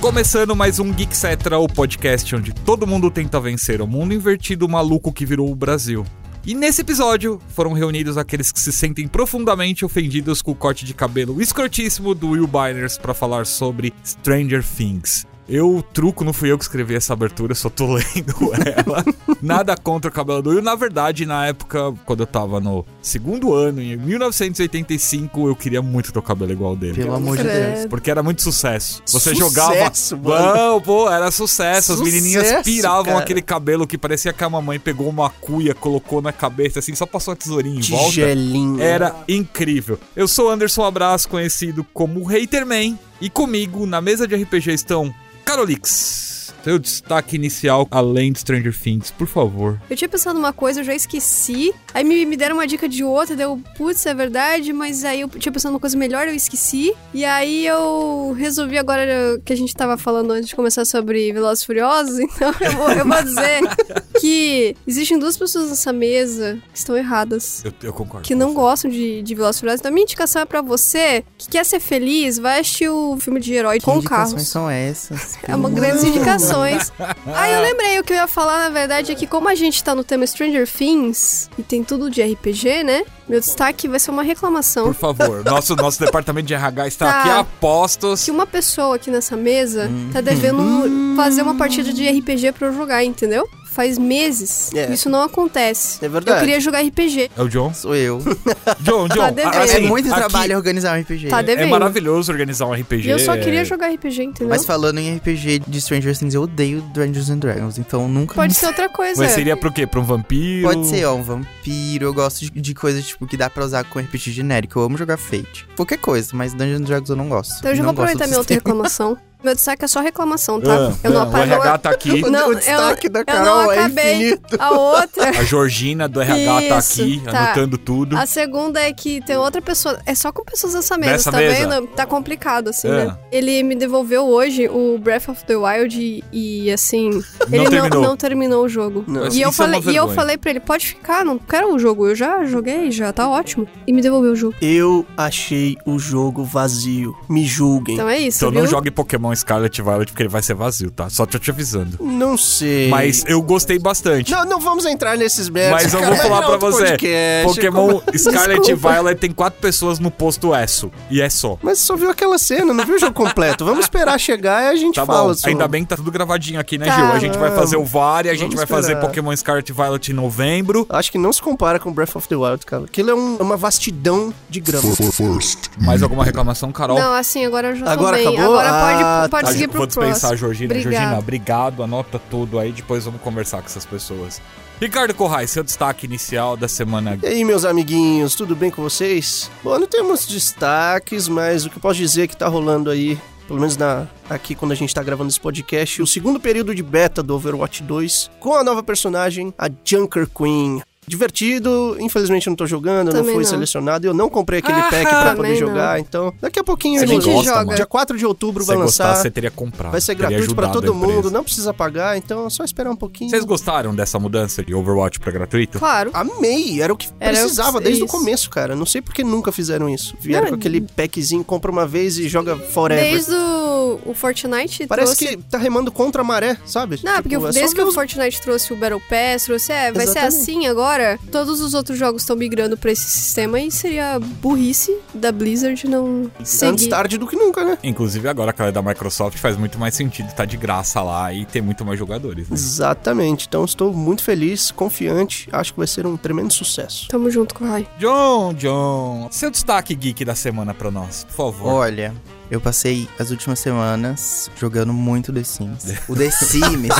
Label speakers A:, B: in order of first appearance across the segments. A: Começando mais um Geek Cetra, o podcast onde todo mundo tenta vencer o mundo invertido maluco que virou o Brasil. E nesse episódio foram reunidos aqueles que se sentem profundamente ofendidos com o corte de cabelo escrotíssimo do Will Byers para falar sobre Stranger Things. Eu, truco, não fui eu que escrevi essa abertura, só tô lendo ela. Nada contra o cabelo do Will. Na verdade, na época, quando eu tava no segundo ano, em 1985, eu queria muito ter o cabelo igual dele.
B: Pelo amor de
C: Credo.
B: Deus.
A: Porque era muito sucesso. Você
B: Sucesso,
A: jogava.
B: mano.
A: Não, pô, era sucesso. As
B: Sucesso,
A: menininhas piravam
B: cara.
A: aquele cabelo que parecia que a mamãe pegou uma cuia, colocou na cabeça, assim, só passou uma tesourinha em volta. É.
B: Tigelinho.
A: Era incrível. Eu sou o Anderson Abraço, conhecido como Haterman. E comigo, na mesa de RPG, estão Carolix. Seu destaque inicial, além de Stranger Things, por favor.
C: Eu tinha pensado uma coisa, eu já esqueci. Aí me, me deram uma dica de outra, deu, putz, é verdade, mas aí eu tinha pensado uma coisa melhor, eu esqueci. E aí eu resolvi agora que a gente tava falando antes de começar sobre Velozes e Furiosos, então eu vou, eu vou dizer que existem duas pessoas nessa mesa que estão erradas.
A: Eu, eu concordo.
C: Que não gostam de, de Velozes e Furiosos. Então, a minha indicação é pra você que quer ser feliz, vai assistir o filme de herói
B: Que
C: com
B: indicações
C: carros.
B: são essas?
C: É uma grandes indicações. Ah, eu lembrei o que eu ia falar, na verdade, é que como a gente tá no tema Stranger Things e tem tudo de RPG, né? Meu destaque vai ser uma reclamação.
A: Por favor, nosso, nosso departamento de RH está
C: Tá.
A: aqui a postos.
C: Que uma pessoa aqui nessa mesa
B: Hum.
C: tá devendo fazer uma partida de RPG pra eu jogar, entendeu? Faz meses.
B: É.
C: Isso não acontece.
B: É verdade.
C: Eu queria jogar RPG.
A: É o John?
B: Sou eu.
A: John, John. ah, assim,
C: Tá devendo.
B: é
C: Sim,
B: muito
A: aqui-
B: trabalho organizar um RPG.
C: Tá
A: É
C: devendo.
A: maravilhoso organizar um RPG.
C: E eu só queria
A: é-
C: jogar RPG, entendeu?
B: Mas falando em RPG de Stranger Things, eu odeio Dungeons and Dragons, então nunca...
C: Pode ser outra coisa.
A: Mas seria pro quê? Pra um vampiro?
B: Pode ser, ó, um vampiro. Eu gosto de, de coisas, tipo, que dá pra usar com RPG genérico. Eu amo jogar Fate. Qualquer coisa, mas Dungeons and Dragons eu não gosto.
C: Então eu já
B: não
C: vou aproveitar minha outra
B: tempo.
C: reclamação. Meu destaque é só reclamação, tá?
A: Ah,
C: eu não,
A: o
C: apago.
A: RH tá aqui.
C: Não,
B: o
C: eu-
B: destaque da
C: Eu não
B: Carol é
C: acabei.
B: infinito.
C: A outra
A: A Georgina do RH tá
C: Isso,
A: aqui,
C: tá.
A: anotando tudo.
C: A segunda é que tem outra pessoa. É só com pessoas dessa mesa,
A: Dessa
C: tá
A: mesa.
C: vendo? Tá complicado, assim,
A: É.
C: né? Ele me devolveu hoje o Breath of the Wild e, e, assim. ele
A: terminou.
C: Não, não terminou o jogo.
B: Não.
A: Mas
C: E eu,
A: isso é uma
C: falei, e eu
A: vergonha.
C: falei pra ele, pode ficar, não quero o jogo, eu já joguei, já tá ótimo. E me devolveu o jogo.
D: Eu achei o jogo vazio. Me julguem.
C: Então é isso,
A: Então
C: viu?
A: não jogue Pokémon Scarlet Violet porque ele vai ser vazio, tá? Só tô te avisando.
D: Não sei.
A: Mas eu gostei bastante.
D: Não, não vamos entrar nesses méritos.
A: Mas eu
D: cara.
A: vou falar
D: Era
A: pra
D: outro
A: você.
D: podcast, como-
A: Pokémon Scarlet
C: Desculpa.
A: Violet tem quatro pessoas no posto ESSO. E é só.
D: Mas você só viu aquela cena, não viu o jogo completo. Vamos esperar chegar e a gente
A: Tá
D: fala
A: bom.
D: sobre.
A: Ainda bem que tá tudo gravadinho aqui, né,
C: Tá.
A: Gil? A gente vai fazer o VAR e a gente
D: Vamos
A: vai fazer
D: esperar.
A: Pokémon Scarlet Violet em novembro.
D: Acho que não se compara com Breath of the Wild, cara. Aquilo é um- uma vastidão de grama.
A: Mais alguma reclamação, Carol?
C: Não, assim, agora eu já tô
D: Agora
C: bem.
D: acabou?
C: Agora pode,
D: Ah,
C: pode
A: Tá,
C: seguir
A: vou
C: pro
A: dispensar
C: próximo.
A: a Georgina.
C: Obrigada.
A: Georgina, obrigado. Anota tudo aí, depois vamos conversar com essas pessoas. Ricardo Corrais, seu destaque inicial da semana.
D: E aí, meus amiguinhos, tudo bem com vocês? Bom, não tem muitos destaques, mas o que eu posso dizer é que tá rolando aí, pelo menos na, aqui quando a gente tá gravando esse podcast, o segundo período de beta do Overwatch 2, com a nova personagem, a Junker Queen. Divertido, infelizmente eu não tô jogando, eu não
C: Também
D: fui
C: não.
D: selecionado, eu não comprei aquele
A: Ah,
D: pack pra poder
C: também
D: jogar, então daqui a pouquinho
C: Se
D: a gente
C: você
D: gosta,
C: joga.
D: mano. Dia 4 de outubro
A: né? Se você
D: vai
A: gostar,
D: lançar,
A: você teria comprado.
D: vai ser
A: teria
D: gratuito pra
A: ajudado
D: todo
A: a empresa.
D: mundo, não precisa pagar, então é só esperar um pouquinho.
A: Vocês gostaram dessa mudança de Overwatch pra gratuito?
C: Claro.
D: Amei, era o que
C: Era
D: precisava
C: o-
D: desde o
C: isso.
D: começo, cara. Não sei por que nunca fizeram isso. Vieram
C: Não,
D: com aquele packzinho, compra uma vez e joga forever.
C: Desde o, o Fortnite
D: Parece
C: trouxe...
D: que tá remando contra a maré, sabe?
C: Não,
D: Tipo,
C: porque
D: é só
C: desde que
D: ver
C: o
D: os-
C: Fortnite trouxe o Battle Pass, trouxe, é, vai
D: Exatamente.
C: ser assim agora. Todos os outros jogos estão migrando pra esse sistema e seria burrice da Blizzard não
D: Antes
C: seguir.
D: tarde do que nunca, né?
A: Inclusive, agora que ela é da Microsoft, faz muito mais sentido. Tá de graça lá e tem muito mais jogadores. né?
D: Exatamente. Então estou muito feliz, confiante. Acho que vai ser um tremendo sucesso.
C: Tamo junto com o Rai.
A: John, John. Seu destaque geek da semana pra nós, por favor.
B: Olha, eu passei as últimas semanas jogando muito The Sims. O The Sims,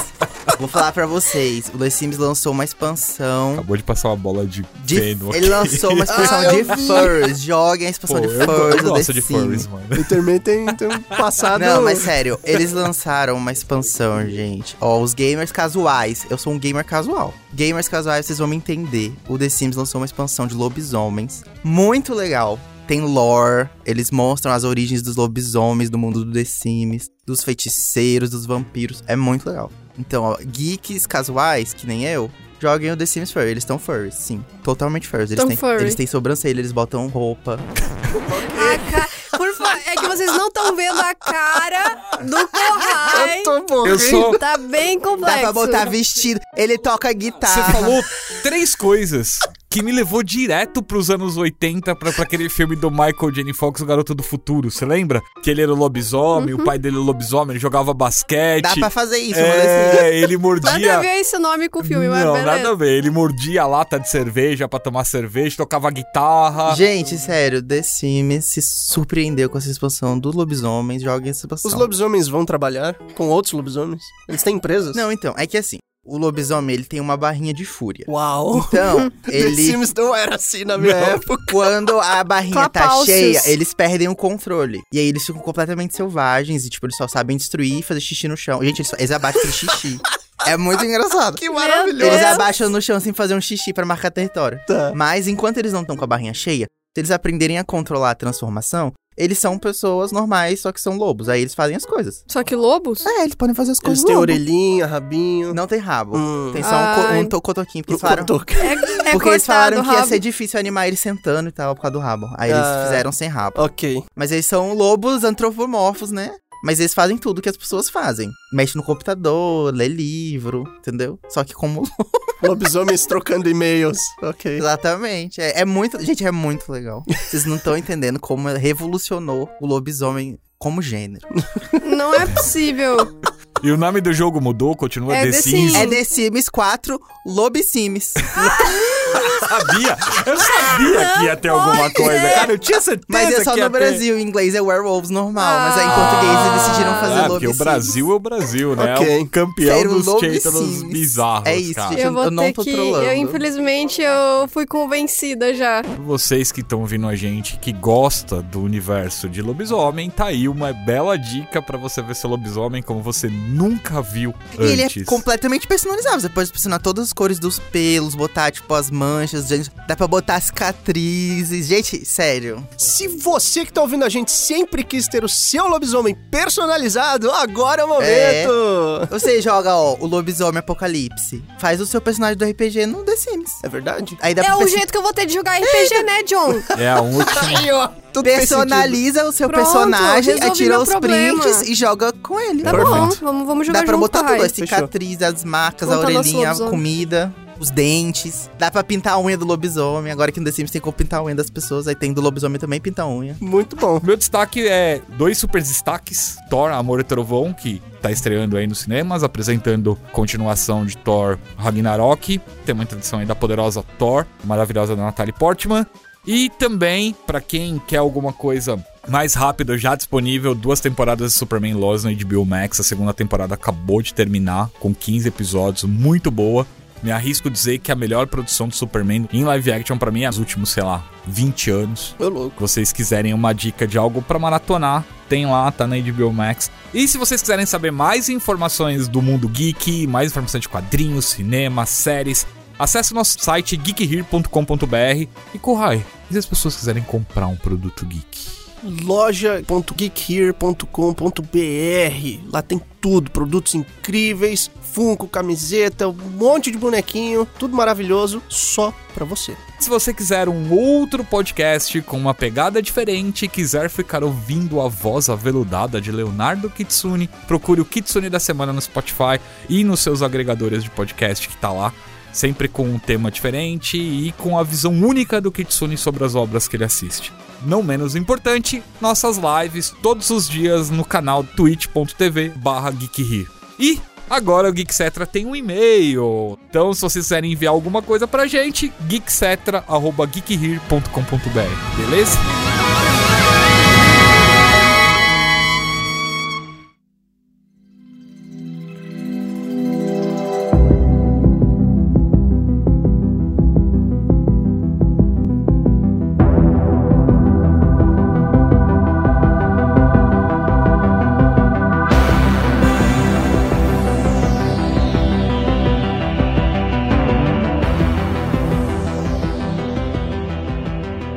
B: vou falar pra vocês, o The Sims lançou uma expansão.
A: Acabou de passar uma bola de,
B: De,
A: pênalti.
B: ele lançou uma expansão
D: Ah,
B: de
D: eu
B: furries. Joguem a
A: Pô,
B: expansão de
A: eu, eu
B: furries do The
A: gosto de
B: Sims.
A: furries, mano.
D: E também tem, tem um passado.
B: Não, mas sério, eles lançaram uma expansão, gente. Ó, os gamers casuais. Eu sou um gamer casual. Gamers casuais, vocês vão me entender. O The Sims lançou uma expansão de lobisomens. Muito legal. Tem lore, eles mostram as origens dos lobisomens do mundo do The Sims, dos feiticeiros, dos vampiros. É muito legal. Então, ó, geeks casuais, que nem eu, joguem o The Sims Furry. Eles estão furries, sim. Totalmente furries. Eles
C: Tão
B: têm,
C: furry.
B: eles têm sobrancelha, eles botam roupa.
C: Ah, ca- Por favor, é que vocês não estão vendo a cara do Corrai.
D: tô bom.
A: Eu sou.
C: Tá bem complexo.
B: Dá pra botar vestido. Ele toca
A: Você
B: guitarra.
C: Ah.
A: falou três coisas que me levou direto pros anos 80 pra, pra aquele filme do Michael J. Fox, O Garoto do Futuro. Você lembra? Que ele era o lobisomem,
C: Uhum.
A: o pai dele era o lobisomem, ele jogava basquete.
B: Dá pra fazer isso. mano, assim.
A: É, ele
C: Nada a
A: mordia.
C: ver esse nome com o filme, mas
A: não,
C: beleza.
A: nada a ver. Ele mordia a lata de cerveja pra tomar cerveja, tocava guitarra.
B: Gente, sério, The Sims se surpreendeu com essa expansão dos lobisomens. Joguem essa expansão.
D: Os lobisomens vão trabalhar com outros lobisomens? Eles têm empresas?
B: Não, então, é que assim, o lobisomem, ele tem uma barrinha de fúria.
D: Uau.
B: Então,
D: Ele... Oh, The
B: ele...
D: Sims não era assim na minha
B: Não.
D: época.
B: Quando a barrinha tá
C: Clapaucios.
B: cheia, eles perdem o controle. E aí eles ficam completamente selvagens e, tipo, eles só sabem destruir e fazer xixi no chão. Gente, eles, eles abaixam pro xixi. É muito engraçado.
D: Que
C: Meu
B: Eles
C: Deus.
B: abaixam no chão sem fazer um xixi pra marcar território.
D: Tá.
B: Mas enquanto eles não estão com a barrinha cheia, se eles aprenderem a controlar a transformação, eles são pessoas normais, só que são lobos. Aí eles fazem as coisas.
C: Só que lobos?
B: É, eles podem fazer as coisas.
D: Eles têm
B: lobo.
D: orelhinha, rabinho.
B: Não tem rabo.
D: Hum.
B: Tem só um, co-
C: Ai.
B: um to- cotoquinho, porque eles
D: Não
B: falaram,
D: toca.
C: É, é
B: porque eles
C: cortado
B: falaram
C: o
B: que ia
C: rabo.
B: ser difícil animar eles sentando e tal, por causa do rabo. Aí
D: Ah.
B: eles fizeram sem rabo.
D: Ok.
B: Mas eles são lobos antropomorfos, né? Mas eles fazem tudo que as pessoas fazem. Mexe no computador, lê livro, entendeu? Só que como...
D: Lobisomens trocando e-mails. Ok.
B: Exatamente. É, é muito... Gente, é muito legal. Vocês não estão entendendo como revolucionou o lobisomem como gênero.
C: Não é possível.
A: E o nome do jogo mudou, continua
C: É
A: The,
C: The
A: Sims.
C: Sims.
B: É The Sims 4 Lobisims.
A: Eu sabia! Eu sabia que ia ter alguma coisa. Cara, Ah, eu tinha certeza
B: Mas é só
A: que ia
B: no
A: ter.
B: Brasil. Em inglês é Werewolves normal. Mas aí em português eles decidiram fazer
A: Ah, porque
B: Lobisims.
A: o Brasil é o Brasil, né?
D: Ok.
A: É o campeão
B: Sério,
A: dos
B: Lobby
A: títulos
B: Sims.
A: bizarros,
B: É isso,
A: cara.
B: gente.
C: Eu vou
B: Eu não
C: ter
B: tô
C: que.
B: trolando.
C: Eu, infelizmente, eu fui convencida já.
A: Vocês que estão ouvindo a gente, que gosta do universo de lobisomem, tá aí uma bela dica pra você ver seu lobisomem como você nunca viu
B: E ele
A: antes.
B: é completamente personalizável. Você pode personar todas as cores dos pelos, botar, tipo, as manchas, gente. Dá pra botar cicatrizes. Gente, sério.
D: Se você que tá ouvindo a gente sempre quis ter o seu lobisomem personalizado, agora é o momento!
B: Você joga, ó, o lobisomem apocalipse. Faz o seu personagem do RPG no The Sims.
D: É, verdade?
B: Aí dá
C: É
B: pra
C: o
B: perso-
C: jeito que eu vou ter de jogar RPG, né, John?
A: É a última.
D: Aí, ó, tudo fez
B: personaliza o seu
C: Pronto,
B: personagem,
C: resolvi
B: atira
C: meu
B: os
C: problema.
B: prints e joga com ele.
C: Tá bom,
D: Perfeito.
C: vamos, vamos jogar
B: Dá pra
C: junto,
B: botar tudo, assim,
C: Rai.
B: as cicatrizes, as marcas, a
C: Conta nosso
B: orelhinha, a
C: lobisomem.
B: comida, os dentes. Dá pra pintar a unha do lobisomem. Agora que no The Sims tem como pintar a unha das pessoas, aí tem do lobisomem também pintar a unha.
D: sentido. Muito bom.
A: Meu destaque é dois super destaques: Thor, Amor e Trovão, que tá estreando aí nos cinemas, apresentando continuação de Thor Ragnarok. Tem uma introdução aí da poderosa Thor, maravilhosa da Natalie Portman. E também, pra quem quer alguma coisa mais rápida, já disponível, duas temporadas de Superman Lois na HBO Max. A segunda temporada acabou de terminar, com 15 episódios, muito boa. Me arrisco a dizer que a melhor produção de Superman em live action, pra mim, é os últimos, sei lá, 20 anos
D: Meu louco.
A: vocês quiserem uma dica de algo pra maratonar, tem lá, tá na HBO Max. E se vocês quiserem saber mais informações do mundo geek, mais informações de quadrinhos, cinema, séries, acesse o nosso site geekhere.com.br e corrai. E se as pessoas quiserem comprar um produto geek?
D: loja.geekhere.com.br. Lá tem tudo, produtos incríveis, Funko, camiseta, um monte de bonequinho, tudo maravilhoso só pra você.
A: Se você quiser um outro podcast com uma pegada diferente e quiser ficar ouvindo a voz aveludada de Leonardo Kitsune, procure o Kitsune da Semana no Spotify e nos seus agregadores de podcast que tá lá, sempre com um tema diferente e com a visão única do Kitsune sobre as obras que ele assiste. Não menos importante, nossas lives todos os dias no canal twitch.tv barra geekrir. E agora o Geekcetra tem um e-mail. Então, se vocês quiserem enviar alguma coisa pra gente, geekcetra.geekrir.com.br, beleza?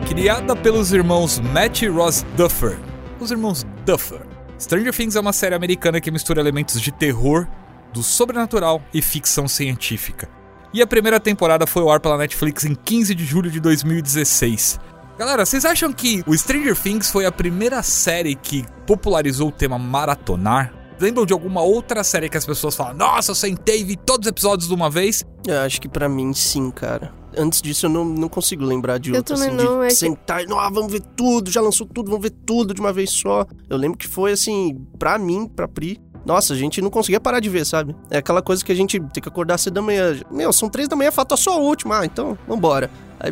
A: criada pelos irmãos Matt e Ross Duffer. Os irmãos Duffer. Stranger Things é uma série americana que mistura elementos de terror, do sobrenatural e ficção científica. E a primeira temporada foi ao ar pela Netflix em 15 de julho de 2016. Galera, vocês acham que o Stranger Things foi a primeira série que popularizou o tema maratonar? Lembram de alguma outra série que as pessoas falam, nossa, eu sentei e vi todos os episódios de uma vez?
D: Eu acho que pra mim, sim, cara. Antes disso, eu não, não consigo lembrar de
C: Eu
D: outra,
C: também
D: assim,
C: não, é
D: de
C: que-
D: sentar e, ah, vamos ver tudo, já lançou tudo, vamos ver tudo de uma vez só. Eu lembro que foi, assim, pra mim, pra Pri, nossa, a gente não conseguia parar de ver, sabe? É aquela coisa que a gente tem que acordar cedo da manhã. Meu, são três da manhã, falta só o último, ah, então, vambora. Aí,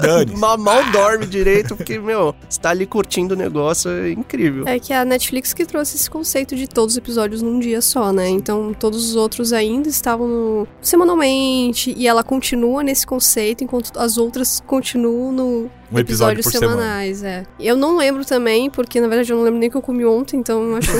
A: Dane.
D: mal, mal dorme direito, porque, meu, você tá ali curtindo o negócio, é incrível.
C: É que a Netflix que trouxe esse conceito de todos os episódios num dia só, né? Então todos os outros ainda estavam no... semanalmente e ela continua nesse conceito enquanto as outras continuam no
A: Um episódio
C: episódios
A: por semana.
C: semanais, é. Eu não lembro também, porque na verdade eu não lembro nem o que eu comi ontem, então acho,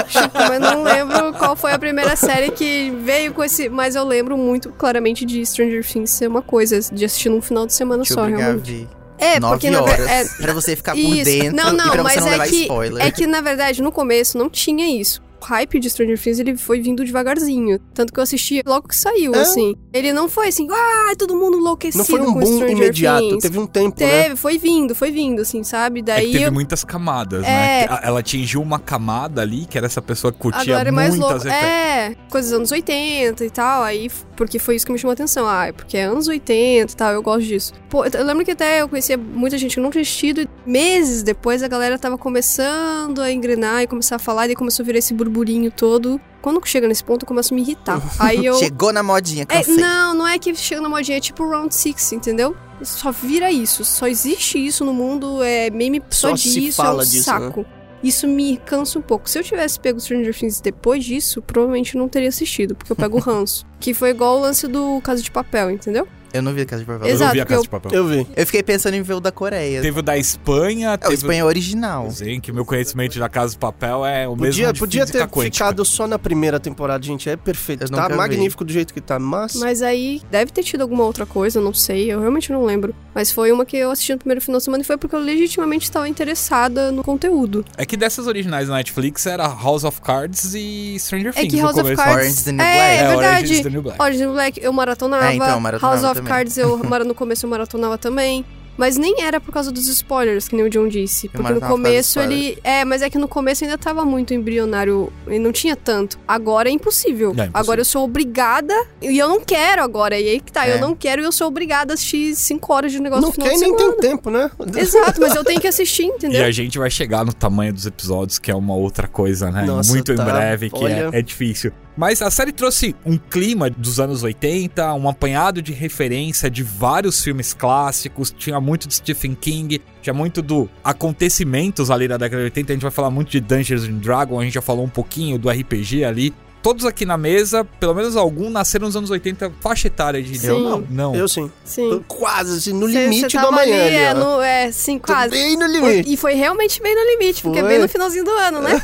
C: acho que mas não lembro qual foi a primeira série que veio com esse, mas eu lembro muito claramente de Stranger Things ser uma coisa de assistir num final de semana
B: Te
C: só,
B: obrigar a
C: realmente.
B: ver.
C: É, porque
B: Nove
C: na
B: horas.
C: verdade é,
B: Pra você ficar por
C: Isso.
B: dentro
C: Não, não,
B: e pra você
C: mas
B: não
C: é
B: levar
C: que-
B: spoiler.
C: É que, na verdade, no começo não tinha isso. O hype de Stranger Things, ele foi vindo devagarzinho. Tanto que eu assisti logo que saiu,
D: É.
C: assim. Ele não foi assim, ah, todo mundo enlouquecido
D: Não foi um
C: com
D: boom
C: Stranger
D: imediato,
C: Things.
D: teve um tempo, né?
C: Teve, foi vindo, foi vindo, assim, sabe?
A: É que
C: Daí
A: teve
C: eu-
A: muitas camadas, né?
C: É.
A: A- Ela atingiu uma camada ali, que era essa pessoa que curtia
C: agora é mais
A: muitas
C: louco.
A: etapas.
C: É, coisas dos anos 80 e tal. Aí, f- porque foi isso que me chamou a atenção. Ah, é porque é anos 80 e tal, eu gosto disso. Pô, eu lembro que até eu conhecia muita gente que não tinha assistido. e Meses depois a galera tava começando a engrenar e começar a falar, e daí começou a virar esse burburinho todo. Quando chega nesse ponto, eu começo a me irritar. Aí eu.
B: Chegou na modinha,
C: É,
B: cansei.
C: não, não é que chega na modinha, é tipo Round Six, entendeu? Só vira isso, só existe isso no mundo, é meme só,
D: Só se
C: disso,
D: fala
C: é um
D: disso,
C: saco. Isso me cansa um pouco. Se eu tivesse pego Stranger Things depois disso, provavelmente não teria assistido, porque eu pego o ranço. Que foi igual o lance do Caso de Papel, entendeu?
B: Eu não vi Casa de Papel.
A: Eu não
C: É, Exato,
A: vi a
C: porque
A: Casa
C: eu-
A: de Papel.
D: Eu vi.
B: Eu fiquei pensando em ver o da Coreia.
A: Teve o da Espanha,
B: É o
A: teve
B: espanhol original.
A: Sim, que meu conhecimento da Casa de Papel é o
D: Podia,
A: mesmo de
D: podia
A: física
D: ter
A: quântica.
D: ficado só na primeira temporada, gente. É perfeito.
B: Eu
D: Tá
B: nunca vi.
D: magnífico do jeito que tá, mas.
C: Mas aí deve ter tido alguma outra coisa, eu não sei, eu realmente não lembro. Mas foi uma que eu assisti no primeiro final de semana e foi porque eu legitimamente estava interessada no conteúdo.
A: É que dessas originais da Netflix era House of Cards e Stranger
C: É
A: Things.
C: que
A: no
C: House of
A: começo.
C: Cards.
B: Orange is the New
C: É,
B: Black.
A: É,
C: verdade.
A: Orange is the New Black.
C: Orange is the Black eu maratonava.
B: É, então, eu maratonava
C: House of
B: também.
C: Cards eu mara- no começo eu maratonava também. Mas nem era por causa dos spoilers, que nem o John disse. Porque no
B: maratonava por causa dos
C: começo ele. É, mas é que no começo ainda tava muito embrionário e não tinha tanto. Agora é impossível.
A: É, impossível.
C: Agora eu sou obrigada e eu não quero agora. E aí que tá,
B: É.
C: eu não quero e eu sou obrigada a assistir 5 horas de negócio
D: não
C: no final
D: quer
C: de
D: e nem
C: semana.
D: tem tempo, né?
C: Exato, mas eu tenho que assistir,
A: E
C: entendeu?
A: a gente vai chegar no tamanho dos episódios, que é uma outra coisa, né?
D: Nossa,
A: Muito
D: tá.
A: em breve, que é,
D: Olha.
A: é difícil. Mas a série trouxe um clima dos anos 80, um apanhado de referência de vários filmes clássicos, tinha muito de Stephen King, tinha muito do acontecimentos ali da década de 80, a gente vai falar muito de Dungeons and Dragons, a gente já falou um pouquinho do RPG ali. Todos aqui na mesa, pelo menos algum, nasceram nos anos 80, faixa etária de...
C: Eu não.
A: Não.
D: Eu sim. Tô
C: Sim.
D: Quase, assim, no
C: Cê- cê
D: limite do
C: tava
D: amanhã.
C: Ali, é,
D: ali, ó.
C: no- é, sim,
D: Tô
C: quase.
D: Bem no
C: Foi-
D: limite.
C: E foi realmente bem no limite, porque é
D: Foi.
C: bem no finalzinho do ano, né?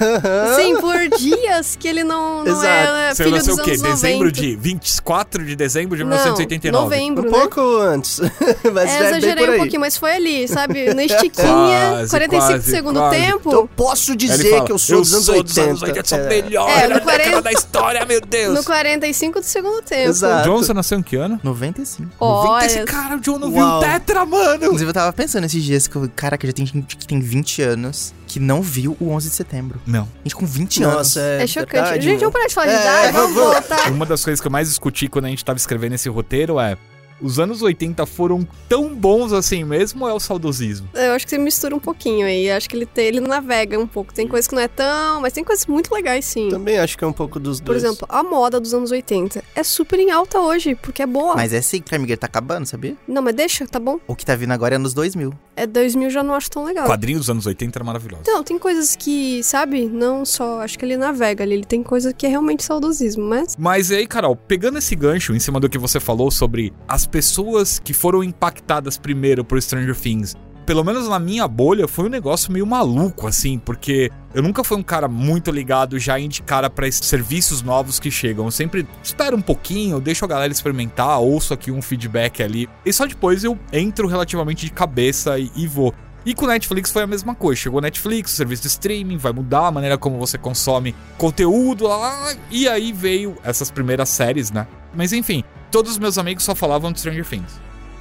C: Sim, por dias que ele não, não
D: Exato.
C: é, é
A: Você
C: filho dos
A: nasceu o
C: anos
A: quê?
C: 90.
A: Dezembro de... 24 de dezembro de
C: Não,
A: 1989.
D: Um
C: novembro, né?
D: pouco antes. mas
C: É,
D: já
C: eu
D: é bem
C: exagerei
D: por
C: um
D: aí. É.
C: pouquinho, mas foi ali, sabe? Na estiquinha,
A: Quase,
C: 45
A: quase,
C: segundos do
A: quase.
C: tempo.
D: Então eu posso
A: Aí ele
D: dizer
A: fala,
D: que eu sou dos anos 80.
A: sou
D: É.
A: melhor
C: É,
A: da
C: no 40
A: década da história, meu Deus.
C: No 45 do segundo tempo.
D: Exato.
A: Johnson nasceu em que ano?
B: 95.
C: Olha,
A: 90, esse cara, o John não viu o
D: Uau.
A: Tetra, mano.
B: Inclusive, eu tava pensando esses dias que, eu- caraca, já tem gente que tem 20 anos que não viu o 11 de setembro.
A: Não.
B: Gente com 20 anos.
D: Nossa, é.
C: é chocante.
D: verdade,
C: Gente,
D: meu.
C: vamos parar de falar de
D: É,
C: idade, vamos
D: vamos.
C: voltar.
A: Uma das coisas que eu mais discuti quando a gente tava escrevendo esse roteiro é... Os anos 80 foram tão bons assim mesmo ou é o saudosismo?
C: Eu acho que você mistura um pouquinho aí. Acho que ele, tem, ele navega um pouco. Tem coisa que não é tão, mas tem coisas muito legais, sim.
D: Também acho que é um pouco dos
C: Por
D: dois.
C: exemplo, a moda dos anos 80 é super em alta hoje, porque é boa.
B: Mas é cíclica, amiga, ele tá acabando, sabia?
C: Não, mas deixa, tá bom?
B: O que tá vindo agora é nos 2000.
C: É 2000 já não acho tão legal.
A: O quadrinho dos anos 80 era maravilhoso.
C: Então, tem coisas que, sabe, não só. Acho que ele navega ali, ele tem coisa que é realmente saudosismo, mas.
A: Mas aí, Carol, pegando esse gancho em cima do que você falou sobre as pessoas que foram impactadas primeiro por Stranger Things, pelo menos na minha bolha, foi um negócio meio maluco, assim, porque eu nunca fui um cara muito ligado já em de cara pra esses serviços novos que chegam. Eu sempre espero um pouquinho, deixo a galera experimentar, ouço aqui um feedback ali, e só depois eu entro relativamente de cabeça e, e vou. E com Netflix foi a mesma coisa. Chegou Netflix, o serviço de streaming, vai mudar a maneira como você consome conteúdo, lá, lá, lá. e aí veio essas primeiras séries, né? Mas enfim, todos os meus amigos só falavam de Stranger Things.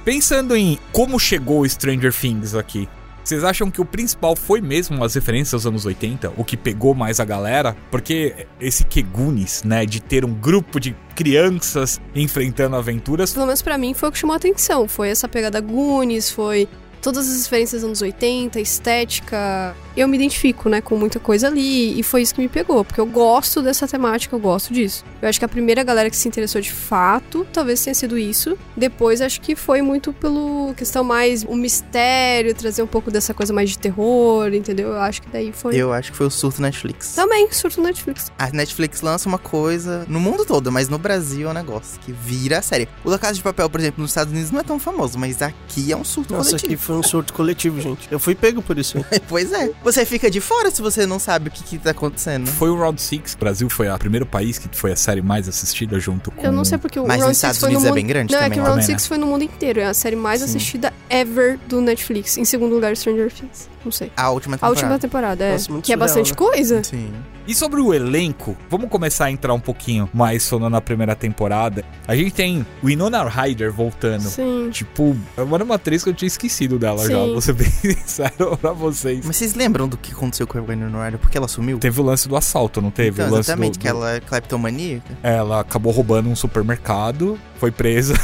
A: Pensando em como chegou Stranger Things aqui, vocês acham que o principal foi mesmo as referências aos anos 80? O que pegou mais a galera? Porque esse Kegunis, né, de ter um grupo de crianças enfrentando aventuras,
C: Pelo menos pra mim foi o que chamou a atenção. Foi essa pegada Goonies, foi todas as referências dos anos 80, estética. Eu me identifico, né, com muita coisa ali e foi isso que me pegou, porque eu gosto dessa temática, eu gosto disso. Eu acho que a primeira galera que se interessou de fato, talvez tenha sido isso. Depois acho que foi muito pelo questão mais o mistério, trazer um pouco dessa coisa mais de terror, entendeu? Eu acho que daí foi
B: Eu acho que foi o surto Netflix.
C: também surto Netflix.
B: A Netflix lança uma coisa no mundo todo, mas no Brasil é um negócio que vira a série. O La Casa de Papel, por exemplo, nos Estados Unidos não é tão famoso, mas aqui é um surto
D: Nossa, aqui
B: coletivo.
D: foi um surto coletivo, gente. Eu fui pego por isso.
B: Pois é. Você fica de fora se você não sabe o que, que tá acontecendo.
A: foi o Round Six. O Brasil foi o primeiro país que foi a série mais assistida junto com
C: Eu não sei porque o
B: Hum. Mas
C: Round
B: nos
C: Six
B: Estados
C: foi no
B: Unidos é
C: mundo
B: bem grande
C: Não, é
B: também.
C: que
B: né?
C: o Round
A: também,
C: 6 foi no mundo inteiro. É a série mais
B: Sim.
C: assistida ever do Netflix. Em segundo lugar, Stranger Things. Não sei.
B: A última
C: A
B: temporada.
C: última temporada, é.
D: Nossa, muito
C: que é
D: surreal,
C: bastante
D: né?
C: coisa.
B: Sim.
A: E sobre o elenco, vamos começar a entrar um pouquinho mais só na primeira temporada. A gente tem o Winona Ryder voltando.
C: Sim.
A: Tipo, era uma atriz que eu tinha esquecido dela já.
C: Sim.
A: Vou ser bem sincero pra vocês.
B: Mas vocês lembram do que aconteceu com a Winona Ryder? Porque ela sumiu?
A: Teve o lance do assalto, não teve?
B: Então,
A: o lance do-
B: exatamente,
A: do-
B: que ela é cleptomaníaca.
A: Ela acabou roubando um supermercado, foi presa.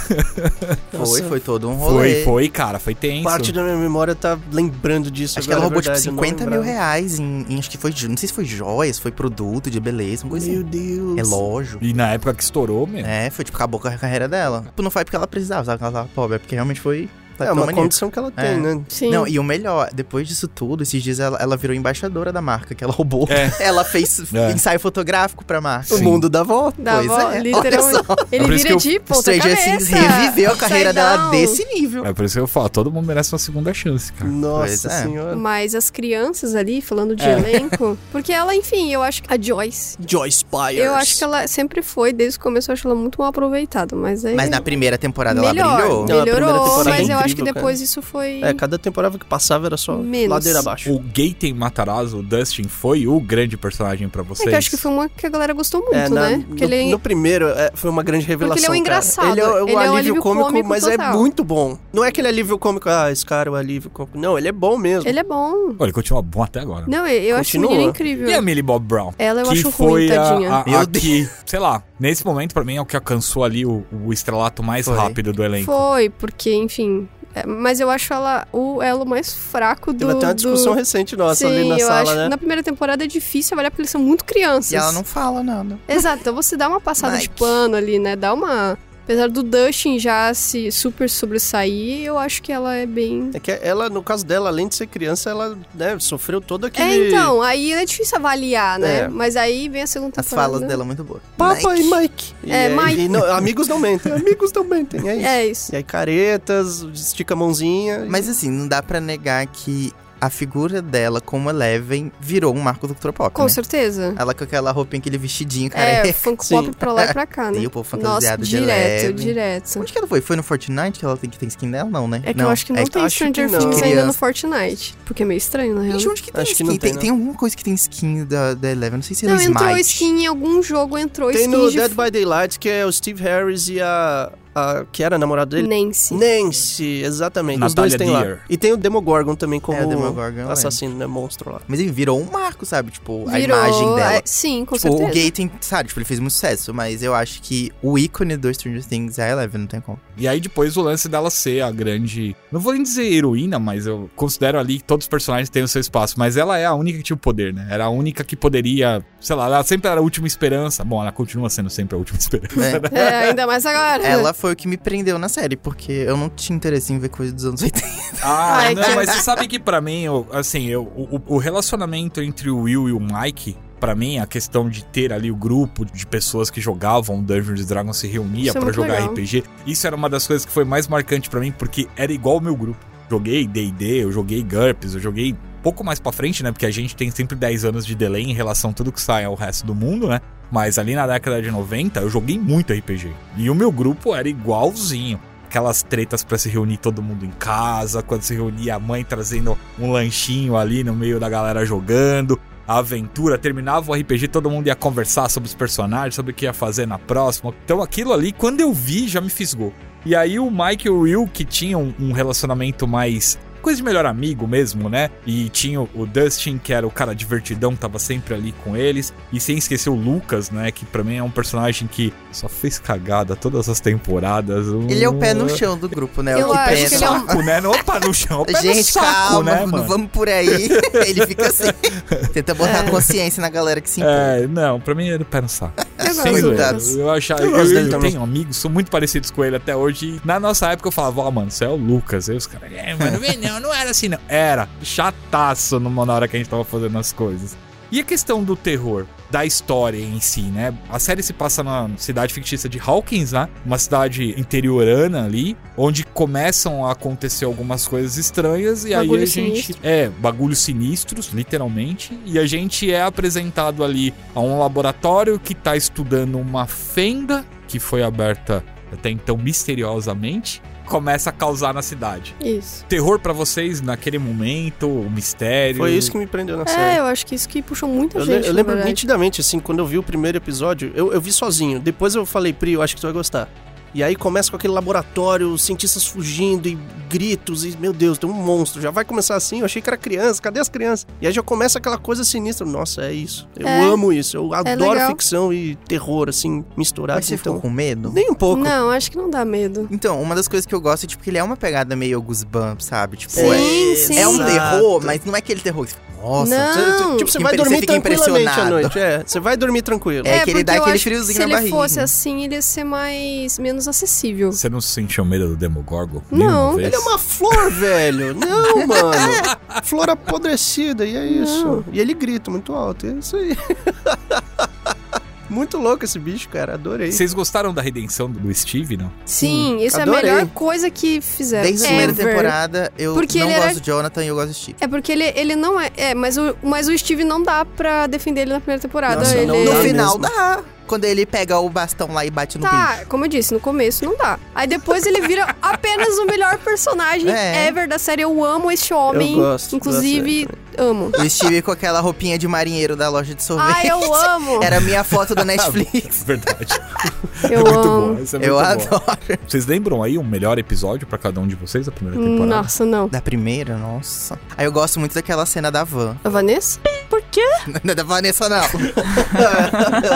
B: Foi,
D: Nossa.
B: foi todo um
A: Foi,
B: rolê.
A: foi, cara, foi tenso.
D: Parte da minha memória tá lembrando disso.
B: Acho que
D: agora,
B: ela roubou,
D: é verdade,
B: tipo,
D: eu não
B: 50 mil
D: lembrava.
B: reais em, em- Acho que foi... Não sei se foi joias, foi produto de beleza, uma coisa
D: Meu
B: assim.
D: Deus.
B: Relógio.
A: E na época que estourou, meu.
B: É, foi, tipo, acabou com a carreira dela. Tipo, não foi porque ela precisava, sabe? Ela tava pobre. É porque realmente foi
D: É uma
B: cleptomaníaca.
D: condição que ela tem,
B: É.
D: né?
C: Sim.
B: Não, e o melhor, depois disso tudo, esses dias ela, ela virou embaixadora da marca que ela roubou.
A: É.
B: Ela fez
A: É.
B: ensaio fotográfico pra marca.
A: Sim.
D: O mundo dá volta.
C: da
B: pois
C: avó,
B: é,
C: literalmente. Ele
A: É por isso
C: vira
A: que
C: de ponta
B: Stranger
C: cabeça.
B: Things reviveu a carreira
C: Upside
B: dela
C: down.
B: desse nível.
A: É por isso que eu falo, todo mundo merece uma segunda chance,
D: Tá. Hum.
A: cara.
B: Pois
D: Nossa
B: é.
D: senhora.
C: Mas as crianças ali, falando de
A: É.
C: elenco. Porque ela, enfim, eu acho que. A Joyce.
D: Joyce Byers.
C: Eu acho que ela sempre foi, desde o começo eu acho ela muito mal aproveitada, mas aí...
B: Mas na primeira temporada ela
C: melhor,
B: brilhou.
D: Não, a primeira
C: melhorou,
D: temporada é
C: mas eu acho que
D: incrível, cara.
C: depois isso foi...
D: É, cada temporada que passava era só
C: Menos.
D: ladeira abaixo.
A: O Gaten Matarazzo, o Dustin, foi o grande personagem pra
C: É
A: vocês.
C: que eu acho que foi uma que a galera gostou muito,
D: É, na-
C: né?
D: no,
C: Porque ele é
D: no primeiro é, foi uma grande revelação.
C: Porque ele é um
D: cara.
C: engraçado,
D: Ele é, um
C: ele é um
D: alívio,
C: alívio
D: cômico,
C: cômico
D: mas é
C: total.
D: muito bom. Não é aquele alívio cômico, ah, esse cara é o alívio cômico. Não, ele é bom mesmo.
C: Ele é bom.
A: Olha, ele continua bom até agora.
C: Não, eu- eu acho
D: Continua.
C: menina incrível.
A: E a Millie Bob Brown?
C: Ela eu
A: que
C: acho
A: foi
C: ruim,
A: a-
C: tadinha.
A: a,
B: Meu
A: a que, sei lá, nesse momento pra mim é o que alcançou ali o, o estrelato mais
B: Foi.
A: rápido do elenco.
C: Foi, porque, enfim. é, Mas eu acho ela o elo mais fraco é do.
D: Teve até uma discussão
C: do...
D: recente nossa
C: Sim,
D: ali na
C: eu
D: sala,
C: acho.
D: né?
C: Na primeira temporada é difícil avaliar porque eles são muito crianças.
B: E ela não fala nada.
C: Exato, então você dá uma passada de
B: Nike.
C: pano ali, né? Dá uma. Apesar do Dustin já se super sobressair, eu acho que ela é bem.
D: É que ela, no caso dela, além de ser criança, ela né, sofreu todo aquele...
C: É, então, aí é difícil avaliar, né?
D: É.
C: Mas aí vem a segunda
B: As
C: temporada. né?
B: falas dela é muito boas.
D: Papai
B: Nike.
D: Mike. E
C: É,
D: aí-
C: Mike.
D: e não, amigos não mentem, amigos não mentem, é isso.
C: É isso.
D: E aí caretas, estica a mãozinha.
B: Mas assim, não dá pra negar que a figura dela como Eleven virou um marco do cultura pop,
C: Com
B: né?
C: certeza.
B: Ela com aquela roupinha, aquele vestidinho, cara.
C: É, funk pop
D: Sim.
C: pra lá e pra cá, né?
B: E o povo
C: Nossa,
B: fantasiado de
C: direto,
B: Eleven.
C: direto.
B: Onde que ela foi? Foi no Fortnite que ela tem que tem skin dela? Não, né?
C: É que eu acho que não tem
D: acho que
C: Stranger
D: não.
C: Things ainda
B: Criança.
C: no Fortnite. Porque é meio estranho, na real.
B: Gente, onde que tem
D: Acho que
B: skin?
D: não tem,
B: tem,
D: não.
B: tem alguma coisa que tem skin da, da Eleven. Não sei se é
C: Não,
B: no
C: entrou
B: Smite.
C: skin em algum jogo, entrou
D: Tem
C: skin
D: no
C: de
D: Dead by Daylight, que é o Steve Harris e a... a que era a namorada dele?
C: Nancy.
D: Nancy, exatamente. Os
A: Natalia
D: dois tem lá.
A: Dear.
D: E tem o Demogorgon também como
B: É, o Demogorgon, eu
D: assassino, né? Monstro lá.
B: Mas ele virou um marco, sabe? Tipo, a
C: Virou,
B: imagem dela.
C: é, sim, com
B: tipo, o
C: certeza.
B: Gaten, sabe? Tipo, ele fez muito sucesso. Mas eu acho que o ícone do Stranger Things é a Eleven, não tem como.
A: E aí depois o lance dela ser a grande. Não vou nem dizer heroína, mas eu considero ali que todos os personagens têm o seu espaço. Mas ela é a única que tinha o poder, né? Era a única que poderia. Sei lá, ela sempre era a última esperança. Bom, ela continua sendo sempre a última esperança.
B: né?
C: É, ainda mais agora.
B: Ela foi o que me prendeu na série, porque eu não tinha interesse em ver coisa dos anos 80.
A: Ah,
C: Ai,
A: não,
C: que-
A: mas você sabe que pra mim, eu- assim, eu, o, o relacionamento entre o Will e o Mike, pra mim, a questão de ter ali o grupo de pessoas que jogavam Dungeons and Dragons se reunia
C: Isso é
A: pra
C: muito
A: jogar
C: legal.
A: RPG, isso era uma das coisas que foi mais marcante pra mim, porque era igual o meu grupo. Joguei D&D, eu joguei GURPS, eu joguei pouco mais pra frente, né? Porque a gente tem sempre 10 anos de delay em relação a tudo que sai ao resto do mundo, né? Mas ali na década de 90, eu joguei muito RPG. E o meu grupo era igualzinho. Aquelas tretas pra se reunir todo mundo em casa, quando se reunia a mãe trazendo um lanchinho ali no meio da galera jogando. A aventura, terminava o RPG, todo mundo ia conversar sobre os personagens, sobre o que ia fazer na próxima. Então aquilo ali, quando eu vi, já me fisgou. E aí o Mike e o Will, que tinham um relacionamento mais. Coisa de melhor amigo mesmo, né? E tinha o Dustin, que era o cara divertidão, tava sempre ali com eles. E sem esquecer o Lucas, né? Que pra mim é um personagem que só fez cagada todas as temporadas.
B: Ele é o pé no chão do grupo, né?
C: Eu
B: o que
C: acho
B: pesa.
C: que ele é um-
A: Saco, né? Não, Opa, no chão. Pé no
B: Gente,
A: saco,
B: calma,
A: né,
B: não
A: mano?
B: vamos por aí. É. Ele fica assim. Tenta botar consciência na galera
D: assim,
B: que se impõe.
A: É, não, pra mim era pé no saco. Sem
C: Eu gosto.
A: zoeira.
B: Coitados.
A: Eu, achava,
D: Eu
A: eu,
D: gosto
A: eu
D: dele também.
A: tenho amigos, são muito parecidos com ele até hoje. E na nossa época eu falava, ó, mano, você é o Lucas. Aí os caras, é, mano, vem não, não era assim não. Era chataço numa, na hora que a gente tava fazendo as coisas. E a questão do terror, da história em si, né? A série se passa na cidade fictícia de Hawkins, né? Uma cidade interiorana ali, onde começam a acontecer algumas coisas estranhas e aí
C: Bagulho
A: a gente
C: sinistro.
A: é bagulhos sinistros, literalmente, e a gente é apresentado ali a um laboratório que tá estudando uma fenda que foi aberta até então misteriosamente, começa a causar na cidade.
C: Isso.
A: Terror pra vocês naquele momento, o mistério.
D: Foi isso que me prendeu na série.
C: É, eu acho que isso que puxou muita
D: Eu, le-
C: gente.
D: eu lembro
C: na verdade.
D: nitidamente, assim, quando eu vi o primeiro episódio, eu, eu vi sozinho. Depois eu falei, Pri, eu acho que tu vai gostar. E aí começa com aquele laboratório, os cientistas fugindo e gritos, e meu Deus, tem um monstro. Já vai começar assim, eu achei que era criança, cadê as crianças? E aí já começa aquela coisa sinistra. Nossa, é isso. Eu
C: É.
D: amo isso. Eu adoro
C: legal.
D: ficção e terror, assim, misturado.
B: Mas você
D: então,
B: ficou com medo?
D: Nem um pouco.
C: Não, acho que não dá medo.
B: Então, uma das coisas que eu gosto é, tipo, que ele é uma pegada meio Goosebumps, sabe? Tipo,
C: Sim,
B: é,
C: sim.
B: é um
D: Exato.
B: terror, mas não é aquele terror que você fala, nossa.
C: Não.
D: Você- tipo, você vai
B: Impre-
D: dormir
B: você fica
D: tranquilamente à
B: impressionado.
D: noite. É, você vai dormir tranquilo.
B: É que ele
C: porque
B: dá
C: eu
B: aquele
C: acho que
B: friozinho
C: se
B: na
C: ele
B: barriga.
C: fosse assim, ele ia ser mais menos acessível.
A: Você não se sentiu medo do Demogorgon?
C: Não.
A: nenhuma vez?
D: Ele é uma flor, velho. Não, mano. Flor apodrecida, e é isso.
C: Não.
D: E ele grita muito alto, e é isso aí. muito louco esse bicho, cara. Adorei.
A: Vocês gostaram da redenção do Steve, não?
C: Sim, isso
D: adorei.
C: é a melhor coisa que fizeram.
B: Desde a
C: ever.
B: primeira temporada, eu
C: Porque
B: não
C: ele
B: gosto
C: era-
B: do Jonathan e eu gosto do Steve.
C: É porque ele, ele não é. É, mas o, mas o Steve não dá pra defender ele na primeira temporada.
D: Nossa,
C: ele...
D: não dá
B: No final
D: mesmo.
B: dá. Quando ele pega o bastão lá e bate no bicho.
C: Tá, como eu disse, no começo não dá. Aí depois ele vira apenas o melhor personagem
B: É.
C: ever da série. Eu amo este homem.
D: Eu gosto.
C: Inclusive,
D: da série
C: amo.
B: O Steve com aquela roupinha de marinheiro da loja de sorvete.
C: Ai, eu amo.
B: Era a minha foto da Netflix.
A: É Verdade.
C: Eu
A: muito
C: amo.
A: bom. Isso é muito
B: eu
A: bom.
B: adoro.
A: Vocês lembram aí um melhor episódio pra cada um de vocês da primeira temporada?
C: Nossa, não.
B: Da primeira, nossa. Aí eu gosto muito daquela cena da van.
C: A Vanessa? Por quê?
B: Não é da Vanessa, não.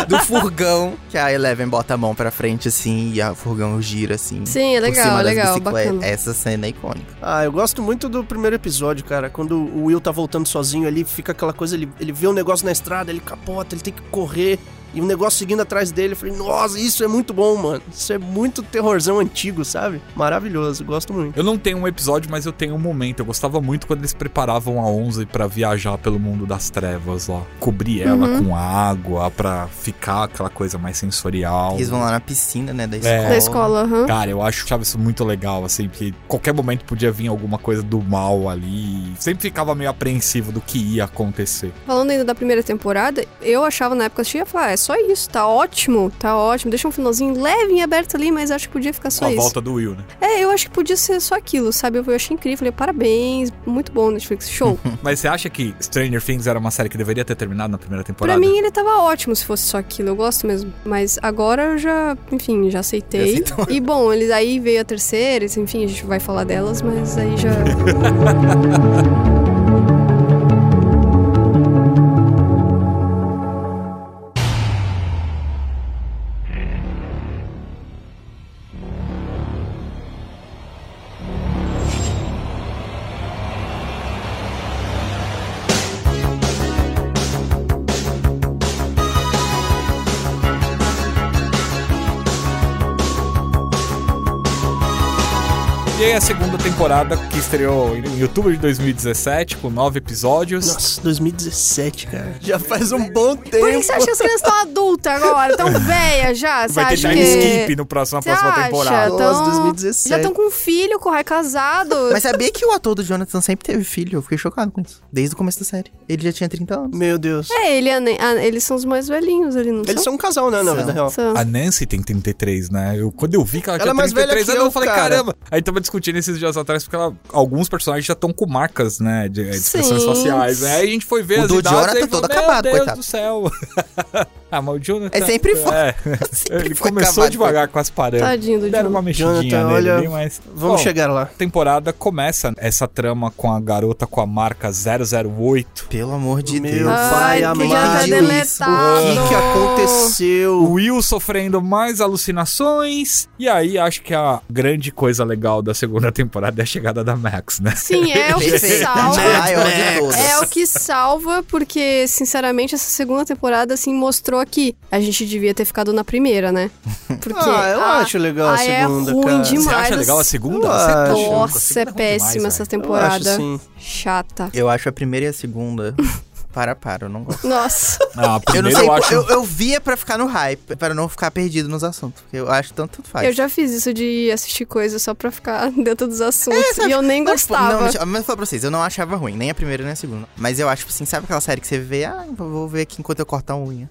B: Do furgão. Que a Eleven bota a mão pra frente, assim, e a- o furgão gira, assim.
C: Sim, é
B: por
C: legal,
B: cima
C: é legal,
B: das bicicletas.
C: bacana.
B: Essa cena é icônica.
D: Ah, eu gosto muito do primeiro episódio, cara. Quando o Will tá voltando sozinho ali, fica aquela coisa, ele, ele vê um negócio na estrada, ele capota, ele tem que correr. E o negócio seguindo atrás dele, eu falei, nossa, isso é muito bom, mano. Isso é muito terrorzão antigo, sabe? Maravilhoso, gosto muito.
A: Eu não tenho um episódio, mas eu tenho um momento. Eu gostava muito quando eles preparavam a 11 pra viajar pelo mundo das trevas lá. Cobrir ela
C: Uhum.
A: com água pra ficar aquela coisa mais sensorial.
B: Eles vão lá na piscina, né, da escola.
A: É.
C: Da escola, aham.
A: Cara, eu acho, achava isso muito legal, assim, porque qualquer momento podia vir alguma coisa do mal ali. Sempre ficava meio apreensivo do que ia acontecer.
C: Falando ainda da primeira temporada, eu achava na época que eu assistia, eu falava, ah, é só isso, tá ótimo, tá ótimo. Deixa um finalzinho leve em aberto ali, mas acho que podia
A: Com
C: ficar só
A: a
C: isso.
A: volta do Will, né?
C: É, eu acho que podia ser só aquilo, sabe? Eu, eu achei incrível, falei, parabéns, muito bom, Netflix, show.
A: Mas você acha que Stranger Things era uma série que deveria ter terminado na primeira temporada?
C: pra mim ele tava ótimo se fosse só aquilo, eu gosto mesmo. Mas agora eu já, enfim, já aceitei. E bom, eles aí veio a terceira, enfim, a gente vai falar delas, mas aí já.
A: E aí a segunda temporada que estreou em outubro de 2017, com nove episódios.
D: Nossa, 2017, cara. Já faz um
B: bom tempo.
C: Por que que você acha que as crianças estão adultas agora? Tão velhas já,
A: Vai
C: sabe?
A: ter time
C: que...
A: skip no próximo, na
C: Você
A: próxima
C: acha?
A: temporada.
D: Nossa,
C: Então,
D: 2017.
C: Já estão com filho, com é casado.
B: Mas sabia que o ator do Jonathan sempre teve filho? Eu fiquei chocado com isso. Desde o começo da série. Ele já tinha 30 anos.
D: Meu Deus.
C: É, ele, e a Nan- ah, eles são os mais velhinhos ali, não
D: Eles são um casal, né, na
B: São. Ah,
D: vida real.
C: São.
A: A Nancy tem 33, né? Eu, quando eu vi que ela,
D: Ela é
A: tinha
D: mais velha
A: 33
D: que
A: anos, eu,
D: eu,
A: falei,
D: cara.
A: caramba. Aí tava discutindo esses dias atrás, porque ela- alguns personagens já estão com marcas, né? De, de
C: Sim.
A: expressões faciais. Né? Aí a gente foi ver
B: O
A: as
B: do
A: idades,
D: tá
B: Jonathan
A: aí falou,
B: todo
A: "Meu
B: acabado,
A: Deus
B: coitado."
A: do céu. ah, mas o Jonathan...
B: É, sempre foi.
A: É,
B: Sempre
A: ele
B: foi
A: começou
B: acabado.
A: devagar com as
B: é.
A: paradas.
C: Tadinho do
A: Deram
C: John.
A: uma mexidinha
D: Jonathan,
A: nele
D: olha,
A: ali, mas...
D: Vamos
A: Bom,
D: chegar lá.
A: temporada começa essa trama com a garota com a marca 008.
B: Pelo amor de
D: Meu
B: Deus.
D: pai
C: Ai, que já tá
D: amado.
C: deletado.
D: O que, que
A: O
D: aconteceu?
A: Will sofrendo mais alucinações. E aí, acho que a grande coisa legal da segunda temporada é a chegada da Max, né?
C: Sim, é o que
B: Perfeito.
C: salva.
B: Maior de todas.
C: É o que salva, porque, sinceramente, essa segunda temporada, assim, mostrou que a gente devia ter ficado na primeira, né? Porque
D: Ah, eu
C: a-
D: acho legal a
C: ah, é
D: segunda,
C: ruim
D: cara.
C: demais.
A: Você acha
C: a
A: legal a segunda?
D: eu
A: Você é
D: acho.
A: louco, a
C: Nossa, é
A: segunda ruim demais,
C: péssima essa
A: velho.
D: Eu acho,
C: temporada.
D: sim.
C: Chata.
B: Eu acho a primeira e a
C: É
B: segunda. Para, para, eu não gosto.
C: Nossa.
A: Ah, a
B: Eu
A: primeira
B: não
A: eu,
B: sei, eu,
A: acho.
B: eu, via pra ficar no hype, pra não ficar perdido nos assuntos. Porque eu acho tanto tanto faz.
C: Eu já fiz isso de assistir coisa só pra ficar dentro dos assuntos.
D: É,
B: sabe?
C: e eu nem
B: Não, tipo, Não,
C: gostava.
B: deixa- mas eu falo pra vocês, eu não achava ruim, nem a primeira nem a segunda. Mas eu acho, tipo assim, sabe aquela série que você vê? Ah, vou- vou ver aqui enquanto eu corto a unha.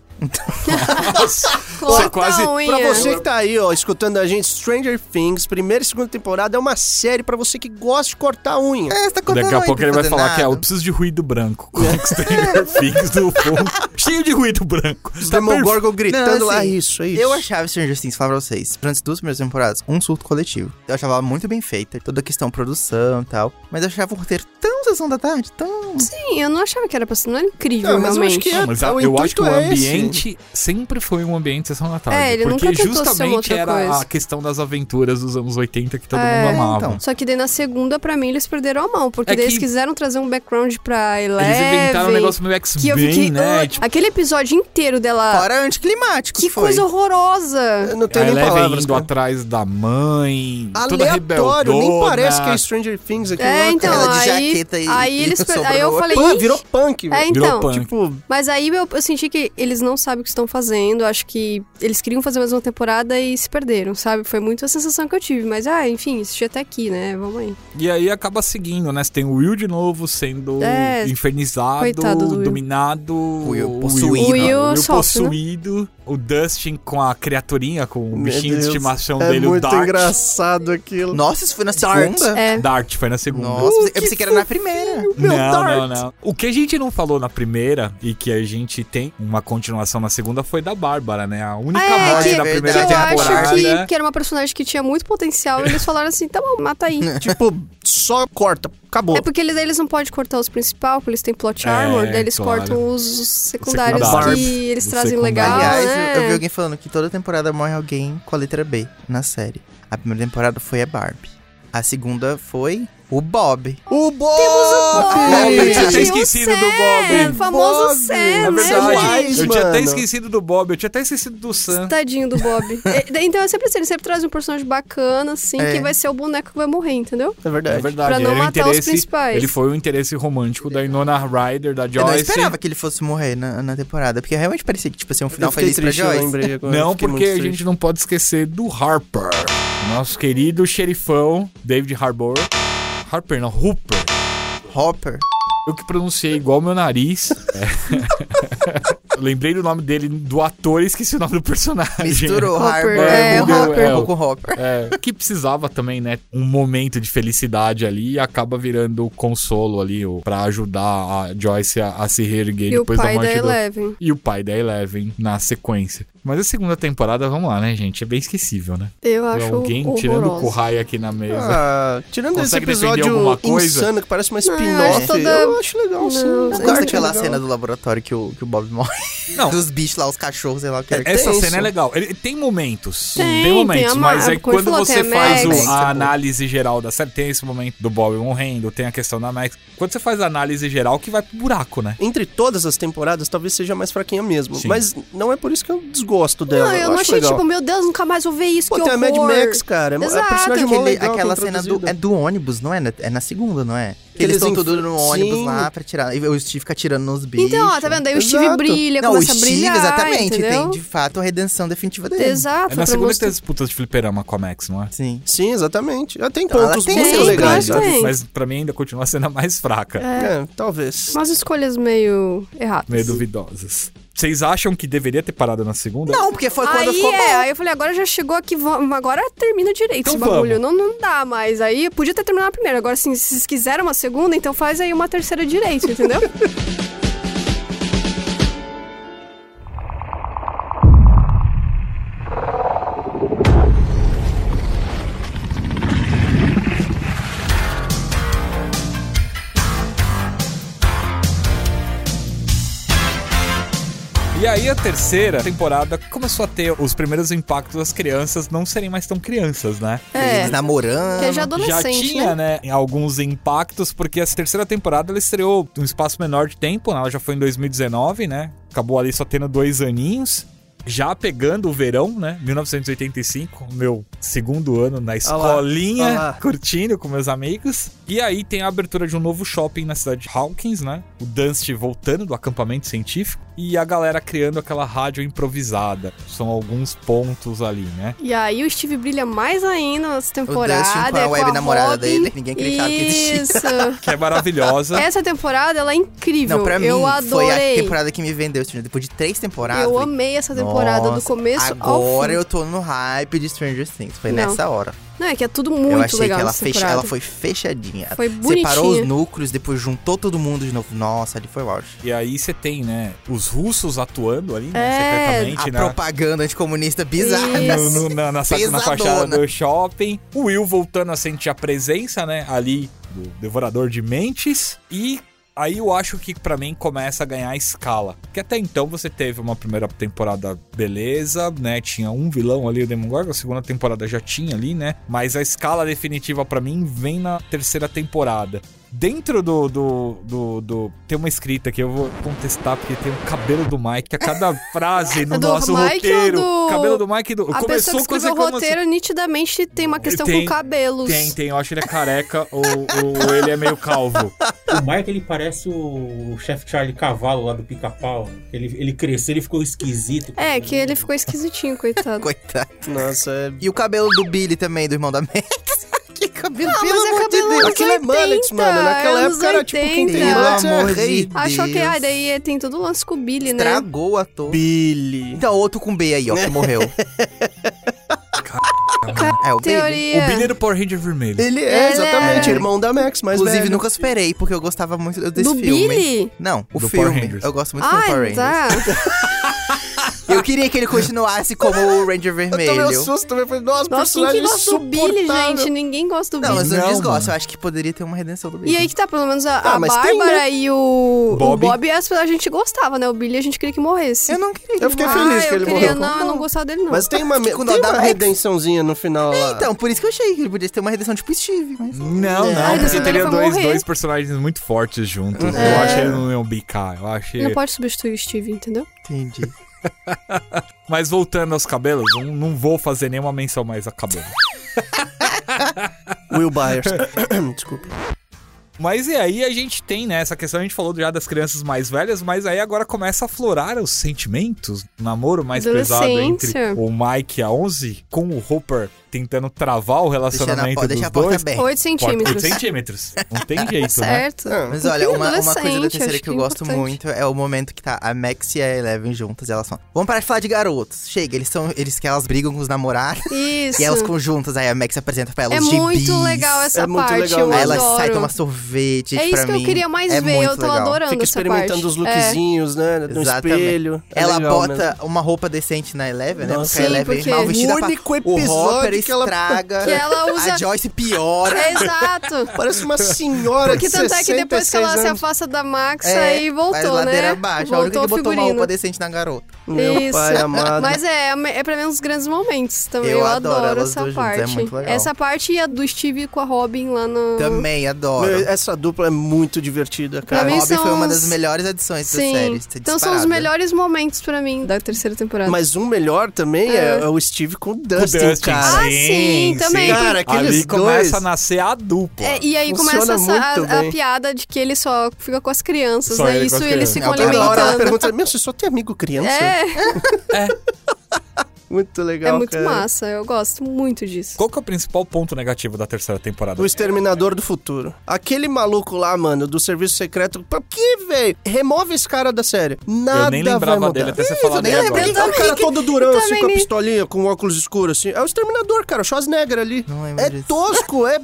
C: Corta
A: Você quase-
C: a unha.
D: Pra você que tá aí, ó, escutando a gente, Stranger Things, primeira e segunda temporada, é uma série pra você que gosta de cortar a unha.
B: É, você tá cortando
A: Daqui
B: a
A: a
B: unha,
A: pouco
B: não
A: ele vai
B: tá
A: falar
B: fazendo
A: que é, eu
B: nada.
A: preciso de ruído branco. é Com Stranger Things no fundo. Cheio de ruído branco.
D: Os
A: Tá perfeito.
D: Demogorgon gritando
B: Não,
D: lá,
B: assim,
D: isso, é isso.
B: Eu achava Stranger Things, falar pra vocês, durante as duas primeiras temporadas, um surto coletivo. Eu achava ela muito bem feita, toda a questão produção e tal. Mas eu achava o roteiro tão sessão da tarde, tão.
C: Sim, eu não achava que era pra ser. Não era incrível,
D: Não, mas eu acho
C: realmente.
D: que é.
A: Não, mas
D: o
A: eu acho que
D: intuito
A: o
D: é esse.
A: ambiente sempre foi um ambiente sessão da tarde.
C: É, ele
A: porque
C: nunca tentou ser uma
A: justamente
C: outra
A: era
C: coisa.
A: a questão das aventuras dos anos 80 que todo
C: É,
A: mundo amava.
B: então.
C: Só que daí na segunda, pra mim, eles perderam a mão. Porque
A: É
C: daí
A: que-
C: eles quiseram trazer um background pra Eleven.
A: Eles inventaram um negócio meio
C: que eu
A: X-Men,
C: fiquei.
A: né?
C: "Ah",
A: Tipo,
C: Aquele episódio inteiro dela.
B: Fora anticlimático.
C: que
B: tipo foi.
C: coisa horrorosa!
D: Eu não
A: a
D: tenho nem
A: Eleven
D: palavras.
A: É, indo
D: cara.
A: atrás da mãe, toda
D: Aleatório,
A: rebeldona.
D: nem parece que é Stranger Things aqui.
C: É,
D: lá,
C: então,
D: cara.
B: Ela de
C: aí,
B: jaqueta e-
C: aí
B: e
C: eles,
B: É, sobrou
C: aí eu
B: outro.
C: falei,
D: Punk,
C: "Ih".
D: virou punk,
C: é,
D: velho.
A: Virou
C: então,
A: punk.
D: Tipo,
C: Mas aí eu, eu senti que eles não sabem o que estão fazendo. Acho que eles queriam fazer mais uma temporada e se perderam, sabe? Foi muito a sensação que eu tive. Mas, ah, enfim, assisti até aqui, né? Vamos aí.
A: E aí acaba seguindo, né? Você tem o Will de novo sendo
C: É, coitado do
A: infernizado,
C: Will.
A: dominado.
B: Will
A: o O
B: possuído.
C: O Will sofre, né?
A: possuído. O Dustin com a criaturinha, com o
D: Meu
A: bichinho
D: Deus,
A: de estimação
D: é
A: dele, o
D: muito
A: Dart.
D: engraçado aquilo.
B: Nossa, isso foi na
D: Dark.
B: segunda?
C: É.
A: Dart foi na segunda. Uh,
B: Nossa, eu pensei que era na primeira.
D: Meu
A: não,
D: Dart.
A: não, não. O que a gente não falou na primeira e que a gente tem uma continuação na segunda foi da Bárbara, né? A única
C: Ah, é,
A: morte
C: que-
A: da primeira
C: Que eu acho que,
A: temporada. né?
C: que era uma personagem que tinha muito potencial. e eles falaram assim, tá bom, mata aí.
D: Tipo, só corta, acabou.
C: É porque eles, daí eles não podem cortar os principais, porque eles têm plot
A: É,
C: armor, daí eles
A: claro.
C: cortam os os secundários
A: secundários.
C: que eles
A: Os
C: trazem legal,
A: secundários.
B: Aliás,
C: né?
B: eu, eu vi alguém falando que toda temporada morre alguém com a letra B na série. A primeira temporada foi a Barbie. A segunda foi o Bob.
D: O Bob!
C: um Bob!
A: Eu tinha
C: Tinha
A: até
C: o
A: esquecido do
C: É, o
A: Bob.
C: famoso
D: Bob,
C: Sam, né,
D: é verdade.
C: gente?
A: Eu tinha até
D: mano.
A: esquecido do Bob, eu tinha até esquecido do Sam.
C: Tadinho do Bob. É, daí, então eu sempre assim, ele sempre traz um personagem bacana, assim,
B: É.
C: que vai ser o boneco que vai morrer, entendeu?
D: É verdade.
A: É verdade.
C: Pra não
A: era o
C: matar os
A: interesse-
C: principais.
A: Ele foi o interesse romântico da Inona Ryder, da Joyce.
B: Eu não esperava que ele fosse morrer na, na temporada, porque realmente parecia que tipo, ia ser um
D: Eu
B: final
D: fiquei
B: feliz
D: triste,
B: pra
D: eu
B: Joyce.
D: lembrei agora.
A: Não,
D: fiquei
A: porque
D: muito
A: a
D: triste.
A: gente não pode esquecer do Harper. Nosso querido xerifão, David Harbour. Harper, não, Hooper.
B: Hopper.
A: Eu que pronunciei igual meu nariz. É. Eu Lembrei do nome dele, do ator, e esqueci o nome do personagem.
B: Misturou
C: Hopper.
B: Harper
C: É,
B: com
A: Hopper.
B: Hopper.
A: É, o-
B: com Hopper.
A: É, que precisava também, né? Um momento de felicidade ali e acaba virando o consolo ali o- pra ajudar a Joyce a, a se reerguer
C: E o
A: depois da
C: pai da
A: morte do.
C: Eleven.
A: E o pai da Eleven na sequência. Mas a segunda temporada, vamos lá, né, gente? É bem esquecível, né?
C: Eu acho
A: Alguém
C: horrorosa.
A: tirando o Kuhai aqui na mesa.
D: Ah, tirando esse
A: Consegue defender
D: episódio
A: alguma coisa?
D: insano que parece uma
C: Não, eu
D: spin-off,
C: acho toda-
D: eu acho legal,
C: Não,
D: sim.
C: eu
B: Eu
C: Sim,
B: gosto
C: acho
B: daquela
D: legal.
B: cena do laboratório que o, que o Bob morre.
A: Não.
B: Dos bichos lá, os cachorros, sei lá o que era.
A: Essa
D: Tem
A: cena é
D: isso.
A: legal. Ele- tem momentos.
C: Tem,
A: momentos.
C: tem a
A: mas
C: Mar-
A: é
C: como
A: quando
C: falou,
A: você
C: tem a
A: faz o-
C: Max.
A: a análise geral da série, tem esse momento do Bob morrendo, tem a questão da Max. Quando você faz a análise geral, que vai pro buraco, né?
D: Entre todas as temporadas, talvez seja mais fraquinha mesmo.
A: Sim.
D: Mas não é por isso que eu desgosto dela.
C: Não, eu não
D: acho
C: achei,
D: legal.
C: tipo, meu Deus, nunca mais vou ver isso,
D: Pô,
C: que
D: tem a
C: horror.
D: Mad Max, cara. é
C: Exato,
D: a personagem mó
B: Aquele-
D: legal,
B: aquela
D: bem
B: cena do,
D: introduzida.
B: é do ônibus, não é? Na- É na segunda, não é? Que eles
D: Eles
B: estão
D: inf-
B: tudo no ônibus
D: Sim.
B: lá pra tirar. E o Steve fica tirando nos bichos.
C: Então, ó, tá vendo? Daí o Steve
D: Exato.
C: brilha,
B: Não, o
C: começa a
B: Steve,
C: brilhar,
B: exatamente.
C: entendeu?
B: Tem, de fato, a redenção definitiva dele.
C: Exato,
A: É na
C: Ah, pra
A: segunda que tem
C: mostrar...
A: as disputas de fliperama com a Max, não é?
B: Sim.
D: Sim, exatamente. Ela tem
B: Então, ela
D: pontos
B: tem,
D: muito
B: tem,
D: legais.
C: claro que
D: sabe?
C: tem.
A: Mas pra mim ainda continua sendo a mais fraca.
D: É, talvez.
C: Umas escolhas meio erradas.
A: Meio duvidosas. Vocês acham que deveria ter parado na segunda?
B: Não, porque foi quando
C: aí,
B: ficou
C: é,
B: bom.
C: aí eu falei, agora já chegou aqui, vamos- agora termina direito
A: Então
C: esse bagulho. Não, não dá mais. Aí podia ter terminado a primeira. Agora, assim, se vocês quiserem uma segunda, então faz aí uma terceira direito, entendeu?
A: E aí a terceira temporada começou a ter os primeiros impactos das crianças não serem mais tão crianças, né?
C: é.
B: Eles namorando.
C: Porque é já
A: Já
C: adolescente,
A: tinha,
C: né?
A: né? alguns impactos, porque essa terceira temporada ela estreou um espaço menor de tempo, né? ela já foi em 2019, né? Acabou ali só tendo dois aninhos. Já pegando o verão, né? 1985, meu segundo ano na escolinha,
D: olha lá.
A: curtindo com meus amigos. E aí tem a abertura de um novo shopping na cidade de Hawkins, né? O Dunst voltando do acampamento científico e a galera criando aquela rádio improvisada. São alguns pontos ali, né?
C: E aí o Steve brilha mais ainda nessa temporada.
B: Dustin com a
C: é
B: web
C: Robin.
B: namorada dele. Ninguém acreditava que existia.
C: Isso.
A: Que é maravilhosa.
C: Essa temporada, ela é incrível.
B: Não, pra mim,
C: eu
B: foi a
C: adorei.
B: temporada que me vendeu, Stranger. Depois de três temporadas.
C: Eu
B: falei,
C: amei essa temporada, do
B: "Nossa,
C: começo ao
B: Agora
C: fim.
B: eu tô no hype de Stranger Things. Foi
C: Não.
B: nessa hora.
C: Não, é que é tudo muito
B: eu achei
C: legal
B: que ela,
C: essa
B: fecha-
C: temporada.
B: ela foi fechadinha.
C: Foi
B: Separou
C: bonitinha.
B: os núcleos, depois juntou todo mundo de novo. Nossa, ali foi auge.
A: E aí você tem, né, os russos atuando ali,
C: É,
A: né,
B: A
A: secretamente, né?
B: propaganda anticomunista bizarra. né?
A: No, no- na, na, sa- na
B: Pesadona.
A: fachada do shopping. O Will voltando a sentir a presença, né? Ali do Devorador de Mentes. E aí eu acho que pra mim começa a ganhar escala. Porque até então você teve uma primeira temporada beleza, né? Tinha um vilão ali, o Demogorgon. A segunda temporada já tinha ali, né? Mas a escala definitiva pra mim vem na terceira temporada. Dentro do, do, do, do- Tem uma escrita que eu vou contestar, porque tem o cabelo do Mike, que a cada frase no
C: Do
A: nosso
C: Mike ou
A: roteiro.
C: do-
A: Cabelo do Mike e do.
C: A pessoa que
A: com essa
C: escreveu o
A: reclamação.
C: roteiro nitidamente tem uma questão
A: Tem-
C: com cabelos.
A: Tem, tem. Eu acho que ele é careca ou, ou- ou ele é meio calvo.
E: O Mike, ele parece o chefe Charlie Cavalo lá do Pica-Pau. Ele, ele cresceu, ele ficou esquisito.
C: É, que ele ficou esquisitinho, coitado.
B: Coitado.
D: Nossa, é...
B: E o cabelo do Billy também, do irmão da Max. que cabelo,
C: Ah,
B: pelo
C: mas é
B: amor de
C: cabelo
B: Deus.
C: anos
D: Aquilo é mullet,
C: 80,
D: mano. Naquela
C: anos
D: época era tipo quem tem
C: 80.
B: Pelo
D: mullet é
B: amor
D: rei.
B: de
C: Achou que, ah,
B: Deus.
C: daí tem todo o lance com o Billy, né?
B: Estragou a toa.
D: Billy.
B: Então, outro com B aí, ó, que morreu. é o Billy.
A: O
C: Teoria.
A: Billy é do Power Ranger vermelho.
D: Ele
C: Ele
D: é,
C: é-
D: exatamente, irmão da Max, mas
B: Inclusive,
D: velho.
B: nunca superei, porque eu gostava muito desse
C: do
B: filme.
C: Billy?
B: Não, o
A: Do Power
B: filme.
A: Rangers.
B: Eu gosto muito do Power
C: Ah,
B: Rangers.
C: tá.
A: É um
B: Eu queria que ele continuasse como o Ranger
D: Eu tomei um
B: Vermelho.
D: susto também, falei,
C: Nossa,
D: nossa,
C: quem que
D: personagem
C: gosta do Billy,
D: insuportável.
C: gente? Ninguém gosta do
B: Não, mas
C: Billy.
B: eu
A: Não,
B: não desgosto.
A: mano.
B: Eu acho que poderia ter uma redenção do Billy.
C: E aí que tá, pelo menos a, a
D: Ah, mas tem,
C: Bárbara e o o
A: né? Bob. É,
C: Bob, as- a gente gostava, né? O Billy a gente queria que morresse.
B: Eu não queria.
D: Eu fiquei
C: ah,
D: feliz que
C: eu
D: ele
C: queria,
D: morreu.
C: Não, eu não gostava dele, não.
D: Mas tem uma, tem
B: Fico com dó da
D: uma
B: Max.
D: redençãozinha no final lá.
B: Então, por isso que eu achei que ele podia ter uma redenção tipo Steve, mas...
A: Não,
D: Ah,
A: não,
D: ele
A: porque
C: só
A: teria
C: foi
A: é dois,
C: morrer.
A: dois personagens muito fortes juntos. Eu acho que ele um não iam bicar. Eu acho
C: Ele não
A: que...
C: pode substituir o Steve, entendeu?
B: Entendi.
A: Mas voltando aos cabelos, não, não vou fazer nenhuma menção mais a cabelo.
D: Will Byers. Desculpa.
A: Mas e aí a gente tem, né? Essa questão a gente falou já das crianças mais velhas, mas aí agora começa a florar os sentimentos. O namoro mais pesado entre
C: Adolescência.
A: o Mike e a 11, com o Hooper tentando travar o
B: Deixa, na
A: relacionamento
B: po- deixa a
A: dos
B: porta
A: dois.
B: aberta.
C: 8
A: Porta-
C: centímetros.
A: É, centímetros. Não tem jeito, né?
C: Certo.
B: Mas olha, uma, uma coisa da
C: Adolescente,
B: terceira
C: acho
B: que eu
C: que é
B: gosto
C: importante.
B: muito é o momento que tá a Max e a Eleven juntas. Elas falam, vamos parar de falar de garotos. Chega, eles são. Eles que elas brigam com os namorados
C: Isso.
B: e elas ficam juntas. Aí a Max apresenta pra elas
C: é
B: os gibis.
C: muito legal essa
D: É muito
C: parte,
D: legal
C: eu
D: mesmo.
B: Aí
C: adoro.
B: elas saem tomar sorvete. pra
C: é isso que eu
B: mim,
C: queria mais
B: é
C: ver,
B: muito
C: eu tô
B: legal.
C: adorando
D: Fica
C: essa
D: experimentando
C: parte. É.
D: os lookzinhos, né? No
B: Exatamente.
D: espelho. É
B: ela
D: legal
B: bota
D: mesmo.
B: uma roupa decente na Eleven, né?
D: Nossa.
B: Porque a
C: Sim,
B: Eleven
C: porque-
B: mal vestida
D: O
B: pra-
D: único
B: o Hopper
D: episódio que ela-
B: estraga.
C: É. Que ela usa...
B: A Joyce piora.
C: É, Exato.
D: Parece uma senhora
C: Porque
D: de
C: tanto é que depois que ela
D: 66
C: se
D: anos.
C: afasta da Max,
B: É,
C: aí
B: Faz
C: voltou,
B: ladeira
C: né?
B: abaixo. A única
C: Voltou
B: que
C: o
B: botou uma
C: figurino.
B: roupa decente na garota.
D: Meu
C: Isso.
D: pai amado.
C: Mas é, é pra mim um dos grandes momentos também.
B: Eu
C: Eu,
B: adoro
C: adoro,
B: elas
C: essa
B: duas juntas,
C: parte.
B: é muito legal.
C: Essa parte e a do Steve com a Robin lá no.
B: Também adoro.
D: Meu, essa dupla é muito divertida,
B: A
C: Pra mim
D: cara.
B: Robin
C: são
B: foi uma
C: os-
B: das melhores adições
C: Sim.
B: da série. isso é
C: então são os
B: disparado.
C: melhores momentos pra mim da terceira temporada.
D: Mas um melhor também é, é o Steve com o Dustin,
A: Dustin,
D: cara.
C: Ah, sim, também.
D: Cara, aqueles
A: Ali
D: dois-
A: começa a nascer a dupla.
C: É, e aí
D: Funciona
C: começa essa,
D: muito
C: a- a,
D: bem.
C: piada de que ele só fica com as crianças,
A: Só
C: né?
A: ele com as
C: Isso
A: crianças.
C: eles ficam
B: É, toda
D: Toda hora ela
C: alimentando.
D: pergunta, meu, você só tem amigo criança?
C: É,
D: Muito legal,
C: é muito
D: cara.
C: massa, eu gosto muito disso.
A: Qual que é o principal ponto negativo da terceira temporada?
D: O Exterminador do Futuro. Aquele maluco lá, mano, do serviço secreto. Pra que, velho? Remove esse cara da série. Nada
A: nem
D: vai
A: lembrava
D: mudar.
A: dele até você
D: Ih,
A: falar
D: eu nem
A: dele
D: lembro.
A: agora.
D: Ele tá o cara todo
C: Eu
D: durão, assim,
C: também
D: com a
C: nem-
D: pistolinha, com óculos escuros, assim. É o Exterminador, cara. O Schwarzenegger ali.
B: Não lembro
D: É
B: disso.
D: tosco, é...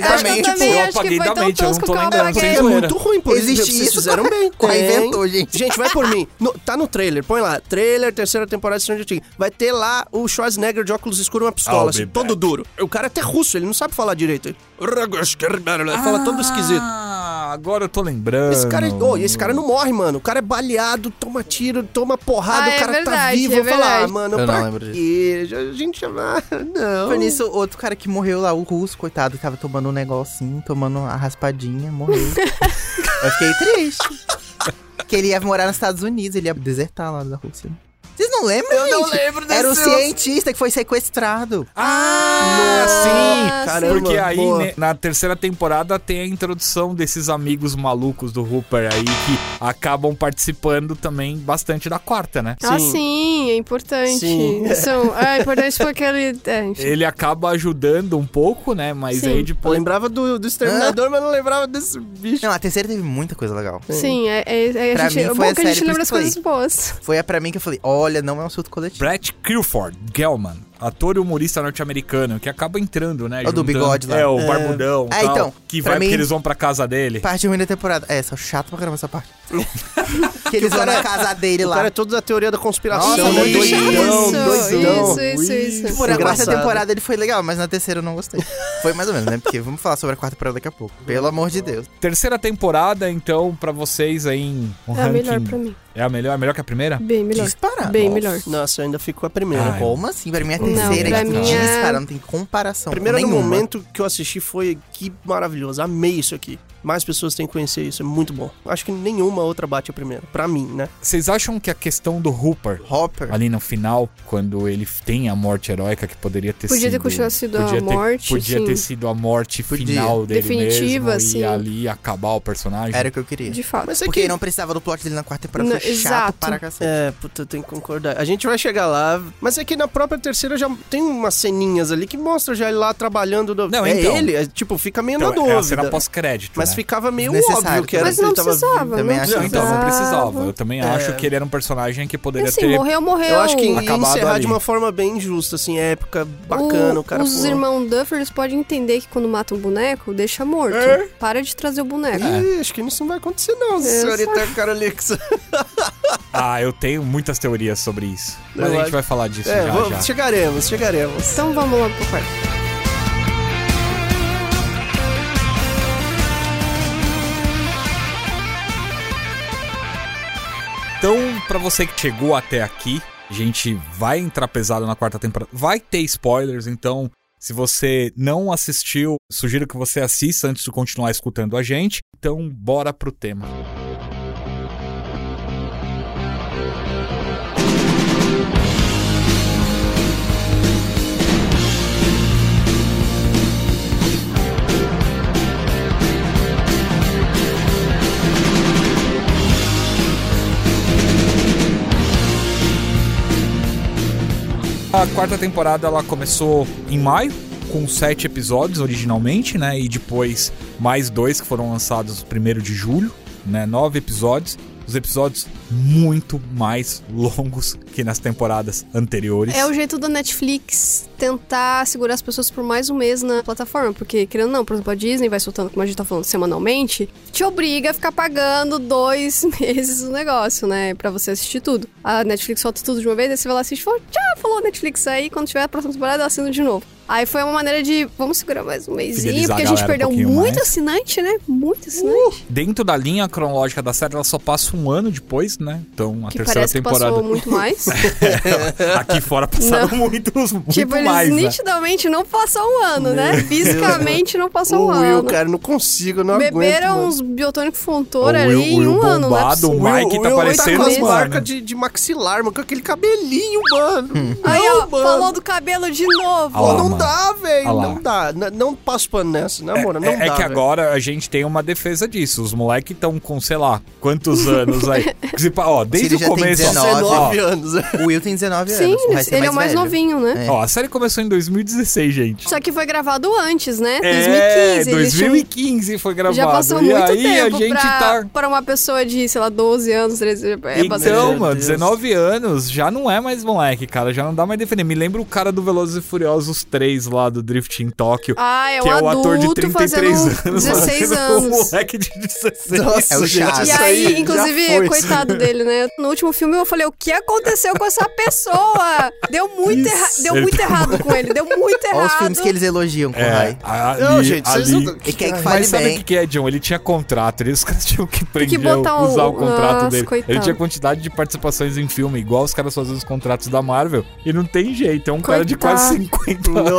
B: Paguei
D: é,
B: da
C: Acho
B: também,
C: que eu
B: tipo,
C: também
A: eu
C: acho
A: apaguei
C: que foi
A: da
C: tão
A: mente, eu não
C: tosco
A: tô
C: que eu
A: lembrando,
C: apaguei.
A: sem
D: é
A: zoeira.
D: muito ruim, pô.
B: Existe
D: Vocês
B: isso?
D: fizeram bem.
B: Qual
D: Tem.
B: inventou, gente?
D: Gente, vai por mim. No- tá no trailer, põe lá. Trailer, terceira temporada de Stranger Things. Vai ter lá o Schwarzenegger de óculos escuros e uma
A: I'll
D: pistola,
A: be
D: assim,
A: back.
D: todo duro. O cara é até russo, ele não sabe falar direito. Ele fala todo esquisito.
A: Ah, agora eu tô lembrando.
D: Esse
B: Ah,
D: cara, oh, esse cara não morre, mano. O cara é baleado, toma tiro, toma porrada,
C: Ah,
D: o
C: é
D: cara tá
C: verdade,
D: vivo.
C: é
D: eu falo, ah,
C: verdade.
D: mano,
B: Eu não
D: pra
B: lembro
D: quê? Já- A gente já... ah, Não.
B: Foi nisso, outro cara que morreu lá, o russo, coitado, que tava tomando um negocinho, tomando a raspadinha, morreu. eu fiquei triste. que ele ia morar nos Estados Unidos, ele ia desertar lá da Rússia. Vocês não lembram, Eu não lembro desse Era o cientista que foi sequestrado.
A: Ah, sim!
C: Ah,
D: Caramba,
C: sim.
A: Porque aí,
D: boa.
A: né, na terceira temporada, tem a introdução desses amigos malucos do Hooper aí que acabam participando também bastante da quarta, né?
C: Ah,
D: Sim.
C: sim, é importante.
D: Sim.
C: Isso, é importante porque ele. É, enfim.
A: Ele acaba ajudando um pouco, né? Mas
C: Sim.
A: aí
D: Eu
A: depois.
D: lembrava do, do Exterminador, mas não lembrava desse bicho.
B: Não, a terceira teve muita coisa legal.
C: Sim, é, é, é,
B: Pra
C: a
B: mim
C: gente, é
B: foi
C: bom
B: a
C: que a gente
B: série
C: lembra as
B: Play.
C: coisas boas.
B: Foi a pra mim que eu falei, olha, não é um surto coletivo.
A: Brett Kilford Gelman, ator e humorista norte-americano, que acaba entrando, né?
B: É o do bigode lá.
A: É, o barbudão.
B: É,
A: tal,
B: então,
A: Que
B: pra
A: vai
B: mim-
A: porque eles vão pra casa dele.
B: Parte ruim da temporada. É, só chato pra caramba essa parte. que eles vão na casa dele
D: O
B: lá.
D: cara é todo da teoria da conspiração.
B: Nossa,
D: né?
B: muito
D: doidão,
B: chato.
D: doidão.
C: Isso, isso,
D: Ui,
C: isso.
B: Por a quarta
D: engraçado.
B: temporada ele foi legal, mas na terceira eu não gostei. Foi mais ou menos, né? Porque vamos falar sobre a quarta temporada daqui a pouco. Pelo amor de Deus.
A: Terceira temporada, então, pra vocês aí em um
C: É a melhor
A: ranking.
C: pra mim.
A: É a melhor? É melhor que a primeira?
C: Bem melhor.
B: Disparado.
C: Bem melhor.
D: Nossa, eu ainda fico com a primeira.
A: Ah, é.
B: Como assim? Pra mim a
A: Não,
B: terceira
A: pra
B: é tipo,
A: mim
C: é-
B: disparado, não tem comparação.
D: Primeiro no
B: nenhuma.
D: momento que eu assisti foi que maravilhoso. Amei isso aqui. Mais pessoas têm que conhecer isso, é muito bom. Acho que nenhuma outra bate a primeira, pra mim, né?
A: Vocês acham que a questão do Hooper
B: Hopper.
A: ali no final, quando ele tem a morte heróica que poderia ter
C: Podia
A: sido.
C: ter continuado sido a
A: podia ter-
C: morte,
A: Podia
C: sim.
A: ter sido a morte
B: Podia.
A: final dele
C: Definitiva,
A: mesmo
C: sim.
A: e ali acabar o personagem.
B: Era o que eu queria.
C: De fato.
D: Mas é
B: Porque
D: que.
B: não precisava do plot dele na quarta temporada.
C: Não,
B: foi chato
C: exato.
B: para cacete.
D: É, puta, eu tenho que concordar. A gente vai chegar lá, mas é que na própria terceira já tem umas ceninhas ali que mostra já ele lá trabalhando. No...
A: Não,
D: é
A: então.
D: ele, é, tipo, fica meio
A: Então,
D: na
A: é
D: dúvida.
A: a cena pós-crédito.
D: Mas
A: né?
D: ficava meio
B: Desnecessário
D: óbvio que era
C: Mas
D: que
C: não
D: ele tava.
C: precisava. não
B: também acho
A: Não,
B: que
A: então não precisava. Eu também
D: É.
A: acho que ele era um personagem que
C: né? E
A: poderia
C: assim,
A: ter.
C: morreu, morreu.
D: Eu acho que ia
A: Acabado
D: encerrar
A: ali.
D: de uma forma bem justa, assim, época bacana, o, cara.
C: Os
D: pô,
C: irmãos Duffers podem entender que quando mata um boneco, deixa morto. Para de trazer o boneco.
A: É.
D: Ih, acho que isso não vai acontecer, não, né? senhorita Carolix.
A: Ah, eu tenho muitas teorias sobre isso.
D: Eu
A: Mas a gente
D: acho-
A: vai falar disso
D: É,
A: já,
D: vou-
A: já.
D: chegaremos, chegaremos.
C: Então vamos lá pro quarto.
A: Então, pra você que chegou até aqui, a gente vai entrar pesado na quarta temporada. Vai ter spoilers, então, se você não assistiu, sugiro que você assista antes de continuar escutando a gente. Então, bora pro tema. A quarta temporada ela começou em maio com sete episódios originalmente, né? E depois mais dois que foram lançados primeiro de julho, né? Nove episódios. Os episódios muito mais longos que nas temporadas anteriores.
C: É o jeito da Netflix tentar segurar as pessoas por mais um mês na plataforma, porque, querendo ou não, por exemplo, a Disney vai soltando, como a gente tá falando, semanalmente, te obriga a ficar pagando dois meses o negócio, né? Pra você assistir tudo. A Netflix solta tudo de uma vez, aí você vai lá assistir e fala, tchau, falou Netflix aí, quando tiver a próxima temporada, eu assino de novo. Aí foi uma maneira de, vamos segurar mais um mêsinho,
A: Fidelizar
C: porque a
A: a
C: gente
A: galera um
C: perdeu
A: pouquinho
C: muito
A: mais. Uh,
C: assinante, né? Muito assinante.
A: Dentro da linha cronológica da série, ela só passa um ano depois, né? Então a
C: que
A: terceira
C: parece que
A: temporada.
C: passou muito mais.
A: Aqui fora passaram muitos, muito
C: tipo, eles
A: mais. né?
C: nitidamente não passou um ano, né? Fisicamente não passou um
D: o Will,
C: ano.
D: cara, não consigo, não
C: Beberam
D: aguento.
C: uns biotônico fontora
A: O Will-
C: ali em
A: o
C: um
A: Will
C: ano, não é
A: bombado,
C: possível.
A: o Mike tá parecendo
D: aparecendo com as
A: um
D: marcas
A: mano.
D: de, de maxilar, mano, com aquele cabelinho, mano.
C: Aí,
D: Não,
C: ó, falou do cabelo de novo.
A: Ah lá,
D: não
A: mano.
D: dá, velho.
A: Ah lá.
D: Não dá. N- não passo pano nessa, na moral. Não
A: é, é
D: dá.
A: que
D: velho.
A: agora a gente tem uma defesa disso. Os moleques estão com, sei lá, quantos anos aí. Se pá, ó, desde
B: ele
A: o
B: já tem
A: começo. ó,
B: 19.
D: 19
A: ó,
D: anos.
B: O Will tem 19
C: Sim,
B: anos. o resto
C: ele é o mais
B: velho.
C: novinho, né?
B: É.
A: ó, a série começou em 2016, gente.
C: Só que foi gravado antes, né?
A: É,
C: 2015. eles tinham-
A: 2015 foi gravado.
C: Já passou
A: e
C: muito
A: aí
C: tempo
A: a gente
C: pra,
A: tá.
C: pra uma pessoa de, sei lá, 12 anos, 13 é bastante.
A: então,
D: Meu
A: mano,
D: Deus.
A: 19 anos já não é mais moleque, cara. Já não dá mais defender. Me lembra o cara do Velozes e Furiosos 3 lá do Drift em Tóquio.
C: Ah, é
A: que
C: um
A: é o
C: adulto
A: ator de 33
C: fazendo
A: anos.
C: 16
A: fazendo Um
C: anos.
A: moleque de 16
D: Nossa,
B: É o
D: gente,
B: chato.
C: E
D: isso
C: aí,
D: já foi.
C: inclusive, coitado dele, né? No último filme eu falei, o que aconteceu com essa pessoa? Deu muito, erra-
A: Isso. tá
C: deu muito errado com ele, deu muito errado.
B: Olha os filmes que eles elogiam com o Rai.
A: É, a- ali-
D: Não, gente, vocês
A: ali-
D: não...
B: E quer que
A: Mas
B: fale
A: sabe o
B: bem.
A: que, que é, John? Ele tinha contrato, ele, os caras tinham que prender,
C: botar o-
A: usar o contrato
C: Nossa,
A: dele.
C: coitado.
A: Ele tinha quantidade de participações em filme, igual os caras fazem os contratos da Marvel. E não tem jeito, é um cara de quase 50 anos.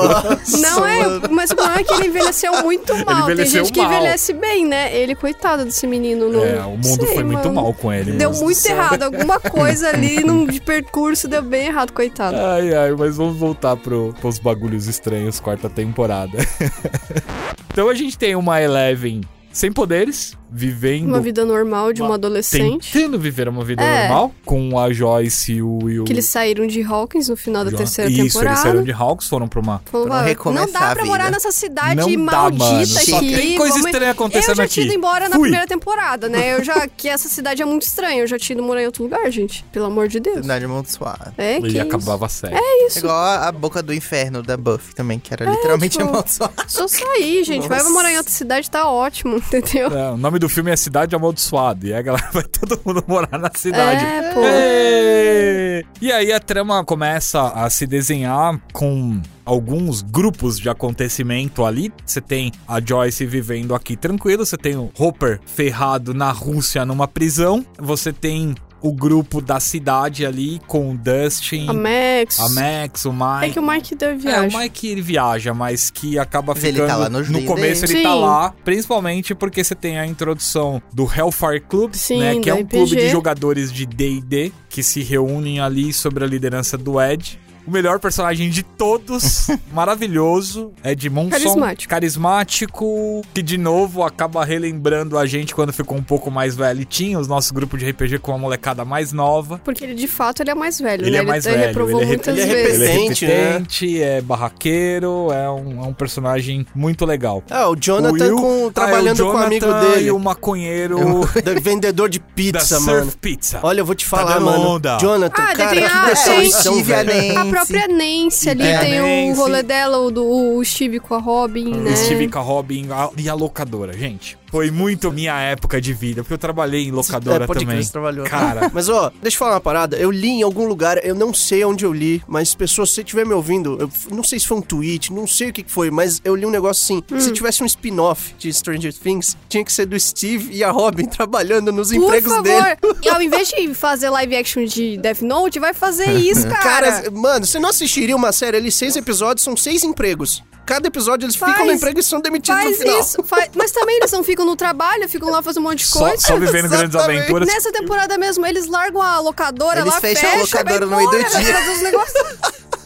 D: Nossa,
C: Não é, mas o problema é que ele envelheceu muito mal.
A: envelheceu
C: Tem gente que
A: mal.
C: envelhece bem, né? Ele, coitado desse menino. Não...
A: É, o mundo
C: sei,
A: foi muito
C: mano.
A: mal com ele. né?
C: Deu
A: mesmo.
C: muito errado. Alguma coisa ali num, de percurso deu bem errado, coitado.
A: Ai, ai, mas vamos voltar pro, pros bagulhos estranhos, quarta temporada. então a gente tem uma Eleven sem poderes, vivendo.
C: Uma vida normal de um adolescente.
A: Tentando viver uma vida
C: É.
A: normal com a Joyce e o. E o
C: Que eles saíram de Hawkins no final da
A: Jo-
C: terceira
A: Isso,
C: temporada.
A: eles saíram de Hawks, foram pra uma
C: Falou,
B: Pra não
C: "Vai,
B: recomeçar
C: não dá
B: a
C: pra
B: vida."
C: morar nessa cidade
A: Não dá,
C: maldita
A: mano.
C: aqui.
A: Só tem coisa estranha acontecendo
C: Eu já
A: aqui.
C: tinha ido embora na
A: Fui.
C: primeira temporada, né? Eu já... que essa cidade é muito estranha. Eu já tinha ido morar em outro lugar, gente. Pelo amor de Deus.
B: Cidade amaldiçoada.
C: É, que
A: e
C: isso.
A: acabava a série.
B: É Igual a a boca do inferno da Buffy também, que era literalmente
C: tipo-
B: amaldiçoada.
C: Só sair, gente. Vai
D: Nossa.
C: morar em outra cidade, tá ótimo, entendeu?
A: É, o nome do filme é Cidade Amaldiçoada. E aí a galera vai todo mundo morar na cidade.
C: É, pô.
A: Ê! E aí a trama começa a se desenhar com alguns grupos de acontecimento ali. Você tem a Joyce vivendo aqui tranquilo, você tem o Hopper ferrado na Rússia numa prisão, você tem o grupo da cidade ali com o Dustin,
C: A Max.
A: a Max, o Mike.
C: É que o Mike deve
A: É,
C: viajar.
A: o Mike ele viaja, mas que acaba
B: Mas
A: ficando.
B: ele tá lá nos
A: no
B: líderes.
A: começo ele tá
C: Sim.
A: lá, principalmente porque você tem a introdução do Hellfire Club,
C: Sim,
A: né? Que é
C: do
A: um clube de
C: RPG.
A: jogadores de DD que se reúnem ali sobre a liderança do Ed. O melhor personagem de todos, maravilhoso, Ed Monson.
C: Carismático.
A: Carismático, que de novo acaba relembrando a gente quando ficou um pouco mais velho. E tinha os nossos grupos de RPG com a molecada mais nova.
C: Porque ele, de fato, ele é mais velho,
A: Ele
C: né?
A: é mais
C: ele
A: velho. ele
C: reprovou
A: é, re-
C: muitas
A: ele é
C: vezes.
A: Ele é
D: Repetente, né?
A: repetente, é barraqueiro, é um, é um personagem muito legal.
D: Ah, o Jonathan
A: O Will-
D: com-
A: ah, é
D: trabalhando
A: o
D: com o amigo
A: Jonathan
D: dele. É
A: E o maconheiro
D: Da- vendedor de
A: da
D: pizza,
A: Surf
D: mano.
A: Pizza.
D: Olha, eu vou te falar,
A: Tá dando
D: mano.
A: onda.
D: Jonathan,
C: Ah,
D: cara,
C: tem
D: que
C: a-
D: decepção,
B: Steve
D: velho.
B: Nancy.
C: A própria Nancy ali
A: É,
C: tem
A: Nancy.
C: o rolê dela, o, do, o Steve com a Robin, né?
A: Steve com a Robin a- e a locadora, gente. Foi muito minha época de vida, porque eu trabalhei em locadora
D: É, pode crer,
A: também.
D: você trabalhou.
A: Cara.
D: Mas, ó, deixa eu falar uma parada. Eu li em algum lugar, eu não sei onde eu li, mas pessoas, se você estiver me ouvindo, eu f- não sei se foi um tweet, não sei o que que foi, mas eu li um negócio assim.
C: Hum.
D: Se tivesse um spin-off de Stranger Things, tinha que ser do Steve e a Robin trabalhando nos
C: Por
D: empregos
C: favor,
D: dele.
C: E ao invés de fazer live action de Death Note, vai fazer isso, cara.
D: Cara, mano, você não assistiria uma série ali, seis episódios, são seis empregos. Cada episódio eles ficam
C: Faz-
D: no emprego e são demitidos no
C: faz
D: final.
C: isso. faz- Mas também eles não ficam no trabalho, ficam lá fazendo um monte de
A: Só,
C: coisa.
A: só vivendo grandes
D: Exatamente.
A: aventuras.
C: É Nessa temporada mesmo, eles largam a locadora
B: Eles
C: lá,
B: fecham a locadora
C: vai
B: no meio do
C: embora, vai
B: dia.
C: fazer os negócios.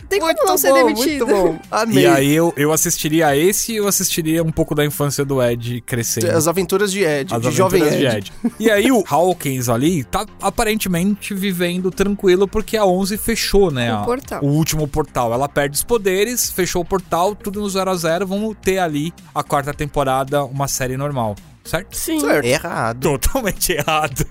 C: Tem como
D: Muito
C: não ser
D: bom,
C: demitido.
D: Muito bom, amei.
A: E aí eu, eu assistiria a esse e eu assistiria um pouco da infância do Ed crescendo.
D: As aventuras de Ed,
A: As
D: de jovem
A: Aventuras
D: Ed.
A: Tipo, de Ed. E aí o Hawkins ali tá aparentemente vivendo tranquilo porque a 11 fechou, né?
C: O
A: a-
C: portal.
A: O último portal. Ela perde os poderes, fechou o portal, tudo no 0 a 0 Vamos ter ali a quarta temporada, uma série normal, certo?
C: Sim.
D: Certo.
B: Errado.
A: Totalmente errado.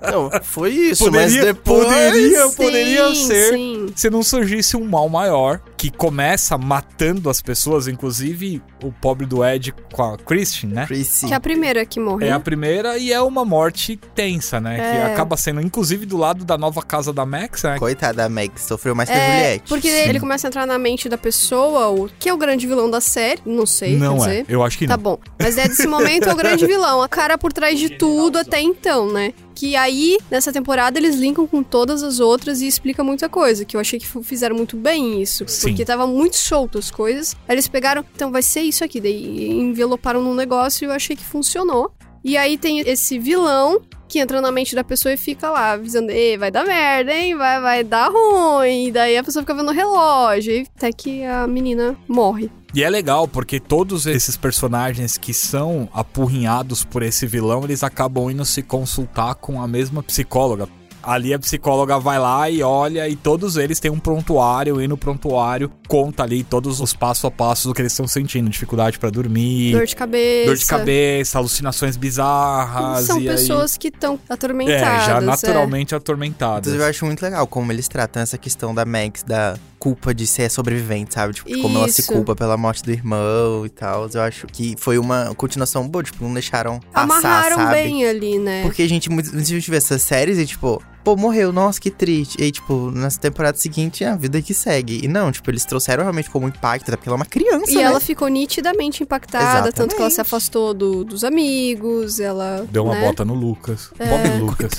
D: Não, foi isso, mas
A: Poderia,
D: depois...
A: poderia,
C: Sim,
A: poderia ser
C: sim.
A: se não surgisse um mal maior que começa matando as pessoas, inclusive o pobre do Ed com a Christian, né?
B: Chrissy.
C: Que é a primeira que morre.
A: É a primeira e é uma morte tensa, né? Que
C: É.
A: acaba sendo, inclusive, do lado da nova casa da Max, né?
B: Coitada da Meg, sofreu mais que a
C: É,
B: Juliette.
C: porque
A: Sim.
C: ele começa a entrar na mente da pessoa, o que é o grande vilão da série, não sei,
A: não
C: quer
A: é,
C: dizer.
A: eu acho que
C: Tá
A: não.
C: bom. Mas é desse momento é o grande vilão, a cara por trás de tudo até então, né? Que aí, nessa temporada, eles linkam com todas as outras e explica muita coisa, que eu achei que f- fizeram muito bem isso.
A: Sim.
C: Porque tava muito solto as coisas. Aí eles pegaram, então vai ser isso aqui, daí enveloparam num negócio e eu achei que funcionou. E aí tem esse vilão que entra na mente da pessoa e fica lá avisando, ei, vai dar merda, hein? Vai, vai dar ruim. E daí a pessoa fica vendo o relógio, e até que a menina morre.
A: E é legal, porque todos esses personagens que são apurrinhados por esse vilão, eles acabam indo se consultar com a mesma psicóloga. Ali a psicóloga vai lá e olha, e todos eles têm um prontuário, e no prontuário conta ali todos os passo a passo do que eles estão sentindo, dificuldade pra dormir,
C: Dor de cabeça.
A: dor de cabeça, alucinações bizarras.
C: São
A: e aí-
C: pessoas que estão atormentadas.
A: É, já
C: é.
A: naturalmente atormentadas.
B: Inclusive, eu acho muito legal como eles tratam essa questão da Max, da culpa de ser sobrevivente, sabe? Tipo, como ela se
C: Isso.
B: culpa pela morte do irmão e tal. Eu acho que foi uma continuação boa, tipo, não deixaram passar,
C: Amarraram
B: sabe?
C: bem ali, né?
B: Porque, gente, muitas muitas vezes a gente vê essas séries e, tipo, pô, morreu, nossa, que triste. E, aí, tipo, na temporada seguinte, é a vida que segue. E não, tipo, eles trouxeram realmente como impacto, até porque ela é uma criança,
C: E
B: né?
C: ela ficou nitidamente impactada, tanto que ela
B: Exatamente.
C: se afastou do- dos amigos, ela.
A: Deu uma
C: né? É.
A: bota no Lucas. Pobre Lucas.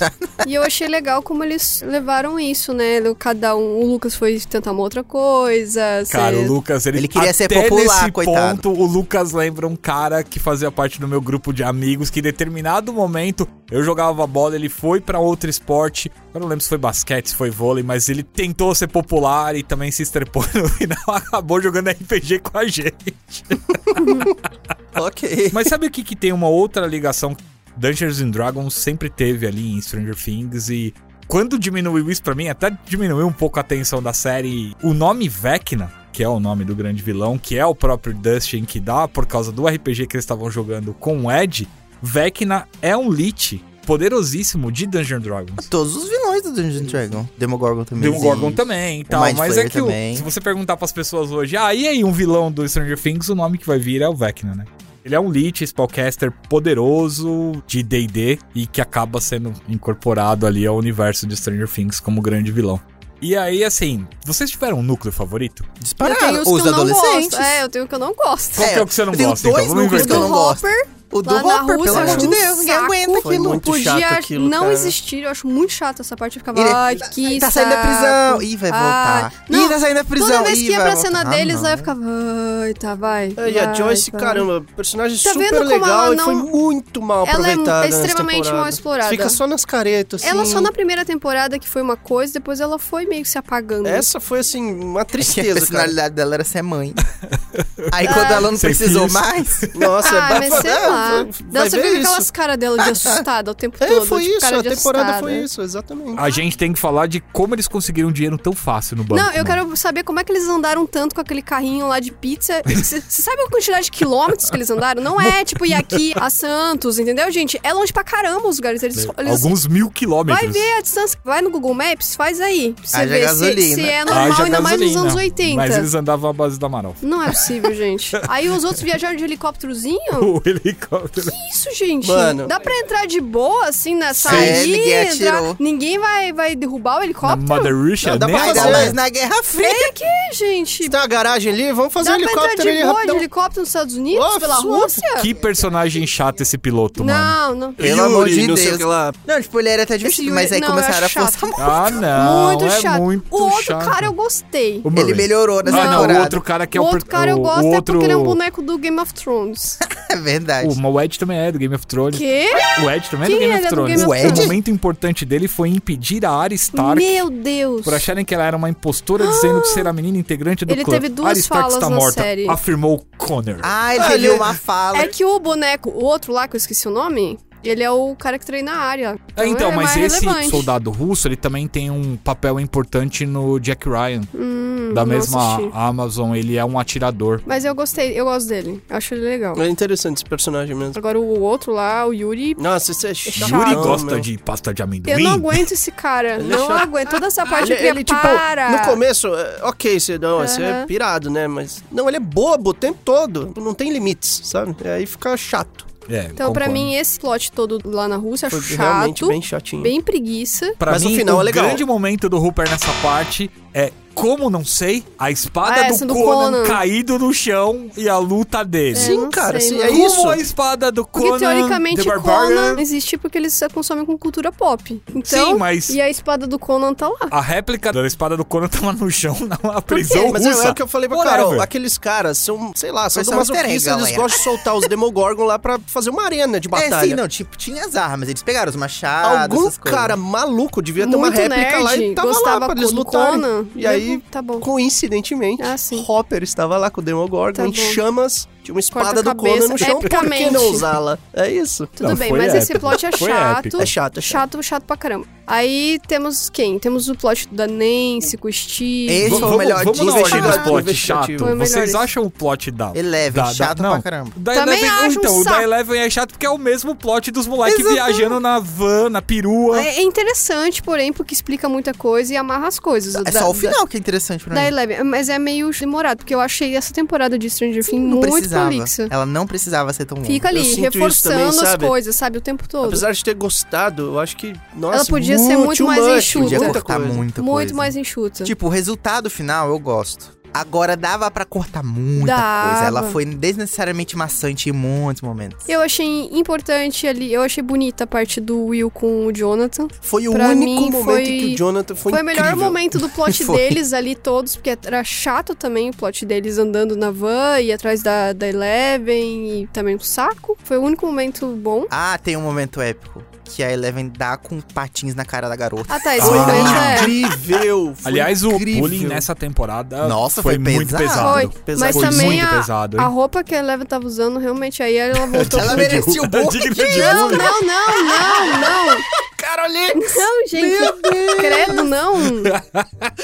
C: E eu achei legal como eles levaram isso, né? Cada um. O Lucas foi tentar uma outra coisa.
A: Cara,
C: ser-
A: o Lucas, ele,
B: Ele queria ser
A: até
B: popular,
A: nesse
B: coitado.
A: ponto, o Lucas lembra um cara que fazia parte do meu grupo de amigos, que em determinado momento eu jogava bola, ele foi pra outro esporte, eu não lembro se foi basquete, se foi vôlei, mas ele tentou ser popular e também se estrepou no final, acabou jogando RPG com a gente.
B: Ok.
A: Mas sabe o que, que tem uma outra ligação? Dungeons and Dragons sempre teve ali em Stranger Things e quando diminuiu isso pra mim, até diminuiu um pouco a tensão da série. O nome Vecna, que é o nome do grande vilão, que é o próprio Dustin que dá por causa do RPG que eles estavam jogando com o Ed, Vecna é um Lich poderosíssimo de Dungeons and Dragons.
B: Todos os vilões do Dungeon Dragon. Demogorgon também.
A: Demogorgon
B: existe.
A: um também e tal,
B: Mind
A: mas é
B: Flayer
A: que o-
B: também.
A: se você perguntar pras pessoas hoje, ah, e aí um vilão do Stranger Things, o nome que vai vir é o Vecna, né? Ele é um Lich, spellcaster poderoso de D&D e que acaba sendo incorporado ali ao universo de Stranger Things como grande vilão. E aí, assim, vocês tiveram um núcleo favorito?
C: Eu
B: Disparado.
C: tenho os,
B: Os
C: que eu não
B: adolescentes.
C: gosto. É, eu tenho o que eu não gosto.
A: Qual que é o que você não
B: eu tenho
A: gosta, então?
B: dois
A: Vamos
B: núcleos que eu
A: inverter.
B: não
C: Do
B: gosto.
C: Hopper,
B: O do
C: lá na
B: Hopper, pelo
C: Rússia,
B: amor de
C: um
B: Deus, ninguém
C: saco.
B: aguenta
C: Foi
B: aquilo.
D: muito
C: Podia
D: chato aquilo,
C: não
D: cara.
C: existir, eu acho muito chato essa parte. Eu ficava,
B: Ele-
C: ai, que
B: Tá saindo da
C: saco."
B: prisão. Ih, vai
C: Ah,
B: voltar.
C: não,
B: Ih, tá saindo da prisão.
C: Toda vez
B: Ih,
C: que ia
B: vai
C: pra
B: voltar.
C: cena
B: Ah,
C: deles,
B: não.
C: aí eu ficava, ai, tá, vai.
D: É, E a
C: vai,
D: Joyce,
C: vai."
D: caramba, personagem
C: Tá vendo
D: super
C: como
D: legal
C: ela
D: e foi
C: não-
D: muito mal
C: Ela é
D: aproveitada. nessa
C: extremamente mal
D: temporada.
C: explorada.
D: Fica só nas caretas.
C: Ela
D: assim.
C: só na primeira temporada que foi uma coisa, depois ela foi meio que se apagando.
D: Essa foi assim, uma
B: Que a
D: tristeza. cara.
B: personalidade dela era ser mãe. Aí quando ela não
A: Sem
B: precisou
A: filhos.
B: mais,
D: Nossa,
C: ah,
D: é
C: mas sei
D: bafo-
C: lá.
D: vai-
C: Daí
D: vai
C: você
D: ver
C: fica
D: isso.
C: aquelas caras dela de assustada o tempo
D: É,
C: todo.
D: foi
C: tipo,
D: isso,
C: cara
D: a
C: de
D: temporada
C: assustada.
D: foi isso, exatamente.
A: A gente tem que falar de como eles conseguiram dinheiro tão fácil no banco.
C: Não, eu
A: né?
C: quero saber como é que eles andaram tanto com aquele carrinho lá de pizza. Você sabe a quantidade de quilômetros que eles andaram? Não é, tipo, ir aqui a Santos, entendeu, gente? É longe pra caramba os lugares. Eles, eles-
A: Né, Alguns mil
C: Vai
A: quilômetros.
C: ver a É, distância. Vai no Google Maps, faz aí. Pra você
B: Haja
C: ver se,
B: gasolina.
C: se é
A: Haja
C: normal, ainda mais nos
A: gasolina.
C: anos 80.
A: Mas eles andavam à base da Amaral.
C: Não é possível, gente. Aí os outros viajaram de helicópterozinho?
A: O helicóptero.
C: isso, gente?
D: Mano.
C: Dá pra entrar de boa, assim, nessa
B: Sim.
C: aí?
B: É, ninguém
C: entrar-
B: atirou.
C: Ninguém vai, vai derrubar o
A: Na
C: helicóptero?
A: Mother Russia,
D: Não, dá
A: nem
D: pra
A: fala.
B: ainda
D: fazer.
B: mais na Guerra Fria.
C: É que, gente?
B: tá
D: Tem uma tá garagem ali, vamos fazer
C: Dá
D: um
C: pra entrar
D: helicóptero ali
C: de boa de
D: rapidão.
C: helicóptero nos Estados Unidos,
D: Oh,
C: pela
D: suave.
C: Rússia?
A: Que personagem chato esse piloto, mano.
C: Não, não.
B: Pelo amor de
D: não sei o
B: Deus.
D: que lá.
B: Não, tipo, ele era até divertido,
C: Yuri-
B: mas aí
C: não,
B: começaram
C: era
B: a forçar
C: chato.
B: muito.
A: Ah, não.
C: muito
A: é
C: chato.
A: Muito
C: o outro
A: chato.
C: cara é eu gostei.
A: O Murray.
B: Ele melhorou nessa
A: Ah, não,
B: temporada.
A: o outro cara que é
C: o
A: o
C: outro
A: per-
C: cara eu
A: o-
C: gosto
A: o
C: é
A: outro...
C: porque ele é um boneco do Game of Thrones.
B: É verdade.
A: O mas o Ed também é do Game of Thrones.
C: que?
A: O Ed também
C: Quem
A: é do Game
C: era
A: of
C: do
A: Thrones.
C: Game
B: of O Ed?
A: O
B: Thrones?
A: momento importante dele foi impedir a Arya Stark
C: Meu Deus.
A: por acharem que ela era uma impostora, dizendo que ser a menina integrante do
C: Ele
A: clã.
C: teve duas
A: Arya Stark
C: falas
A: está
C: na
A: morta,
C: série.
A: afirmou Connor.
B: Ah, ele
D: Ah,
B: teve
D: ele-
B: uma fala.
C: É que o boneco, o outro lá, que eu esqueci o nome, ele é o cara que treina a área.
A: Ah, então,
C: é
A: mas
C: mais
A: esse
C: relevante.
A: soldado russo, ele também tem um papel importante no Jack Ryan,
C: Hum,
A: da
C: não
A: mesma
C: assisti.
A: Amazon. Ele é um atirador.
C: Mas eu gostei, eu gosto dele. Eu acho ele legal.
D: É interessante esse personagem mesmo.
C: Agora o outro lá, o Yuri.
D: Nossa, esse é chato.
A: Yuri
D: não,
A: gosta
D: meu.
A: de pasta de amendoim?
C: Eu não aguento esse cara.
D: Ele é
C: não
D: chato.
C: aguento. Toda essa parte
D: Ele,
C: aqui
D: ele, tipo,
C: para.
D: no começo, é, ok, você, não, você é
C: Aham.
D: pirado, né? Mas, não, ele é bobo o tempo todo. Não tem limites, sabe? E aí fica chato.
A: É,
C: Então, pra
A: concordo.
C: mim, esse plot todo lá na Rússia é
D: Foi
C: chato,
D: realmente
C: bem...
D: bem chatinho.
C: preguiça.
A: Pra
D: Mas o
A: mim,
D: final
A: o
D: é legal.
A: grande momento do Hooper nessa parte é Como não sei? A espada
C: Ah,
A: do,
C: essa do
A: Conan
C: Conan.
A: caído no chão e a luta dele.
C: É,
D: Sim,
C: não
D: cara,
C: sei,
D: sim, é
C: mano.
A: Como
D: isso.
A: a espada do
C: Porque
A: Conan,
C: teoricamente
A: The Barbarian,
C: Conan existe porque eles consomem com cultura pop. Então,
A: Sim, mas-
C: e a espada do Conan tá lá.
A: a réplica da espada do Conan tava no chão na prisão
D: Mas é,
A: russa.
D: é o que eu falei pra
A: Whatever.
D: Carol. Aqueles caras são, sei lá, são
B: Mas
D: do
B: são easter egg,
D: masoquista. Eles
B: galera.
D: gostam de soltar os Demogorgon lá pra fazer uma arena de
B: É, sim,
D: batalha.
B: não, tipo, tinha as armas, eles pegaram os machados,
D: Algum
B: essas Ah, coisas.
D: cara maluco devia ter uma
C: Muito
D: réplica
C: nerd,
D: lá e tava
C: gostava
D: lá pra eles
C: do
D: lutarem.
C: Conan.
D: E aí,
C: tá bom.
D: coincidentemente,
C: Ah, sim.
D: Hopper estava lá com o Demogorgon
C: Tá
D: em
C: bom.
D: chamas, tinha uma espada do
C: Corta-cabeça,
D: Conan no chão, por que
C: epicamente.
D: não usá-la? É isso.
C: Tudo
A: Não,
C: bem,
A: foi
C: mas
A: épico.
C: esse plot é
A: Foi
C: chato.
A: épico.
D: É chato, é chato.
C: Chato, chato pra caramba. Aí temos quem? Temos o plot da Nancy com o Steve.
B: Esse
A: Vamos-
B: foi o melhor
A: vamos, vamos na
B: Disney
A: ordem dos
B: chato.
A: plot
D: Investigativo.
A: chato.
C: Foi o melhor
A: Vocês
C: esse.
A: acham o plot da...
B: Eleven,
A: da- da-
B: é chato
A: não.
B: pra caramba.
A: Da
C: Também
A: Eleven,
C: acho um
A: então, o da
C: saco.
A: Eleven é chato porque é o mesmo plot dos moleques
B: Exatamente.
A: viajando na van, na perua.
C: É é interessante, porém, porque explica muita coisa e amarra as coisas.
B: É
C: Da-
B: só o
C: da-
B: final que é interessante pra
C: Da
B: mim.
C: Eleven, mas é meio demorado, porque eu achei essa temporada de Stranger Things
B: Não
C: muito
B: precisava. É,
C: prolixa.
B: Ela não precisava ser tão longa.
C: Fica
D: Eu
C: ali,
D: sinto isso
C: reforçando
D: também,
C: as
D: sabe?
C: coisas, sabe? O tempo todo.
D: Apesar de ter gostado, eu acho que, nossa,
C: Ela podia ser muito
D: too
C: mais
D: much,
C: enxuta.
D: podia
B: Podia
D: muita
B: cortar
D: coisa.
B: muita
C: muito
B: coisa.
C: mais enxuta.
B: Tipo, o resultado final eu gosto. Agora dava pra cortar muita
C: Dava.
B: coisa. Ela foi desnecessariamente maçante em muitos momentos.
C: Eu achei importante ali, eu achei bonita a parte do Will com o Jonathan.
D: Foi o
C: Pra mim,
D: único momento
C: foi-
D: que o Jonathan foi
C: Foi, o melhor
D: incrível.
C: momento do plot
B: Foi.
C: deles ali todos, porque era chato também o plot deles andando na van e atrás da, da Eleven e também o saco. Foi o único momento bom.
B: Ah, tem um momento épico. Que a Eleven dá com patins na cara da garota.
C: Ah tá, esse
A: Ah,
C: momento é.
D: Incrível! foi
A: Aliás, o
D: incrível.
A: bullying nessa temporada
B: Nossa,
A: foi,
B: foi
A: muito pesado.
B: pesado.
C: Foi.
D: Pesado.
C: Mas
A: Foi
C: também
A: muito
C: a,
A: pesado, hein?
C: a roupa que a Eleven tava usando, realmente, aí ela voltou.
B: Ela um merecia o bullying.
A: Digna de
C: Não,
A: bullying.
C: não, não, não, não.
D: Caroline!
C: Não, gente. Credo, não.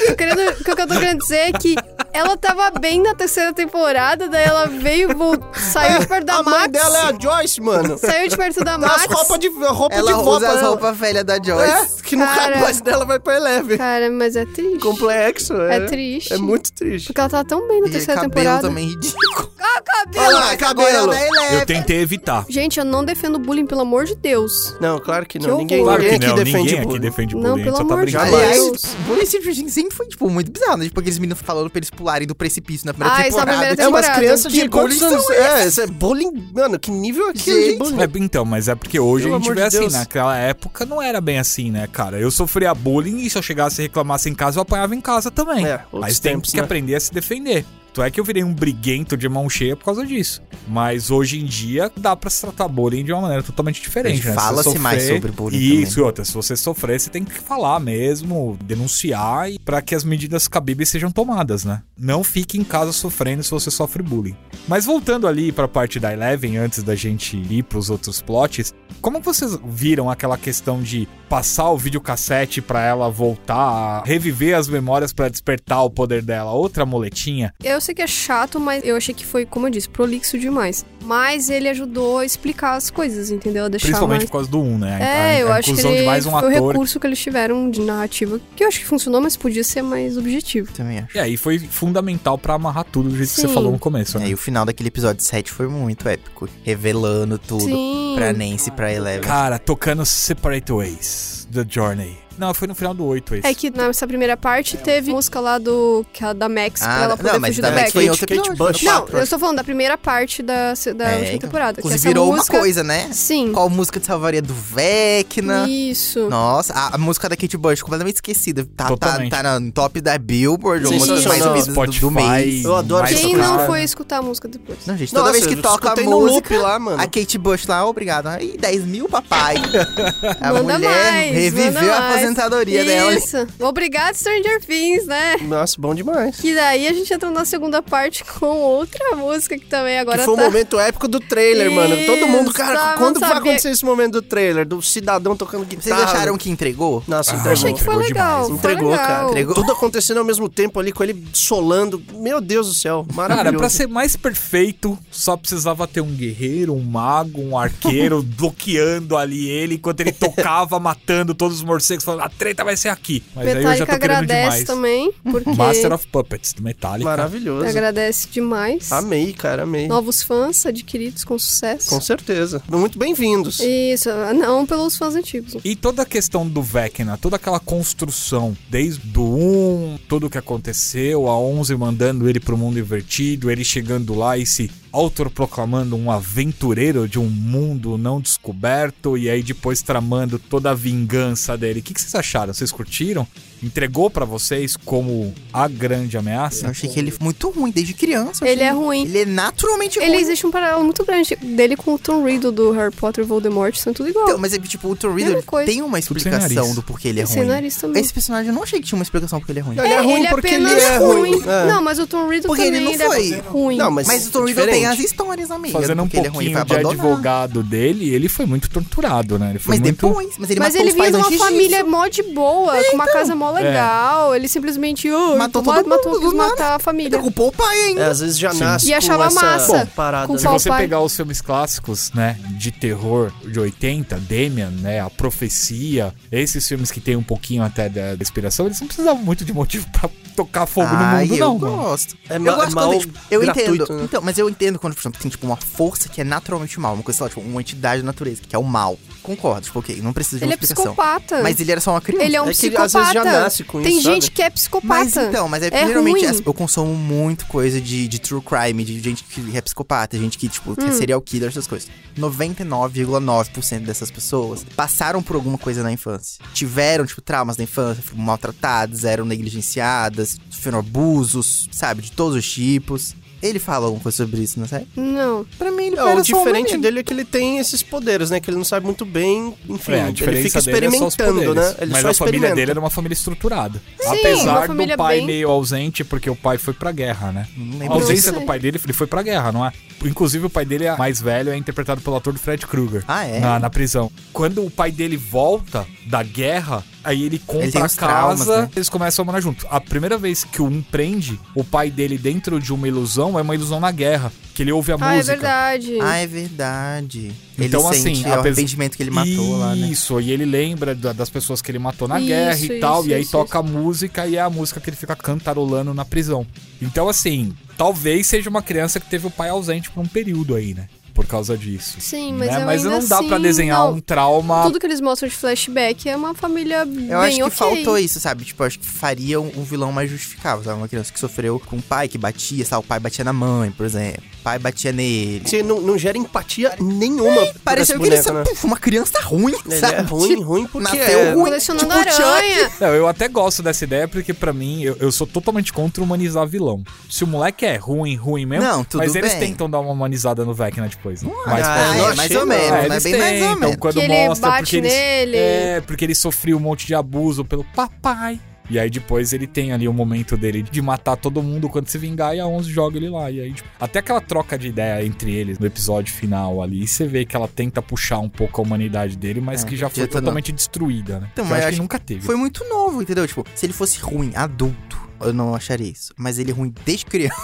C: Eu querendo- o que eu tô querendo dizer é que ela tava bem na terceira temporada, daí ela veio, vol- saiu de perto da
D: a
C: Max.
D: mãe dela é a Joyce, mano.
C: Saiu de perto da
D: As
C: Max.
D: roupas de roupa de
B: Ela
D: vó
B: usa as
D: pra-
B: roupas velhas da Joyce.
D: É, que não
C: Cara.
D: cabe mais dela, vai pra Eleven.
C: Cara, mas é triste.
D: Complexo, é.
C: É triste.
D: É muito triste.
C: Porque ela tava tão bem na
B: E
C: terceira
B: cabelo
C: temporada.
B: também ridículo.
C: Ah, cabelo. é
D: Olha lá, cabelo.
B: da Eleven.
A: Eu tentei evitar.
C: Gente, eu não defendo bullying, pelo amor de Deus.
D: Não, claro é que
C: Que
D: não.
C: horror.
D: Ninguém,
A: Claro que
D: ninguém aqui
A: não,
D: defende
A: ninguém aqui
D: bullying.
A: defende
C: Não,
A: bullying, a gente
C: pelo
A: só tá
C: amor de
A: brincando.
C: Deus.
B: Aliás,
C: Deus.
B: Bullying Stranger Things sempre foi, tipo, muito bizarro, né? Tipo, aqueles meninos falando pra eles pularem do precipício na primeira
C: Ah, isso é a
B: temporada.
C: primeira
D: É umas
C: Temporada.
D: crianças de
B: Que
D: quantos
B: bullying
D: anos?
B: são
D: É, isso é bullying. Mano, que nível é aquele de
B: Gente.
D: bullying?
A: É, então, mas é porque hoje
D: Pelo
A: a gente
D: amor
A: vê
D: de
A: assim,
D: Deus.
A: naquela época não era bem assim, né, cara? Eu sofria bullying e se eu chegasse e reclamasse em casa, eu apanhava em casa também.
D: É, outros
A: mas tem
D: tempos,
A: que
D: né?
A: aprender a se defender. Tu é que eu virei um briguento de mão cheia por causa disso. Mas hoje em dia dá pra se tratar bullying de uma maneira totalmente diferente,
B: Gente,
A: né? você
B: fala-se
A: sofrer-
B: mais sobre bullying
A: Isso,
B: também.
A: e outra, se você sofrer, você tem que falar mesmo, denunciar e para que as medidas cabíveis sejam tomadas, né? Não fique em casa sofrendo se você sofre bullying. Mas voltando ali pra parte da Eleven, antes da gente ir pros outros plots, como que vocês viram aquela questão de passar o videocassete pra ela voltar, reviver as memórias pra despertar o poder dela? Outra moletinha?
C: Eu sei que é chato, mas eu achei que foi, como eu disse, prolixo demais. Mas ele ajudou a explicar as coisas, entendeu? A deixar
A: Principalmente
C: mais...
A: por causa do 1, né?
C: É, eu acho que
A: inclusão
C: ele
A: de mais um
C: foi o
A: ator.
C: recurso que eles tiveram de narrativa, que eu acho que funcionou, mas podia ser mais objetivo.
B: Também acho.
A: E aí foi fundamental pra amarrar tudo do jeito que você
C: Sim.
A: falou no começo, né?
B: É, E o final daquele episódio 7 foi muito épico. Revelando tudo
C: Sim.
B: pra Nancy, pra Eleven.
A: Cara, tocando Separate Ways, The Journey. Não, foi no final do 8 esse.
C: É que nessa primeira
A: É,
C: parte teve
A: um
C: música lá do que é a da Max pra ela poder
B: Ah, não, mas
C: fugir
B: da
C: da
B: Max
C: Beck.
B: foi em outro
D: Kate
B: episódio.
D: Bush.
B: foi no
C: Não,
B: quatro,
C: eu
B: acho.
C: estou falando da primeira parte da, da
B: É,
C: última
B: então.
C: temporada. que
B: Inclusive
C: essa
B: virou
C: música...
B: uma coisa, né?
C: Sim.
B: Qual música te salvaria do Vecna?
C: Isso.
B: Nossa, a, a música da Kate Bush completamente esquecida. Tá, tá,
A: Totalmente.
B: tá no top da Billboard, uma das mais
D: Sensacional.
B: ouvidas do, do mês.
D: Eu adoro
A: mais
C: Quem
A: tocada.
C: não foi escutar a música depois?
B: Não, gente, toda
D: Nossa,
B: vez que
D: eu
B: toca a
D: escutei no
B: música,
D: loop lá, mano.
B: a Kate Bush lá, obrigado. Aí, 10 mil, papai. a
C: manda
B: mulher
C: mais,
B: reviveu
C: manda
B: a
C: mais.
B: aposentadoria dela.
C: Isso. Obrigado, Stranger Things, né?
D: Nossa, bom demais.
C: Que daí a gente entra na segunda parte com outra música que também agora
D: que foi
B: um
C: tá...
D: o momento épico do trailer, mano. Todo mundo, cara,
C: Isso,
D: quando
C: não
D: vai
C: sabia.
D: acontecer esse momento do trailer? Do cidadão tocando
B: Vocês
D: guitarra.
B: acharam que entregou?
D: Nossa,
A: Ah,
D: entregou.
C: Achei que foi
A: Entregou
C: legal.
A: demais.
C: foi
D: Entregou,
C: legal.
D: cara.
B: Entregou.
D: Tudo acontecendo ao mesmo tempo ali, com ele solando. Meu Deus do céu,
A: Cara, pra
D: maravilhoso.
A: ser mais perfeito, só precisava ter um guerreiro, um mago, um arqueiro bloqueando ali ele enquanto ele tocava, matando todos os morcegos, falando, a treta vai ser aqui. Mas aí eu já
C: Metallica
A: tô querendo
C: agradece
A: demais.
C: também, porque
A: Master of Puppets, do Metallica.
D: maravilhoso.
C: agradece demais.
D: Amei, cara, amei.
C: Novos fãs, adquiridos com sucesso.
D: Com certeza. Muito bem-vindos.
C: Isso, não pelos fãs antigos.
A: E toda a questão do Vecna, toda aquela construção, desde o 1, tudo o que aconteceu, a 11 mandando ele pro mundo invertido, ele chegando lá e se autoproclamando um aventureiro de um mundo não descoberto, e aí depois tramando toda a vingança dele. O que, que vocês acharam? Vocês curtiram? Entregou pra vocês como a grande ameaça?
B: Eu achei que ele foi muito ruim desde criança. eu
C: Ele
B: achei-
C: é ruim.
B: Ele é naturalmente
C: Ele
B: ruim.
C: existe um paralelo muito grande dele com o Tom Riddle do Harry Potter e Voldemort, são tudo igual.
B: Então, mas é que, tipo, o Tom Riddle
C: Mesma coisa.
B: tem uma
A: Tudo sem
B: explicação
A: nariz.
B: do porquê ele é
C: E sem
B: ruim.
C: nariz também.
B: Esse personagem eu não achei que tinha uma explicação porque ele é ruim.
D: Ele é ruim porque ele é ruim. É.
C: Não, mas o Tom Riddle
B: Porque ele
C: também
B: não foi.
C: é ruim.
D: Não, mas,
B: Mas o Tom
D: é
B: Riddle tem
D: diferente.
B: as histórias, amiga.
A: Fazendo um
B: porque ele é ruim, ele
A: pouquinho
B: vai
A: de
B: abandonar.
A: advogado dele, ele foi muito torturado, né? Ele foi
B: Mas
A: muito...
B: depois. Mas ele
C: mas
B: matou
C: ele
B: os
C: vinha
B: pais
C: de uma
B: antes
C: família
B: disso.
C: mó de boa, com uma casa mó legal. Ele simplesmente oh,
B: então. Matou
C: ma-
B: todo
C: matou,
B: mundo,
C: quis
B: do nada.
C: matar a
B: Ele
C: família.
B: culpou o pai ainda.
D: É, às vezes já
A: Sim.
D: nasce
C: E
D: com
C: achava
D: essa
C: massa.
D: parada.
C: Com
D: né?
A: Então, Se você
C: Pai.
A: pegar os filmes clássicos, né, de terror de 80, Demian, né, A Profecia, esses filmes que tem um pouquinho até da da inspiração, eles não precisavam muito de motivo pra tocar fogo
C: Ah,
A: no
B: Ai,
A: mundo,
B: Ah, eu
A: não, mano.
B: gosto.
D: É
B: eu
D: ma-
B: gosto
D: é
B: quando,
D: mal
B: tipo, eu
D: gratuito,
B: entendo.
D: né?
B: Então, mas eu entendo quando, por exemplo, tem tipo uma força que é naturalmente mal, uma coisa, sei lá, tipo, uma entidade da natureza, que é o mal. Concordo, tipo, ok, não precisa de
C: Ele
B: uma
C: é
B: explicação.
C: psicopata.
B: Mas ele era só uma criança.
C: Ele é um
D: É que
C: psicopata.
D: às vezes já nasce com
C: Tem
D: isso,
C: gente
D: sabe?
C: que é psicopata.
B: Mas então, mas é,
C: É
B: geralmente
C: ruim.
B: as- eu consumo muito coisa de, de true crime, de gente que é psicopata, gente que, tipo,
C: Hum.
B: é serial killer, essas coisas. 99,9% dessas pessoas passaram por alguma coisa na infância. Tiveram, tipo, traumas na infância, foram maltratadas, eram negligenciadas, sofreram abusos, sabe, de todos os tipos. Ele fala alguma coisa sobre isso, não sei?
C: Não.
B: Pra mim, ele
D: É,
B: era
D: o
B: só um
D: diferente
B: menino.
D: dele é que ele tem esses poderes, né? Que ele não sabe muito bem, enfim,
A: É, a
D: ele fica
A: diferença dele é só os
D: experimentando,
A: poderes.
D: né? Ele
A: Mas
D: só
A: a família
D: experimenta.
A: dele é era uma família estruturada.
C: Sim, uma
A: Apesar do
C: família
A: pai
C: bem-
A: meio ausente, porque o pai foi pra guerra, né?
B: Não
A: A
B: lembro.
A: ausência
C: Não sei.
A: do pai dele, ele foi pra guerra, não é? Inclusive, o pai dele, é mais velho, é interpretado pelo ator do Fred Krueger.
B: Ah, é?
A: Na, na prisão. Quando o pai dele volta da guerra, aí ele compra
B: Ele tem
A: a
B: uns
A: casa,
B: traumas, né?
A: eles começam a morar junto. A primeira vez que um prende, o pai dele dentro de uma ilusão, é uma ilusão na guerra. Que ele ouve a
C: Ah, é
A: música.
C: verdade.
B: Ah, é verdade.
A: Então,
B: ele sente
A: assim,
B: o
A: apes-
B: arrependimento que ele matou lá, né?
A: Isso, e ele lembra da- das pessoas que ele matou na
C: Isso,
A: guerra e tal,
C: isso,
A: e aí
C: isso,
A: toca a música e é a música que ele fica cantarolando na prisão. Então, assim, talvez seja uma criança que teve o pai ausente por um período aí, né? Por causa disso.
C: Sim, mas
A: né?
C: eu
A: mas
C: ainda
A: não dá pra
C: assim,
A: desenhar
C: não.
A: um trauma.
C: Tudo que eles mostram de flashback é uma família bem
B: Eu acho que
C: ok.
B: faltou isso, sabe? Tipo, eu acho que faria um, um vilão mais justificável, sabe? Uma criança que sofreu com um pai que batia, sabe? O pai batia na mãe, por exemplo. O pai batia nele.
D: Você não, não gera empatia nenhuma. por
B: Pareceu
D: esse
B: que ele
D: boneco, né?
B: puf, uma criança ruim,
D: Ele
B: sabe? Tipo,
D: é ruim, ruim porque
B: Nasceu
D: é.
B: ruim.
C: Tá Colecionando
B: Tipo o Chuck.
C: aranha.
A: Não, eu até gosto dessa ideia, porque pra mim, eu, eu sou totalmente contra humanizar vilão. Se o moleque é ruim, ruim mesmo,
B: Não, tudo
A: mas eles
B: bem.
A: tentam dar uma humanizada no Vecna depois. Né? Mas
D: Ah, então,
A: pra
B: Ah,
D: eu
B: é,
D: achei,
B: mais ou
D: não.
B: menos,
A: É,
B: né?
A: eles
B: Bem mais ou
A: tentam,
B: menos.
A: quando
C: Que ele
A: mostra
C: bate
A: porque eles-
C: nele.
A: é, porque ele sofreu um monte de abuso pelo papai. E aí depois ele tem ali o momento dele de matar todo mundo quando se vingar e a 11 joga ele lá. E aí, tipo, até aquela troca de ideia entre eles no episódio final ali, e você vê que ela tenta puxar um pouco a humanidade dele, mas
B: É,
A: que já foi
B: adianta não.
A: totalmente destruída, né?
B: Então,
A: Que eu acho
B: mas acho
A: que
B: que
A: nunca teve.
B: Foi muito novo, entendeu? Tipo, se ele fosse ruim, adulto, eu não acharia isso. Mas ele é ruim desde criança,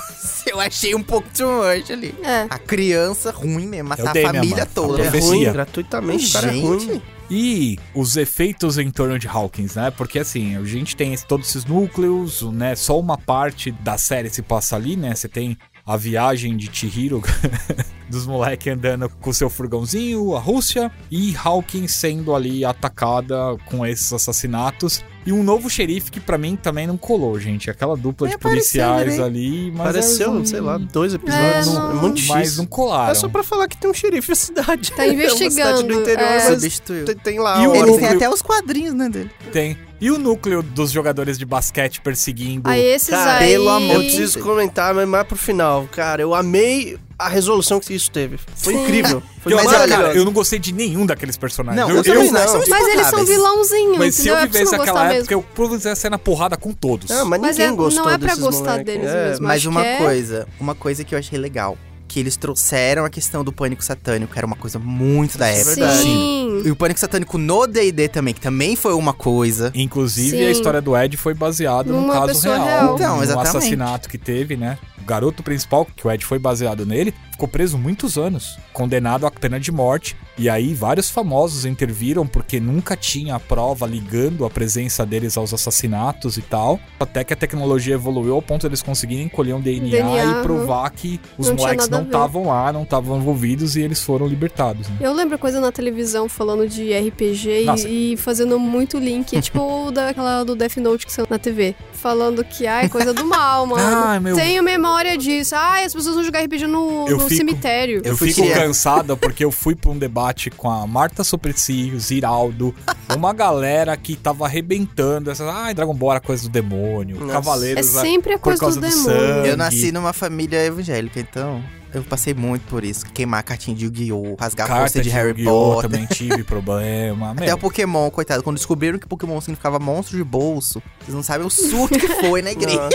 B: eu achei um pouco too much ali.
C: É.
B: A criança ruim mesmo,
A: É o
B: matar a
A: Damian,
B: família
A: mano.
B: toda.
D: Ele é
A: Profecia.
D: ruim, gratuitamente, o cara é ruim.
B: Gente.
A: E os efeitos em torno de Hawkins, né? Porque assim, a gente tem esse- todos esses núcleos, né? Só uma parte da série se passa ali, né? Você tem a viagem de Chihiro dos moleques andando com seu furgãozinho, a Rússia, e Hawkins sendo ali atacada com esses assassinatos. E um novo xerife que pra mim também não colou, gente. Aquela dupla
C: É
B: Nem
A: de policiais
B: apareceu
A: ali, mas
D: Pareceu,
A: eles não-
D: sei lá, dois episódios.
C: né? um- É,
D: É,
C: não-
D: muito
A: mas não
D: difícil.
A: colaram.
D: É só pra falar que tem um xerife na cidade.
C: Tá
D: É uma cidade
C: investigando,
D: do interior,
C: é.
D: mas
B: Substituiu.
D: tem, tem lá
A: E o-
B: Eles
D: a ordem.
B: têm
A: núcleo-
B: até os quadrinhos, né, dele.
A: Tem. E o núcleo dos jogadores de basquete perseguindo
C: Aí esses
D: Cara,
C: aí...
B: pelo amor
D: Eu
B: de
D: preciso comentar, mas mais pro final. Cara, eu amei a resolução que isso teve. Foi
C: Sim.
D: incrível. Foi
A: Mas, olha, cara,
D: maravilhoso.
A: eu não gostei de nenhum daqueles personagens.
B: Não,
A: eu,
B: eu também não.
A: não.
B: São
C: Mas eles são
B: insuportáveis.
C: vilãozinho,
A: Mas se eu
C: entendeu? é por
A: vivesse
C: isso que eu não
A: aquela
C: gostar mesmo.
A: época, eu provavelmente ia sair na porrada com todos.
D: Ah, mas
C: Mas
D: ninguém
C: é-
D: gostou
C: não é pra
D: desses
C: gostar
D: moleques.
C: deles
D: É,
C: mesmo.
B: Mas
C: acho
B: uma
C: que é-
B: coisa, uma coisa que eu achei legal, que eles trouxeram a questão do pânico satânico, que era uma coisa muito da época.
A: é verdade.
C: Sim.
B: E o pânico satânico no D&D também, que também foi uma coisa.
A: Inclusive,
C: Sim.
A: a história do Ed foi baseada num
C: Numa
A: caso
C: pessoa
A: real.
C: real.
B: Então,
A: num
B: exatamente.
A: assassinato que teve, né? O garoto principal, que o Ed foi baseado nele, ficou preso muitos anos, condenado à pena de morte. E aí vários famosos interviram porque nunca tinha a prova ligando a presença deles aos assassinatos e tal. Até que a tecnologia evoluiu ao ponto deles conseguirem colher um DNA,
C: DNA,
A: e provar que os
C: Não tinha
A: moleques
C: nada a
A: não
C: ver.
A: estavam lá, não estavam envolvidos e eles foram libertados. Né?
C: Eu lembro coisa na televisão falando de RPG
A: Nossa.
C: e, e fazendo muito link, tipo o daquela do Death Note que saiu na TV, falando que ai, coisa do mal, mano.
A: Ai, meu
C: Tenho memória disso. Ai, as pessoas vão jogar RPG no,
A: Eu
C: no
A: fico-
C: cemitério.
A: Eu
B: fui
A: fico
B: criar-
A: cansada porque eu fui pra um debate com a Marta Suplicy, o Ziraldo, uma galera que tava arrebentando. Essas, ai, Dragon Ball era coisa do demônio,
D: Nossa.
C: É
A: Cavaleiros.
C: sempre a
A: por
C: coisa
A: causa
C: do,
A: do
C: demônio.
A: sangue.
B: Eu nasci numa família evangélica, então eu passei muito por isso. Queimar cartinha de Yu-Gi-Oh! Rasgar a
A: Carta
B: força
A: de
B: de Harry
A: Yu-Gi-Oh!
B: Potter.
A: também tive problema.
B: Até
A: Meu,
B: o Pokémon, coitado. Quando descobriram que Pokémon significava monstro de bolso, vocês não sabem o surto que foi na igreja.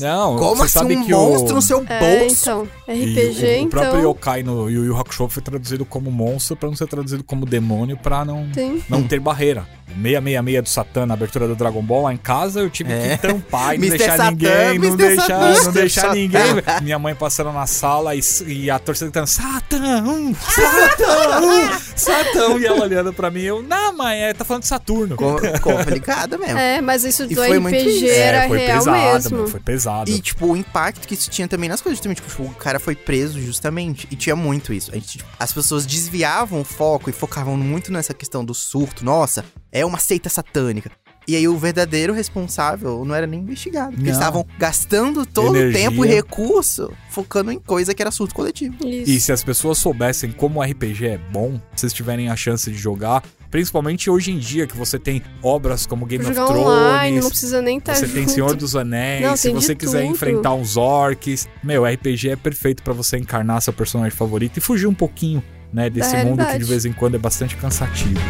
A: não,
B: Como
A: você
B: assim
A: sabe
B: um
A: que
B: monstro
A: o...
B: no seu
C: É,
B: bolso?
C: então,
A: e
C: RPG,
A: o, o próprio
C: então.
A: Yokai no Yu Yu Hakusho foi traduzido como monstro pra não ser traduzido como demônio pra não,
C: Sim.
A: não ter barreira. O 666 do Satã na abertura do Dragon Ball lá em casa, eu tive
B: É.
A: que tampar e não
B: Mr.
A: deixar
B: Satã,
A: ninguém, não
B: Mr.
A: deixar,
B: Satã.
A: não deixar
D: Satã.
A: ninguém. Minha mãe passando na sala e, e a torcida gritando, Satã, hum, Satã, hum, Satã, e ela olhando pra mim, eu, não, mãe, é, tá falando de Saturno.
B: Co- Complicado mesmo.
C: então. É, mas isso do
B: foi muito
C: RPG
B: isso.
C: era
A: É, foi
C: real
A: pesado,
C: mesmo.
A: mano, foi pesado.
B: E, tipo, o impacto que isso tinha também nas coisas. Também, tipo, o cara foi preso justamente. E tinha muito isso. A gente, tipo, as pessoas desviavam o foco e focavam muito nessa questão do surto. Nossa, é uma seita satânica. E aí o verdadeiro responsável não era nem investigado. Porque
A: Não.
B: eles estavam gastando todo o
A: Energia.
B: tempo e recurso focando em coisa que era surto coletivo.
C: Isso.
A: E se as pessoas soubessem como o RPG é bom, se vocês tiverem a chance de jogar, principalmente hoje em dia que você tem obras como Game of
C: Jogar
A: Thrones,
C: online, não precisa nem estar
A: você
C: junto.
A: tem Senhor dos Anéis,
C: Não,
A: se
C: tem de
A: você quiser
C: tudo.
A: enfrentar uns orcs, meu, RPG é perfeito pra você encarnar seu personagem favorito e fugir um pouquinho, né, desse
C: Da
A: mundo que de
C: realidade.
A: vez em quando é bastante cansativo.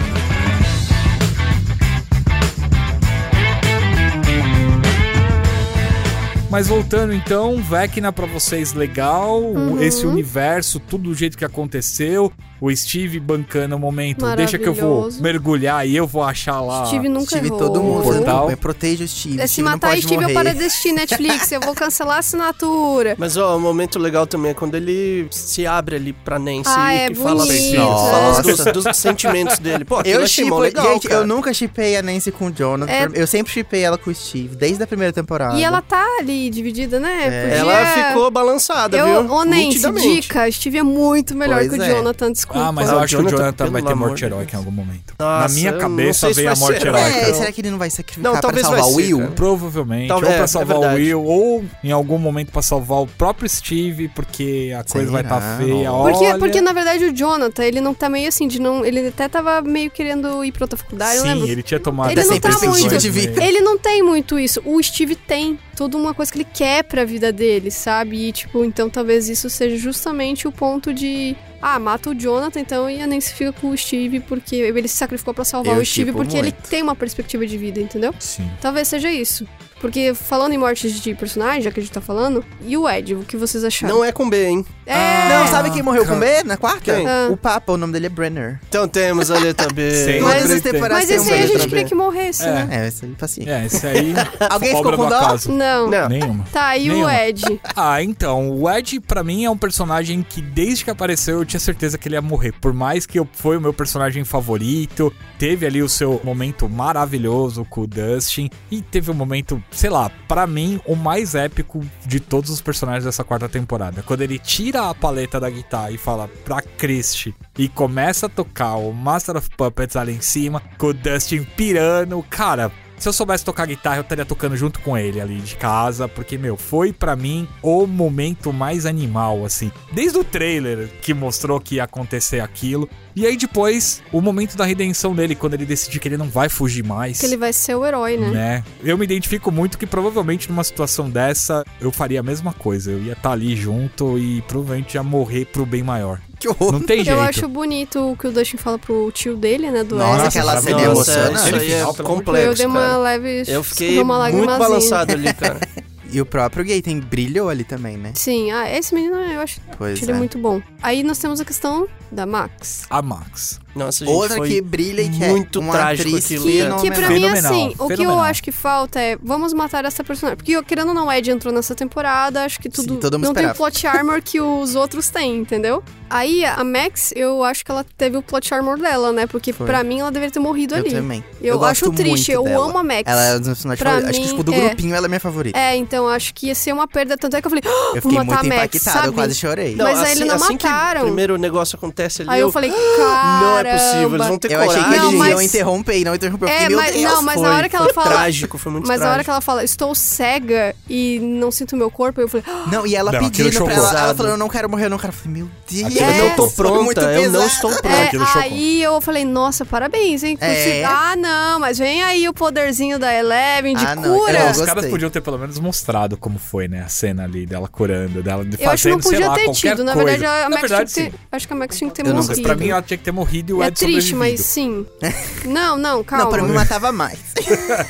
A: Mas voltando então, Vecna pra vocês legal, o-
C: Uhum.
A: esse universo, tudo do jeito que aconteceu, o Steve bancando o momento, deixa que eu vou
C: Maravilhoso.
A: mergulhar e eu vou achar lá.
C: Steve nunca
B: Steve
C: errou.
B: todo mundo.
A: Um Portal.
B: fazendo campanha, Proteja o Steve.
C: É,
B: o
C: se
B: Steve não
C: matar
B: pode
C: Steve,
B: morrer.
C: eu paro de assistir Netflix. eu vou cancelar a assinatura.
D: Mas, ó, um momento legal também é quando ele se abre ali pra Nancy
C: Ah, é
D: e fala,
C: bonito,
D: assim,
C: é.
D: fala dos,
B: Nossa.
D: dos sentimentos dele. Pô, aquilo
B: Eu
A: é
D: eu achei mó
B: shippo,
D: legal,
B: gente,
D: cara.
B: eu nunca chipei a Nancy com o Jonathan.
C: É.
B: Eu sempre chipei ela com o Steve, desde a primeira temporada.
C: E ela tá ali dividida, né?
B: É.
C: Podia-
D: Ela ficou balançada,
C: Eu,
D: viu?
C: ô Nancy,
D: Nitidamente.
C: dica, Steve é muito melhor
B: Pois
C: que o
B: é.
C: Jonathan, desculpa.
A: Ah, mas
D: Ah,
A: eu
D: o
A: acho que o
D: Jonathan,
A: Jonathan vai
D: pelo
A: ter
D: amor
A: morte
D: de
A: heróica em
D: Deus.
A: algum momento.
D: Nossa,
A: Na minha
D: eu não
A: cabeça
D: sei se
A: veio a
D: vai
A: morte
D: ser
A: heróica.
D: herói,
B: É,
D: cara.
B: será que ele não vai sacrificar
D: Não,
B: pra
D: talvez
B: salvar
D: vai
B: o
D: ser,
B: Will?
D: cara.
A: Provavelmente,
D: Talvez-
A: ou
D: é,
A: pra
D: é
A: salvar o
D: verdade.
A: Will, ou em algum momento pra salvar o próprio Steve, porque a coisa vai tá
B: Será?
A: feia.
C: Porque,
A: olha.
C: porque, na verdade, o Jonathan, ele não tá meio assim de não. Ele até tava meio querendo ir pra outra faculdade, eu
A: Sim,
C: lembro.
A: ele tinha tomado
C: Ele não
A: essas
C: tá
A: decisões
C: muito.
B: de vida.
A: meio-
C: Ele não tem muito isso. O Steve tem toda uma coisa que ele quer pra vida dele, sabe? E, tipo, então talvez isso seja justamente o ponto de. Ah, mata o Jonathan, então, e a Nancy fica com o Steve, porque ele se sacrificou pra salvar
B: Eu
C: o Steve,
B: tipo
C: porque ele
B: muito.
C: tem uma perspectiva de vida, entendeu?
A: Sim.
C: Talvez seja isso. Porque, falando em mortes de personagem, já que a gente tá falando, e o Ed, o que vocês acharam?
D: Não é com B, hein?
C: É,
B: Não, sabe quem morreu
A: cara.
B: com B na quarta?
D: Quem?
C: Ah.
B: O Papa, o nome dele é Brenner.
D: Então temos a letra B.
A: Sim.
B: Todas
A: Mas-
B: as temporadas
C: mas
B: tem
C: esse
D: um
B: uma
C: aí a
B: letra
C: gente
B: B.
C: queria que morresse, né?
B: É, esse aí, paciência.
A: É, isso aí.
B: Alguém
A: obra
B: ficou com
A: do
B: dó?
A: acaso.
C: Não.
D: Não.
A: Nenhuma.
C: Tá, e o
A: Nenhuma.
C: Ed?
A: Ah, então, o Ed pra mim é um personagem que desde que apareceu eu tinha certeza que ele ia morrer. Por mais que eu foi o meu personagem favorito, teve ali o seu momento maravilhoso com o Dustin e teve um momento, sei lá, pra mim o mais épico de todos os personagens dessa quarta temporada. Quando ele tira a paleta da guitarra e fala pra Christie e começa a tocar o Master of Puppets ali em cima, com o Dustin pirando, cara, se eu soubesse tocar guitarra, eu estaria tocando junto com ele ali de casa, porque, meu, foi pra mim o momento mais animal, assim. Desde o trailer que mostrou que ia acontecer aquilo. E aí depois, o momento da redenção dele, quando ele decide que ele não vai fugir mais.
C: Que ele vai ser o herói, né?
A: Né? Eu me identifico muito que provavelmente numa situação dessa eu faria a mesma coisa. Eu ia estar ali junto e provavelmente ia morrer pro bem maior.
B: Que horror.
A: Não tem jeito.
C: Eu acho bonito o que o Dustin fala pro tio dele, né? Do
B: Nossa,
C: Ed.
B: aquela cena
A: maravilhoso.
B: é
D: Nossa,
B: emocionante.
D: Isso
A: Final,
D: aí é
A: pelo amor de
D: complexo,
C: eu dei uma
D: cara.
C: leve.
D: Eu fiquei
C: dei uma
D: muito
C: lagrimazinha.
D: balançado ali, cara.
B: E o próprio gay tem brilhou ali também, né?
C: Sim, ah, esse menino eu acho
B: Pois
C: ele
B: é.
C: muito bom. Aí nós temos a questão da Max.
A: A Max.
D: Nossa, gente,
B: Outra
D: foi...
B: que brilha e que
D: muito
B: é uma
D: trágico
B: atriz
D: aquilo,
B: que
D: né?
B: não
C: Que pra mim,
A: Fenomenal,
C: assim, o que eu
A: fenomenal.
C: acho que falta é vamos matar essa personagem. Porque, querendo ou não, Ed entrou nessa temporada, acho que tudo.
B: Sim, todo mundo
C: não tem o
B: esperava.
C: plot armor que os outros têm, entendeu? Aí a Max, eu acho que ela teve o plot armor dela, né? Porque
B: Foi.
C: pra mim ela deveria ter morrido
B: Eu
C: ali.
B: também.
C: Eu,
B: gosto
C: acho triste,
B: muito
C: eu
B: dela.
C: amo a Max.
B: Ela é um dos meus personagens
C: Pra
B: favoritos. Acho que,
C: mim,
B: tipo, do
C: é.
B: grupinho ela é minha favorita.
C: É, então acho que ia ser uma perda. Tanto é que eu falei, "Ah,
B: eu
C: vou
B: fiquei
C: matar
B: muito
C: a Max,
B: impactada, eu
C: sabe?
B: quase chorei.
C: Não, Mas aí eles não
D: assim que
C: mataram.
D: o primeiro negócio acontece ali,
C: Aí eu falei, caramba.
D: não é possível, eles vão ter
B: eu
D: coragem.
B: achei que
C: Não,
B: eles
C: mas-
B: iam interromper e não interrompeu.
C: É,
B: porque, meu
C: mas-
B: Deus,
C: não, mas na
D: Foi-
C: hora que ela
D: foi
C: fala-
D: Trágico, foi muito
C: Mas na hora que
D: trágico.
C: ela fala, estou cega e não sinto meu corpo, eu falei, "Ah,
B: Não, e ela
A: Não, aquilo
B: pedindo
A: chocou.
B: pra ela, ela
D: Pesado.
B: falando, eu não quero morrer, eu não quero. Eu falei, meu Deus,
D: Aquilo,
C: É.
D: Eu não tô
B: foi muito
D: pronta, eu não
B: pesado.
D: estou pronta.
A: Pronto, aquilo
C: é,
A: chocou.
C: aí eu falei, nossa, parabéns, hein?
B: É.
C: Consegui- Ah, não, mas vem aí o poderzinho da Eleven de
B: Ah, não,
C: cura.
B: eu
A: Os caras
B: gostei.
A: podiam ter pelo menos mostrado como foi, né? A cena ali dela curando, dela
C: Eu acho que não
A: fazendo, sei
C: podia
A: lá,
C: ter
A: qualquer
C: tido. Na
A: coisa.
C: verdade, a
A: Na
C: Max
A: verdade,
C: tinha que
A: sim.
C: ter, acho que a Max tinha que ter
B: Eu não
C: morrido.
B: sei,
A: Pra mim, ela tinha que ter morrido e o
C: é
A: Ed
C: triste, mas
A: sobrevivido.
C: sim. Não, não, calma.
B: Não, pra mim não matava mais.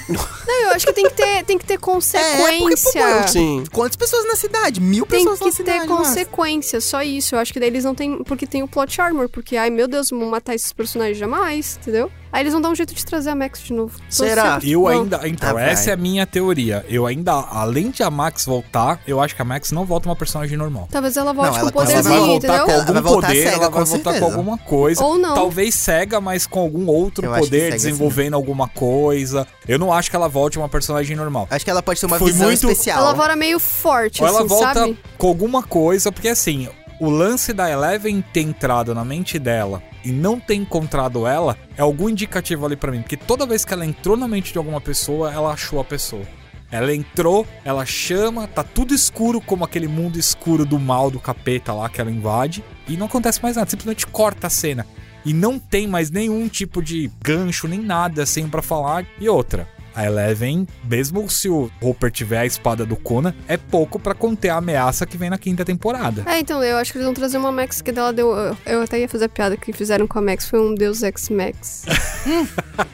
C: Não, eu acho que tem que ter, tem que ter consequência.
D: Sim.
B: Quantas pessoas na cidade? Mil
C: tem
B: pessoas na
C: que ter
B: cidade. nossa.
C: consequência, só isso. Eu acho que daí eles não têm. Porque tem o plot armor, porque, ai meu Deus, vão matar esses personagens jamais, entendeu? Aí eles vão dar um jeito de trazer a Max de novo. Tô
D: Será?
C: sempre-
A: Eu
C: Bom, Tá,
A: ainda. Então,
B: vai.
A: essa é a minha teoria. Eu ainda, além de a Max voltar, eu acho que a Max não volta uma personagem normal.
C: Talvez ela volte
B: Não,
C: com
B: ela-
C: o
B: ela
A: ela vai
C: poderzinho,
A: voltar
C: entendeu?
A: com
B: Ela
A: algum
B: vai voltar
A: poder,
B: cega,
A: ela vai
B: com
A: voltar
B: certeza.
A: com alguma coisa.
C: Ou não.
A: Talvez cega, mas com algum outro
B: Eu acho que
A: poder,
B: cega, sim.
A: desenvolvendo alguma coisa. Eu não acho que ela volte uma personagem normal.
B: Acho que ela pode ter uma
A: Foi
B: visão
A: muito-
B: especial.
C: Ela volta meio forte,
A: Ou ela
C: assim,
A: volta
C: sabe?
A: com alguma coisa, porque assim, o lance da Eleven ter entrado na mente dela e não ter encontrado ela é algum indicativo ali pra mim, porque toda vez que ela entrou na mente de alguma pessoa, ela achou a pessoa. Ela entrou, ela chama, tá tudo escuro, como aquele mundo escuro do mal, do capeta lá que ela invade, e não acontece mais nada, simplesmente corta a cena. E não tem mais nenhum tipo de gancho, nem nada assim pra falar. E outra, a Eleven, mesmo se o Hopper tiver a espada do Conan, é pouco pra conter a ameaça que vem na quinta temporada.
C: É, então, eu acho que eles vão trazer uma Max que dela deu. eu- Eu até ia fazer a piada que fizeram com a Max, foi um Deus Ex Max.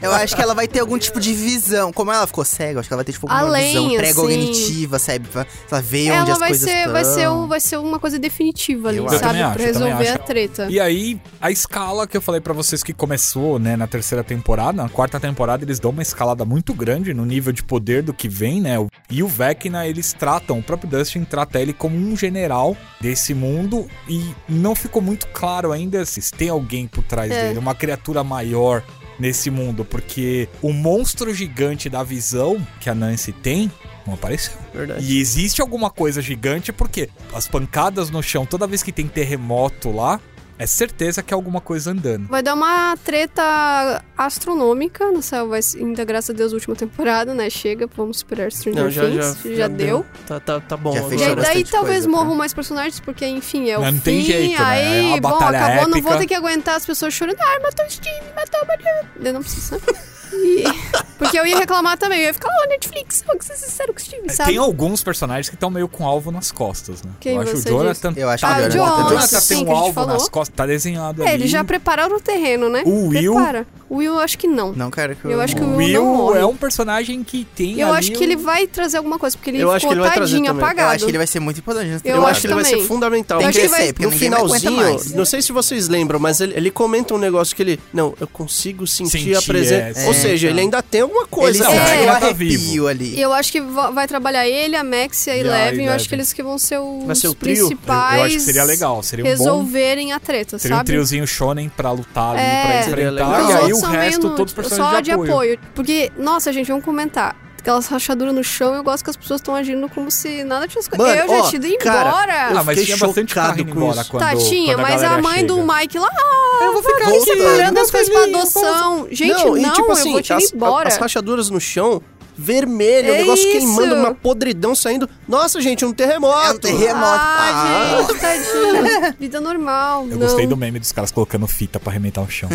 B: Eu acho que ela vai ter algum tipo de visão. Como ela ficou cega, eu acho que ela vai ter tipo alguma
C: Além,
B: visão
C: assim.
B: pré-cognitiva, sabe? Pra- Ela vê onde
C: ela
B: as
C: vai
B: coisas
C: ser,
B: estão.
C: vai, ser o- vai ser uma coisa definitiva ali,
B: Eu
A: acho.
C: sabe?
A: Eu também
C: pra
A: acho, eu também
C: resolver a
A: acho.
C: treta.
A: E aí, a escala que eu falei pra vocês que começou, né, na terceira temporada, na quarta temporada eles dão uma escalada muito grande no nível de poder do que vem, né? E o Vecna, eles tratam, o próprio Dustin trata ele como um general desse mundo e não ficou muito claro ainda se tem alguém por trás
C: É.
A: dele, uma criatura maior nesse mundo, porque o monstro gigante da visão que a Nancy tem não apareceu.
C: É
D: Verdade.
A: E existe alguma coisa gigante, porque as pancadas no chão, toda vez que tem terremoto lá, é certeza que é alguma coisa andando.
C: Vai dar uma treta astronômica, não sei, vai, ser- ainda graças a Deus, última temporada, né? Chega, vamos esperar Stranger
D: Não, já,
C: Things,
D: já,
C: já, deu.
D: Tá, tá, tá bom.
B: Já
D: agora.
C: E
B: fechou
C: aí, daí
B: bastante
C: talvez
B: coisa,
C: morram
B: né?
C: mais personagens, porque, enfim, é o
A: Não, não
C: fim.
A: tem jeito, né?
C: aí,
A: É uma
C: bom, acabou,
A: batalha
C: não vou
A: épica.
C: ter que aguentar as pessoas chorando. Ai, matou o Steve, matou o Maria. Não precisa, né? E- Porque eu ia reclamar também, eu ia ficar, ó, Netflix, vou ser sincero com o Steve, sabe?
A: Tem alguns personagens que estão meio com alvo nas costas, né?
C: Quem
A: eu acho o
C: você
A: Jonathan.
B: Eu acho que
C: Ah, o
B: ela
C: Jonathan.
B: volta
A: O
B: mesmo.
A: Jonathan
C: sim,
A: tem
C: que
A: um
C: a gente
A: alvo
C: falou.
A: nas costas, tá desenhado
C: É,
A: ali.
C: eles já prepararam o terreno, né?
A: O Will-
C: Prepara. O Will, eu acho que não.
B: Não, cara, que
C: Eu acho que o
A: O
C: Will não
A: Will
C: morre.
A: é um personagem que tem
C: Eu
A: ali um-
C: acho que ele vai trazer alguma coisa, porque ele
D: Eu acho
C: ficou
D: que ele vai trazer
C: tadinho,
D: também. Eu
B: Eu
C: apagado.
B: acho que ele vai ser muito importante.
C: Eu
D: Eu
C: acho
D: acho que ele vai ser
C: também.
D: fundamental.
B: Tem
C: Eu
B: que
C: acho que
B: crescer,
C: vai-
B: porque
D: No
B: ninguém aguenta
D: finalzinho,
B: mais.
D: não sei se vocês lembram, mas ele, ele comenta um negócio que ele. Não, eu consigo sentir, a
A: Sentir,
D: presença.
A: é,
D: Ou
B: sim.
D: seja, ele ainda tem alguma
B: Ele
D: coisa. né?
A: É.
B: sente um
A: Tá
B: arrepio
A: vivo.
B: ali.
C: Eu acho que va- vai trabalhar ele, a Max e a
A: E a
C: Eleven. Eu
A: Eleven.
C: acho que eles que vão ser os
D: Vai ser o trio?
C: principais.
A: Eu acho que seria legal, seria um bom-
C: resolverem a treta,
A: Seria um
C: sabe?
A: triozinho shonen pra lutar ali,
C: É.
A: pra
D: Seria
A: enfrentar. E
C: Os
D: legal.
A: aí
C: outros
A: o
C: são meio
A: resto,
C: no-
A: todos os personagens
C: só de apoio. Porque, nossa, gente, vamos comentar. Aquelas rachaduras no chão, eu gosto que as pessoas estão agindo como se nada tivesse
D: Mano,
C: acontecido. Eu já
D: ó,
C: tinha ido
D: cara,
C: embora.
A: Ah, mas
D: fiquei
A: tinha bastante
D: chocado
A: carro indo
D: com
A: embora
D: isso.
A: quando,
C: Tatinha,
A: quando a
C: Tá, mas a
A: galera
C: mãe do
A: chega.
C: Mike lá, ah, eu vou ficar
B: aqui
C: separando
B: separando
C: as coisas pra adoção. Gente, não,
D: e tipo assim,
C: eu vou te ir
D: as,
C: embora.
D: as rachaduras no chão, vermelho,
C: É
D: o negócio
C: isso.
D: queimando, uma podridão saindo. Nossa, gente, um
B: É um
D: terremoto.
B: terremoto. Ah,
C: Ah, gente, tadinho. Vida normal.
A: Eu
C: não.
A: gostei do meme dos caras colocando fita pra arrementar o chão.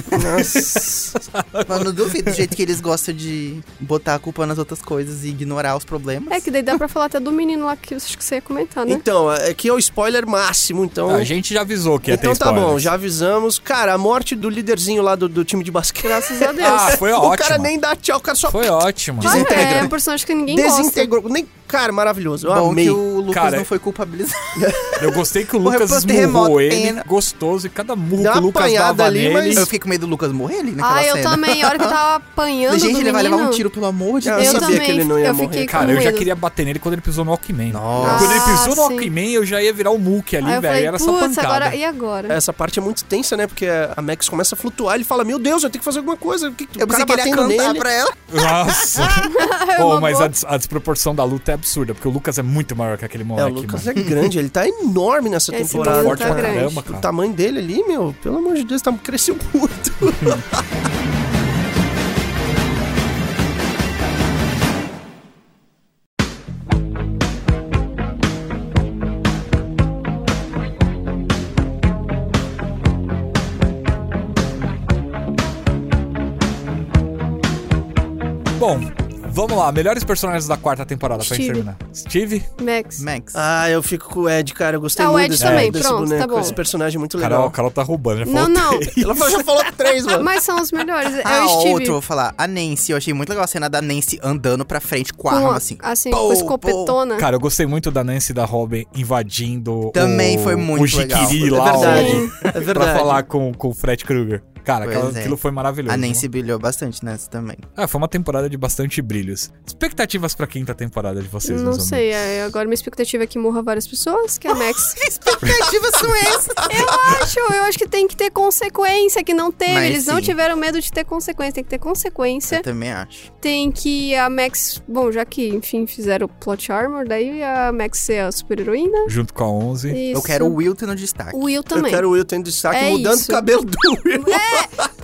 B: Mas não duvido do jeito que eles gostam de botar a culpa nas outras coisas e ignorar os problemas.
C: É que daí dá pra falar até do menino lá que eu acho que você ia comentar, né?
D: Então, aqui é o spoiler máximo, então.
A: Ah, a gente já avisou que ia ter
D: então tá
A: spoiler.
D: bom, já avisamos. Cara, a morte do líderzinho lá do, do time de basquete.
C: Graças a Deus.
A: Ah, foi
D: o
A: ótimo.
D: cara nem dá tchau, o cara só
A: Foi ótimo.
C: Ah,
D: desintegra.
C: É, é um personagem que ninguém
D: desintegrou. Nem, Cara, maravilhoso. Eu
B: Bom
D: amei.
B: que o Lucas
A: Cara,
B: não foi culpabilizado.
A: Eu gostei que o
B: Morreu
A: Lucas
B: pelo terremoto,
A: esmurrou ele,
B: hein?
A: gostoso, e cada murro
D: Deu
A: que o
D: uma
A: Lucas
D: apanhada
A: dava
D: ali,
A: nele...
D: mas-
B: Eu fiquei com medo do Lucas morrer ali naquela
C: Ah, eu
B: cena.
C: também. A hora que eu tava apanhando
B: Gente,
C: do
B: ele vai levar um
C: menino,
B: tiro, pelo amor de
D: Eu
B: Deus.
C: Eu
D: sabia
C: também.
D: que ele não ia
C: eu
D: morrer.
C: fiquei
A: Cara,
C: com
A: eu já
C: medo.
A: queria bater nele quando ele pisou no Walkman.
B: Nossa.
A: Quando ele pisou no
C: Ah, sim.
A: Walkman, eu já ia virar o Mook ali,
C: Aí eu
A: velho.
C: falei,
A: Era essa
C: putz,
A: pancada.
C: agora... E agora?
D: Essa parte é muito tensa, né? Porque a Max começa a flutuar, ele fala: Meu Deus, eu tenho que fazer alguma coisa. O que que
B: Eu
D: o cara
B: pensei que ele ia
D: batendo
B: cantar
D: nele?
B: pra ela.
A: Nossa.
C: uma
A: Bom,
C: boa.
A: mas a, des- a desproporção da luta é absurda, porque o Lucas é muito maior que aquele
D: É, o
A: moleque,
D: Lucas
A: mano.
D: é grande, ele tá enorme nessa
C: Esse
D: temporada.
C: menino tá
D: cara.
C: grande.
A: Caramba, cara.
D: O tamanho dele ali, meu, pelo amor de Deus, tá, cresceu muito.
A: Bom, vamos lá. Melhores personagens da quarta temporada pra gente
C: Steve.
A: terminar. Steve?
C: Max.
B: Max.
D: ah, eu fico com o Ed, cara, eu gostei
C: Ah, o
D: muito
C: Ed
D: desse,
C: também,
D: desse
C: pronto, tá
D: boneco.
C: bom.
D: Esse personagem é muito
A: Carol,
D: legal.
A: Carol tá roubando, já
C: Não,
A: falou
C: não.
A: três.
D: Ela falou- já falou três, mano.
C: Mas são os melhores. É
B: Ah,
C: o Steve.
B: outro, eu vou falar. A Nancy, eu achei muito legal a cena da Nancy andando pra frente com
C: com,
B: a arma,
C: a-
B: assim.
C: assim,
B: Pou,
C: com escopetona.
A: Cara, eu gostei muito da Nancy e da Robin invadindo
B: Também
A: o,
B: foi
A: o
B: muito legal.
A: Jiquiri
B: É
A: lá. o-
D: verdade, é
A: Pra
D: verdade.
A: falar com, com o Fred Krueger. Cara,
B: Pois
A: aquela-
B: é.
A: aquilo foi maravilhoso.
B: A Nancy brilhou bastante nessa também.
A: Ah, foi uma temporada de bastante brilhos. Expectativas pra quinta temporada de vocês,
C: Não
A: meus amigos?
C: sei, é, agora minha expectativa é que morra várias pessoas, que é a Max.
B: Que expectativas são essas?
C: eu acho, eu acho que tem que ter consequência, que não teve.
B: Mas
C: Eles não
B: sim.
C: tiveram medo de ter consequência, tem que ter consequência.
B: Eu também acho.
C: Tem que a Max. Bom, já que, enfim, fizeram o plot armor, daí a Max ser a super heroína.
A: Junto com a 11.
B: Eu quero o Wilton no destaque.
C: Will
D: Eu
C: também.
D: quero o Will tendo destaque,
C: É
D: mudando
C: isso.
D: o cabelo do Will.
C: É,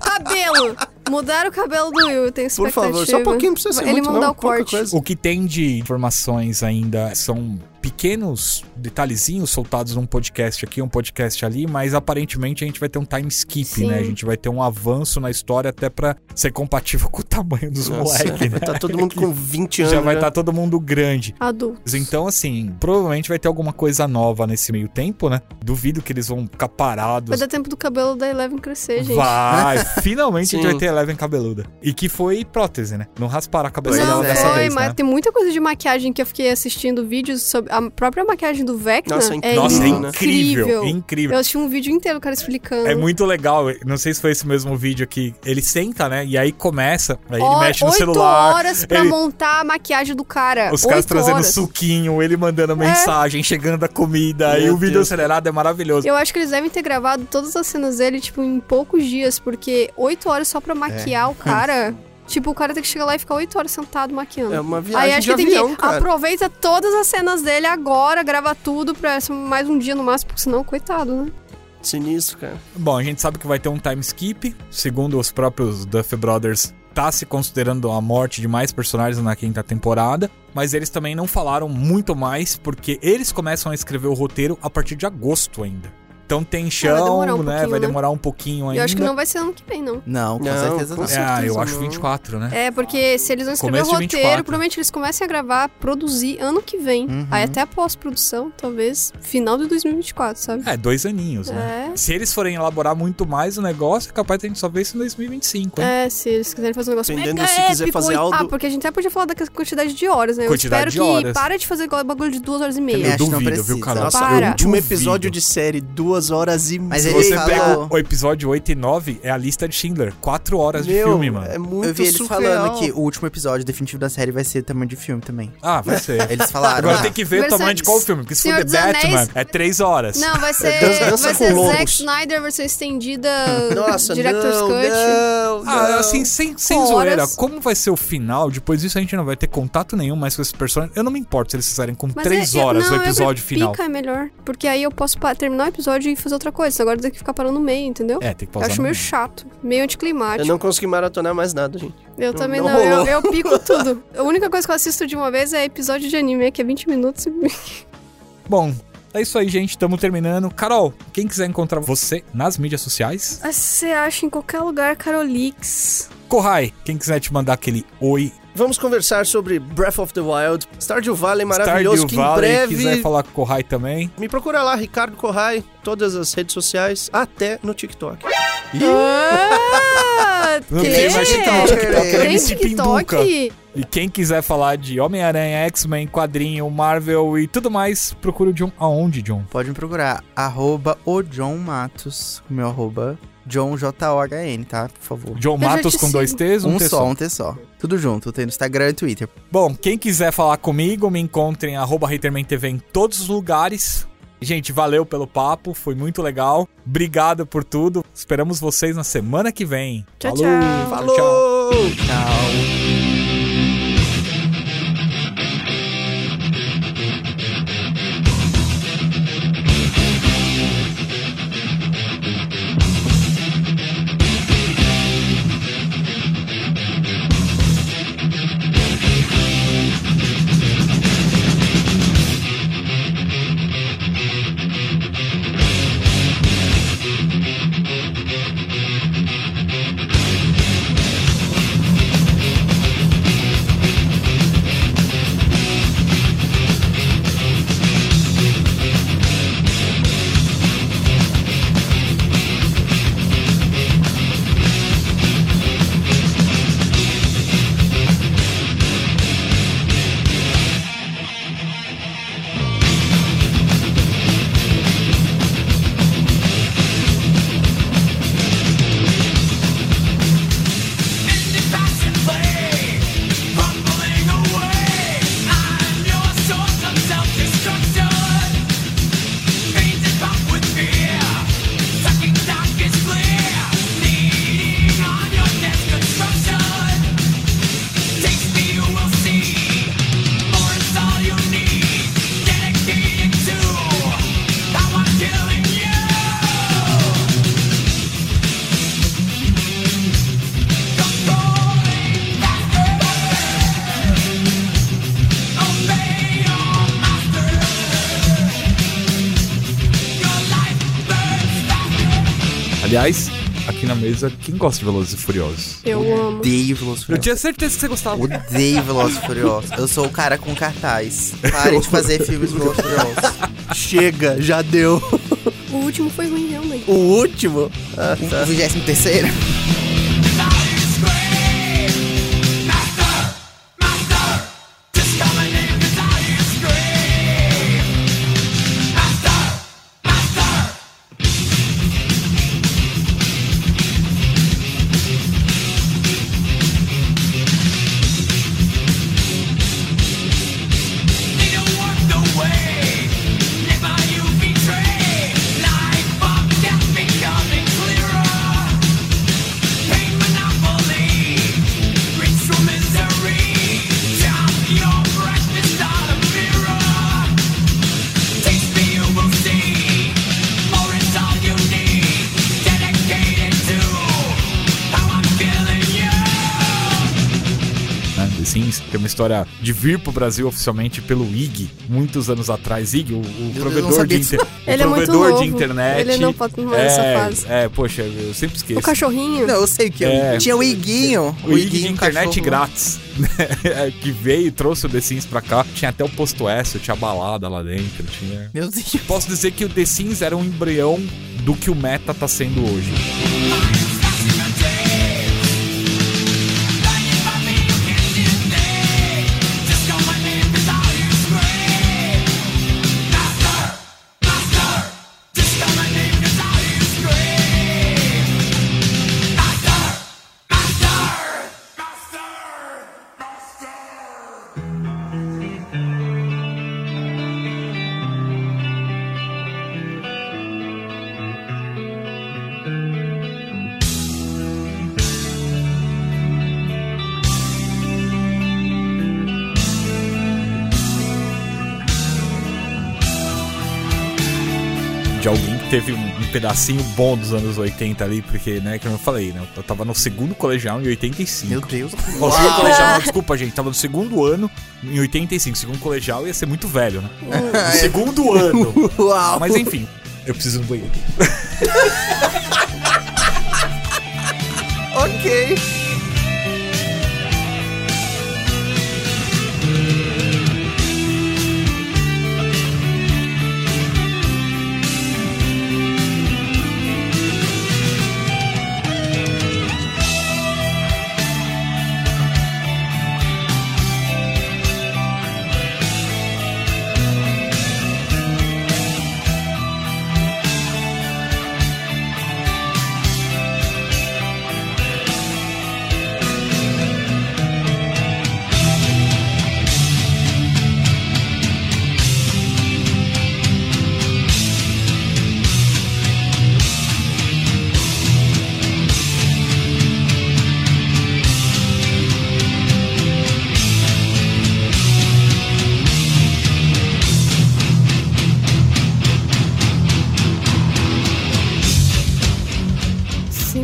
C: Cabelo! Mudaram o cabelo do Will, eu tenho
D: Por
C: expectativa.
D: favor, só um pouquinho, não precisa ser
C: Ele
D: muito,
C: mandar
D: não,
C: o
D: pouca
C: corte.
D: coisa.
A: O que tem de informações ainda são pequenos detalhezinhos soltados num podcast aqui, um podcast ali, mas aparentemente a gente vai ter um time skip,
C: Sim.
A: né? A gente vai ter um avanço na história até pra ser compatível com o tamanho dos
D: Nossa,
A: moleques, né?
D: Vai tá todo mundo com 20 anos.
A: Já vai
D: né?
A: estar todo mundo grande.
C: Adulto.
A: Então, assim, provavelmente vai ter alguma coisa nova nesse meio tempo, né? Duvido que eles vão ficar parados.
C: Vai dar tempo do cabelo da Eleven crescer, gente.
A: Vai, finalmente a gente
D: Sim.
A: vai ter Eleven cabeluda. E que foi prótese, né? Não rasparam a cabeça
B: Pois
A: dela
C: Não,
B: é.
A: dessa
C: foi,
A: vez,
C: mas
A: né?
C: tem muita coisa de maquiagem que eu fiquei assistindo vídeos sobre. A própria maquiagem do Vecna
D: Nossa, é
C: é
D: incrível.
A: Nossa, é
D: lindo, né?
A: incrível, incrível.
C: Eu assisti um vídeo inteiro, o cara explicando.
A: É muito legal, não sei se foi esse mesmo vídeo aqui. Ele senta, né? E aí começa, aí ele
C: Ó,
A: mexe no
C: oito
A: celular.
C: horas pra
A: ele-
C: montar a maquiagem do cara.
A: Os caras
C: Oito
A: trazendo
C: horas. É.
A: suquinho, ele mandando mensagem, chegando a comida, e
D: Meu
A: o vídeo
D: Deus.
A: acelerado é maravilhoso.
C: Eu acho que eles devem ter gravado todas as cenas dele, tipo, em poucos dias, porque oito horas só
D: É.
C: pra maquiar o cara. tipo, o cara tem que chegar lá e ficar oito horas sentado maquiando.
D: É uma viagem
C: Aí acho que
D: de
C: tem
D: avião,
C: que
D: cara.
C: aproveita todas as cenas dele agora, grava tudo pra mais um dia no máximo, porque senão, coitado, né?
D: Sinistro, cara.
A: Bom, a gente sabe que vai ter um time skip. Segundo os próprios Duff Brothers, tá se considerando a morte de mais personagens na quinta temporada. Mas eles também não falaram muito mais, porque eles começam a escrever o roteiro a partir de agosto ainda. Então tem chão,
C: demorar um
A: né?
C: pouquinho,
A: Vai
C: né?
A: demorar um pouquinho ainda.
C: Eu acho que não vai ser ano que vem, não.
B: Não, com
D: Não,
B: certeza
D: com
B: não.
D: certeza.
A: Ah, eu
D: não.
A: acho 24, né?
C: É, porque se eles não escrever o
A: Começo de
C: roteiro,
A: 24.
C: provavelmente eles comecem a gravar, produzir ano que vem.
B: Uhum.
C: Aí até a pós-produção, talvez, final de 2024, sabe?
A: É, dois aninhos, né?
C: É.
A: Se eles forem elaborar muito mais o negócio, é capaz de a gente só ver isso em 2025, hein?
C: É, se eles quiserem fazer um negócio
D: Dependendo
C: mega
D: se quiser
C: épico,
D: fazer
C: e-
D: algo-
C: Ah, porque a gente até podia falar da quantidade de horas, né?
A: Quantidade
C: Eu
A: de
C: espero que
A: horas.
C: para de fazer igual bagulho de duas horas
D: É
C: e
B: Também
C: meia.
A: Eu
B: acho que não
A: duvido, viu,
B: precisa.
A: Carol?
D: Nossa,
C: Para.
D: o último
A: Duvido.
D: episódio de série, duas horas e
B: Mas
D: meia.
B: ele
A: Você
B: falou-
A: pega o- o episódio 8 e 9, é a lista de Schindler. 4 horas de
D: Meu,
A: filme, mano.
D: É muito
B: Eu vi eles
D: surreal.
B: falando que o último episódio definitivo da série vai ser tamanho de filme também.
A: Ah, vai ser.
B: Eles falaram.
A: Agora
B: ah,
A: tem que ver o
C: Versão-
A: tamanho de qual filme, porque se for
C: Senhor
A: The
C: dos Anéis-
A: Batman, é 3 horas.
C: Não, vai ser,
D: É, Dança- dança
C: vai
D: com
C: ser Zack
D: lobos.
C: Snyder, versão estendida,
D: Nossa,
C: Director's
D: não,
C: Cut.
D: não,
A: Ah,
D: não.
A: assim, sem, sem
C: Horas.
A: zoeira, como vai ser o final? Depois disso a gente não vai ter contato nenhum mais com esses personagens. Eu não me importo se eles fizerem com
C: Mas
A: 3
C: é- eu-
A: horas
C: não,
A: o
C: eu
A: episódio
C: prefiro-
A: final.
C: Pica é melhor, porque aí eu posso pa- terminar o episódio e fazer outra coisa. Agora tem que ficar parando no meio, entendeu?
A: É, tem que
C: Eu
A: pausar.
C: acho
A: no
C: meio
A: meio.
C: chato, meio
D: Eu
A: é.
C: anticlimático.
D: não consegui maratonar mais nada, gente.
C: Eu
D: Não-
C: também
D: não
C: não,
D: rolou.
C: eu, eu pico tudo. A única coisa que eu assisto de uma vez é episódio de anime, que é 20 minutos e
A: Bom, é isso aí, gente. Tamo terminando. Carol, quem quiser encontrar você nas mídias sociais,
C: Você acha em qualquer lugar, Carolix.
A: Corrai, quem quiser te mandar aquele oi,
D: Vamos conversar sobre Breath of the Wild, Stardew Valley maravilhoso,
A: Stardew
D: que em
A: Valley,
D: breve...
A: quiser falar com o Corrai também.
D: Me procura lá, Ricardo Corrai, todas as redes sociais, até no TikTok.
C: Ah,
A: Não
C: quê?
A: tem mais TikTok,
B: Tem
A: é MC Pinduca.
C: Ah, TikTok?
A: E quem quiser falar de Homem-Aranha, X-Men, quadrinho, Marvel e tudo mais, procura o John aonde, John?
B: Pode me procurar, arroba o John Matos, o meu arroba, John J-O-H-N, tá? Por favor.
A: John
C: já
A: Matos
C: te
A: com dois
C: sigo.
A: T's, um,
B: Um
A: T
B: só, um T só. Tudo junto, tem no Instagram e Twitter.
A: Bom, quem quiser falar comigo, me encontrem arroba RatermanTV em todos os lugares. Gente, valeu pelo papo, foi muito legal. Obrigado por tudo. Esperamos vocês na semana que vem.
C: Tchau,
A: Falou!
C: tchau.
A: Falou!
B: Tchau.
F: Killing you! Oh,
A: Aliás, aqui na mesa, quem gosta de Velozes e Furiosos?
C: Eu amo.
B: Odeio Velozes e
A: Eu
B: Furiosos.
A: tinha certeza que você gostava.
B: Odeio Velozes e Furiosos. Eu sou o cara com cartaz. Parem de fazer filmes Velozes e Furiosos.
D: Chega, já deu.
C: O último foi ruim, realmente.
D: O último. Ah,
B: O 23
F: Becoming clearer Pain monopoly, reach for misery. Chop your breakfast on a mirror. Taste me, you will see. More is all you need. Dedicated to how I'm feeling you.
A: né, The Sims, que é uma história de vir pro Brasil oficialmente pelo IG, muitos anos atrás. IG, o, o provedor de
B: sabia disso.
A: internet.
C: Ele é muito
A: provedor de
C: novo.
A: internet.
C: Ele não pode- não é
A: é,
C: essa fase.
A: É, poxa, eu sempre
C: O
A: esqueço.
C: cachorrinho?
B: Não, eu sei o que
A: É.
B: é. Tinha o Iguinho.
A: O IG de
C: é um
A: internet
B: cachorro.
A: grátis, né? que veio e trouxe o The Sims pra cá. Tinha até o posto S, tinha balada lá dentro, tinha...
B: Meu Deus.
A: Posso dizer que o The Sims era um embrião do que o meta tá sendo hoje. de alguém que teve um, um pedacinho bom dos anos 80 ali, porque, né, que eu não falei, né? Eu tava no segundo colegial em 85.
B: Meu Deus.
A: Ó,
B: Ah.
A: segundo colegial, não, desculpa, gente, tava no segundo ano em 85. Segundo colegial ia ser muito velho, né? No segundo ano.
B: Uau.
A: Mas enfim, eu preciso do banheiro.
B: Ok.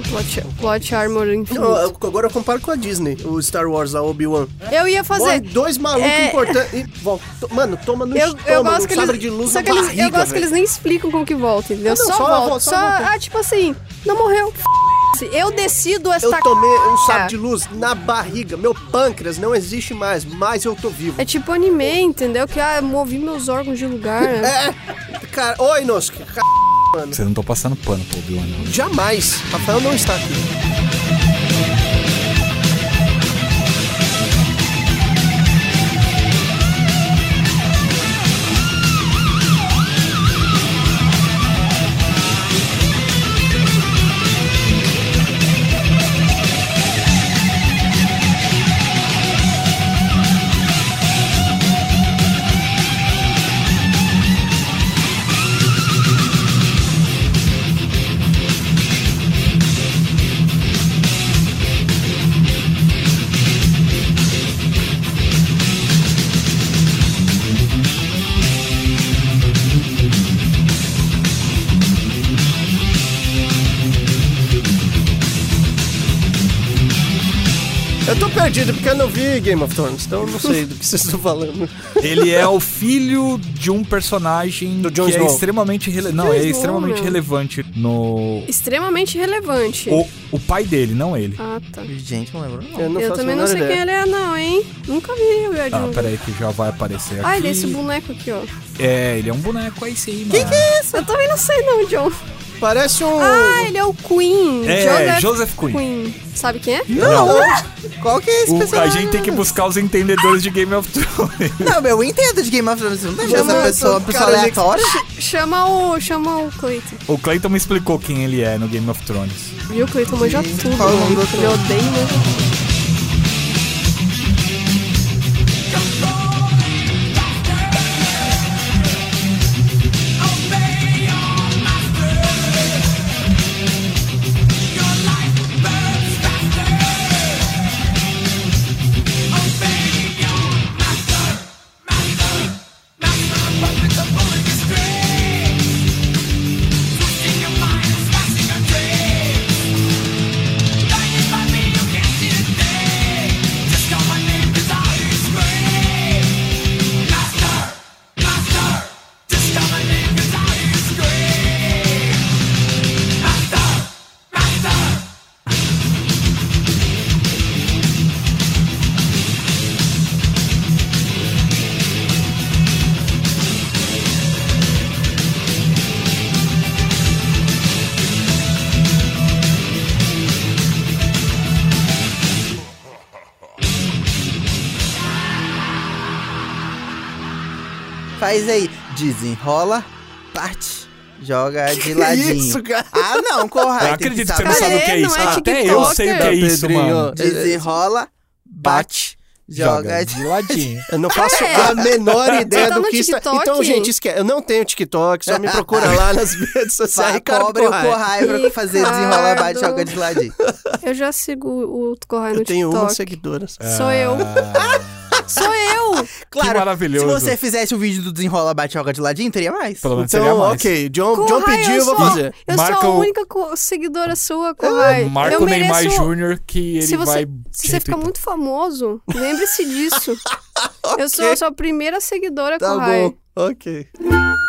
D: plot.
C: Plot Armor
D: Não,
C: Infinite.
D: eu- agora eu comparo com a Disney, o Star Wars, a Obi-Wan.
C: Eu ia fazer.
D: Bom, dois malucos
C: É.
D: importantes. e volta- Mano, toma no
C: Eu,
D: estômago,
C: eu gosto que
D: sabre
C: eles.
D: de luz
C: só
D: na
C: que eles
D: barriga,
C: eu gosto que
D: velho.
C: eles nem explicam como que volta, entendeu?
D: Ah, não,
C: só,
D: só
C: volta.
D: volta, só
C: Só,
D: volta.
C: ah, tipo assim, não morreu. F eu decido esta.
D: Eu tomei um
C: c******.
D: sabre de luz na barriga. Meu pâncreas não existe mais, mas eu tô vivo.
C: É tipo anime, entendeu? Que ah, movi meus órgãos de lugar. né?
D: É, cara, ô Inosuke, c...
A: Vocês não estão passando pano pro Obi-Wan. não.
D: jamais. Rafael não está aqui. Eu tô perdido porque eu não vi Game of Thrones, então eu não sei do que vocês estão falando.
A: Ele é o filho de um personagem
D: Do
A: que
D: Jon
A: é
D: Snow.
A: extremamente rele... não,
C: Jon
A: é
C: Snow,
A: extremamente
C: meu.
A: relevante no
C: Extremamente relevante.
A: o, o pai dele, não ele.
C: Ah, tá.
B: Gente, não lembro não.
D: Eu não
C: eu
D: faço a
C: também não
D: menor
C: sei
D: ideia. tá.
C: quem ele é, não, hein? Nunca vi o
A: Ah,
C: Guardião.
A: peraí que já vai aparecer aqui.
C: Ah, ele é esse boneco aqui, ó.
A: É, ele é um boneco aí sim, mano. Que que é?
C: Isso, eu também não sei não, John.
D: Parece um.
C: Ah, ele é o Queen.
A: É, Joseph Queen.
C: Sabe quem é?
B: Não! Qual que é esse
A: O, a
B: personagem?
A: gente tem que buscar os entendedores de Game of Thrones.
B: Não, meu, eu entendo de Game of Thrones. Não deixa
D: Chama
B: essa pessoa,
D: essa
B: uma pessoa
D: cara de-
B: aleatória.
C: Ah, Chama o. Chama o Cleiton.
A: O Clayton me explicou quem ele é no Game of Thrones.
C: Viu? O Cleiton manja tudo.
B: qual é o nome
C: mano.
B: do outro?
C: Ele odeia, mas.
B: Faz aí. Desenrola, bate. Joga de ladinho.
D: é isso, cara?
B: Ah, não, corra. aí
A: eu
B: tem
A: acredito
B: tá
A: que, você
B: saber.
A: não sabe o que é
C: Ele
A: isso.
C: não é
A: Até eu sei o que é
D: TikToker.
A: isso,
D: Pedrinho,
A: mano.
B: Desenrola, bate, joga, de...
A: de ladinho.
D: Eu não faço a menor ideia
C: é? tá
D: do
C: no
D: que está.
C: TikTok?
D: Então, gente, esquece. Eu não tenho TikTok, só me procura lá nas redes sociais.
B: Só
D: Ricardo
B: cobra o
D: Corraia.
B: Corrai pra fazer desenrola, bate, joga de ladinho.
C: Eu já sigo o Corrai no
D: Eu tenho uma Ah.
C: TikTok.
D: seguidora.
A: É,
D: só.
C: Sou eu. Sou eu!
B: Claro,
A: maravilhoso.
B: se você fizesse o vídeo do desenrola, bate, joga de ladinho, teria mais.
A: Pelo menos seria
D: Então,
A: mais.
D: ok. John, John
C: Corrai,
D: pediu, eu vou
C: sou-
D: fazer.
C: Eu
A: Marca
C: sou a
A: o- Ah,
C: única co- seguidora sua, Corrai.
A: Marca
C: eu
A: o Neymar
C: mereço-
A: Júnior que ele
C: se
A: vai.
C: você, se você ficar
A: retweetar.
C: muito famoso, lembre-se disso. Eu sou a sua primeira seguidora,
D: Tá
C: Corrai.
D: bom, ok.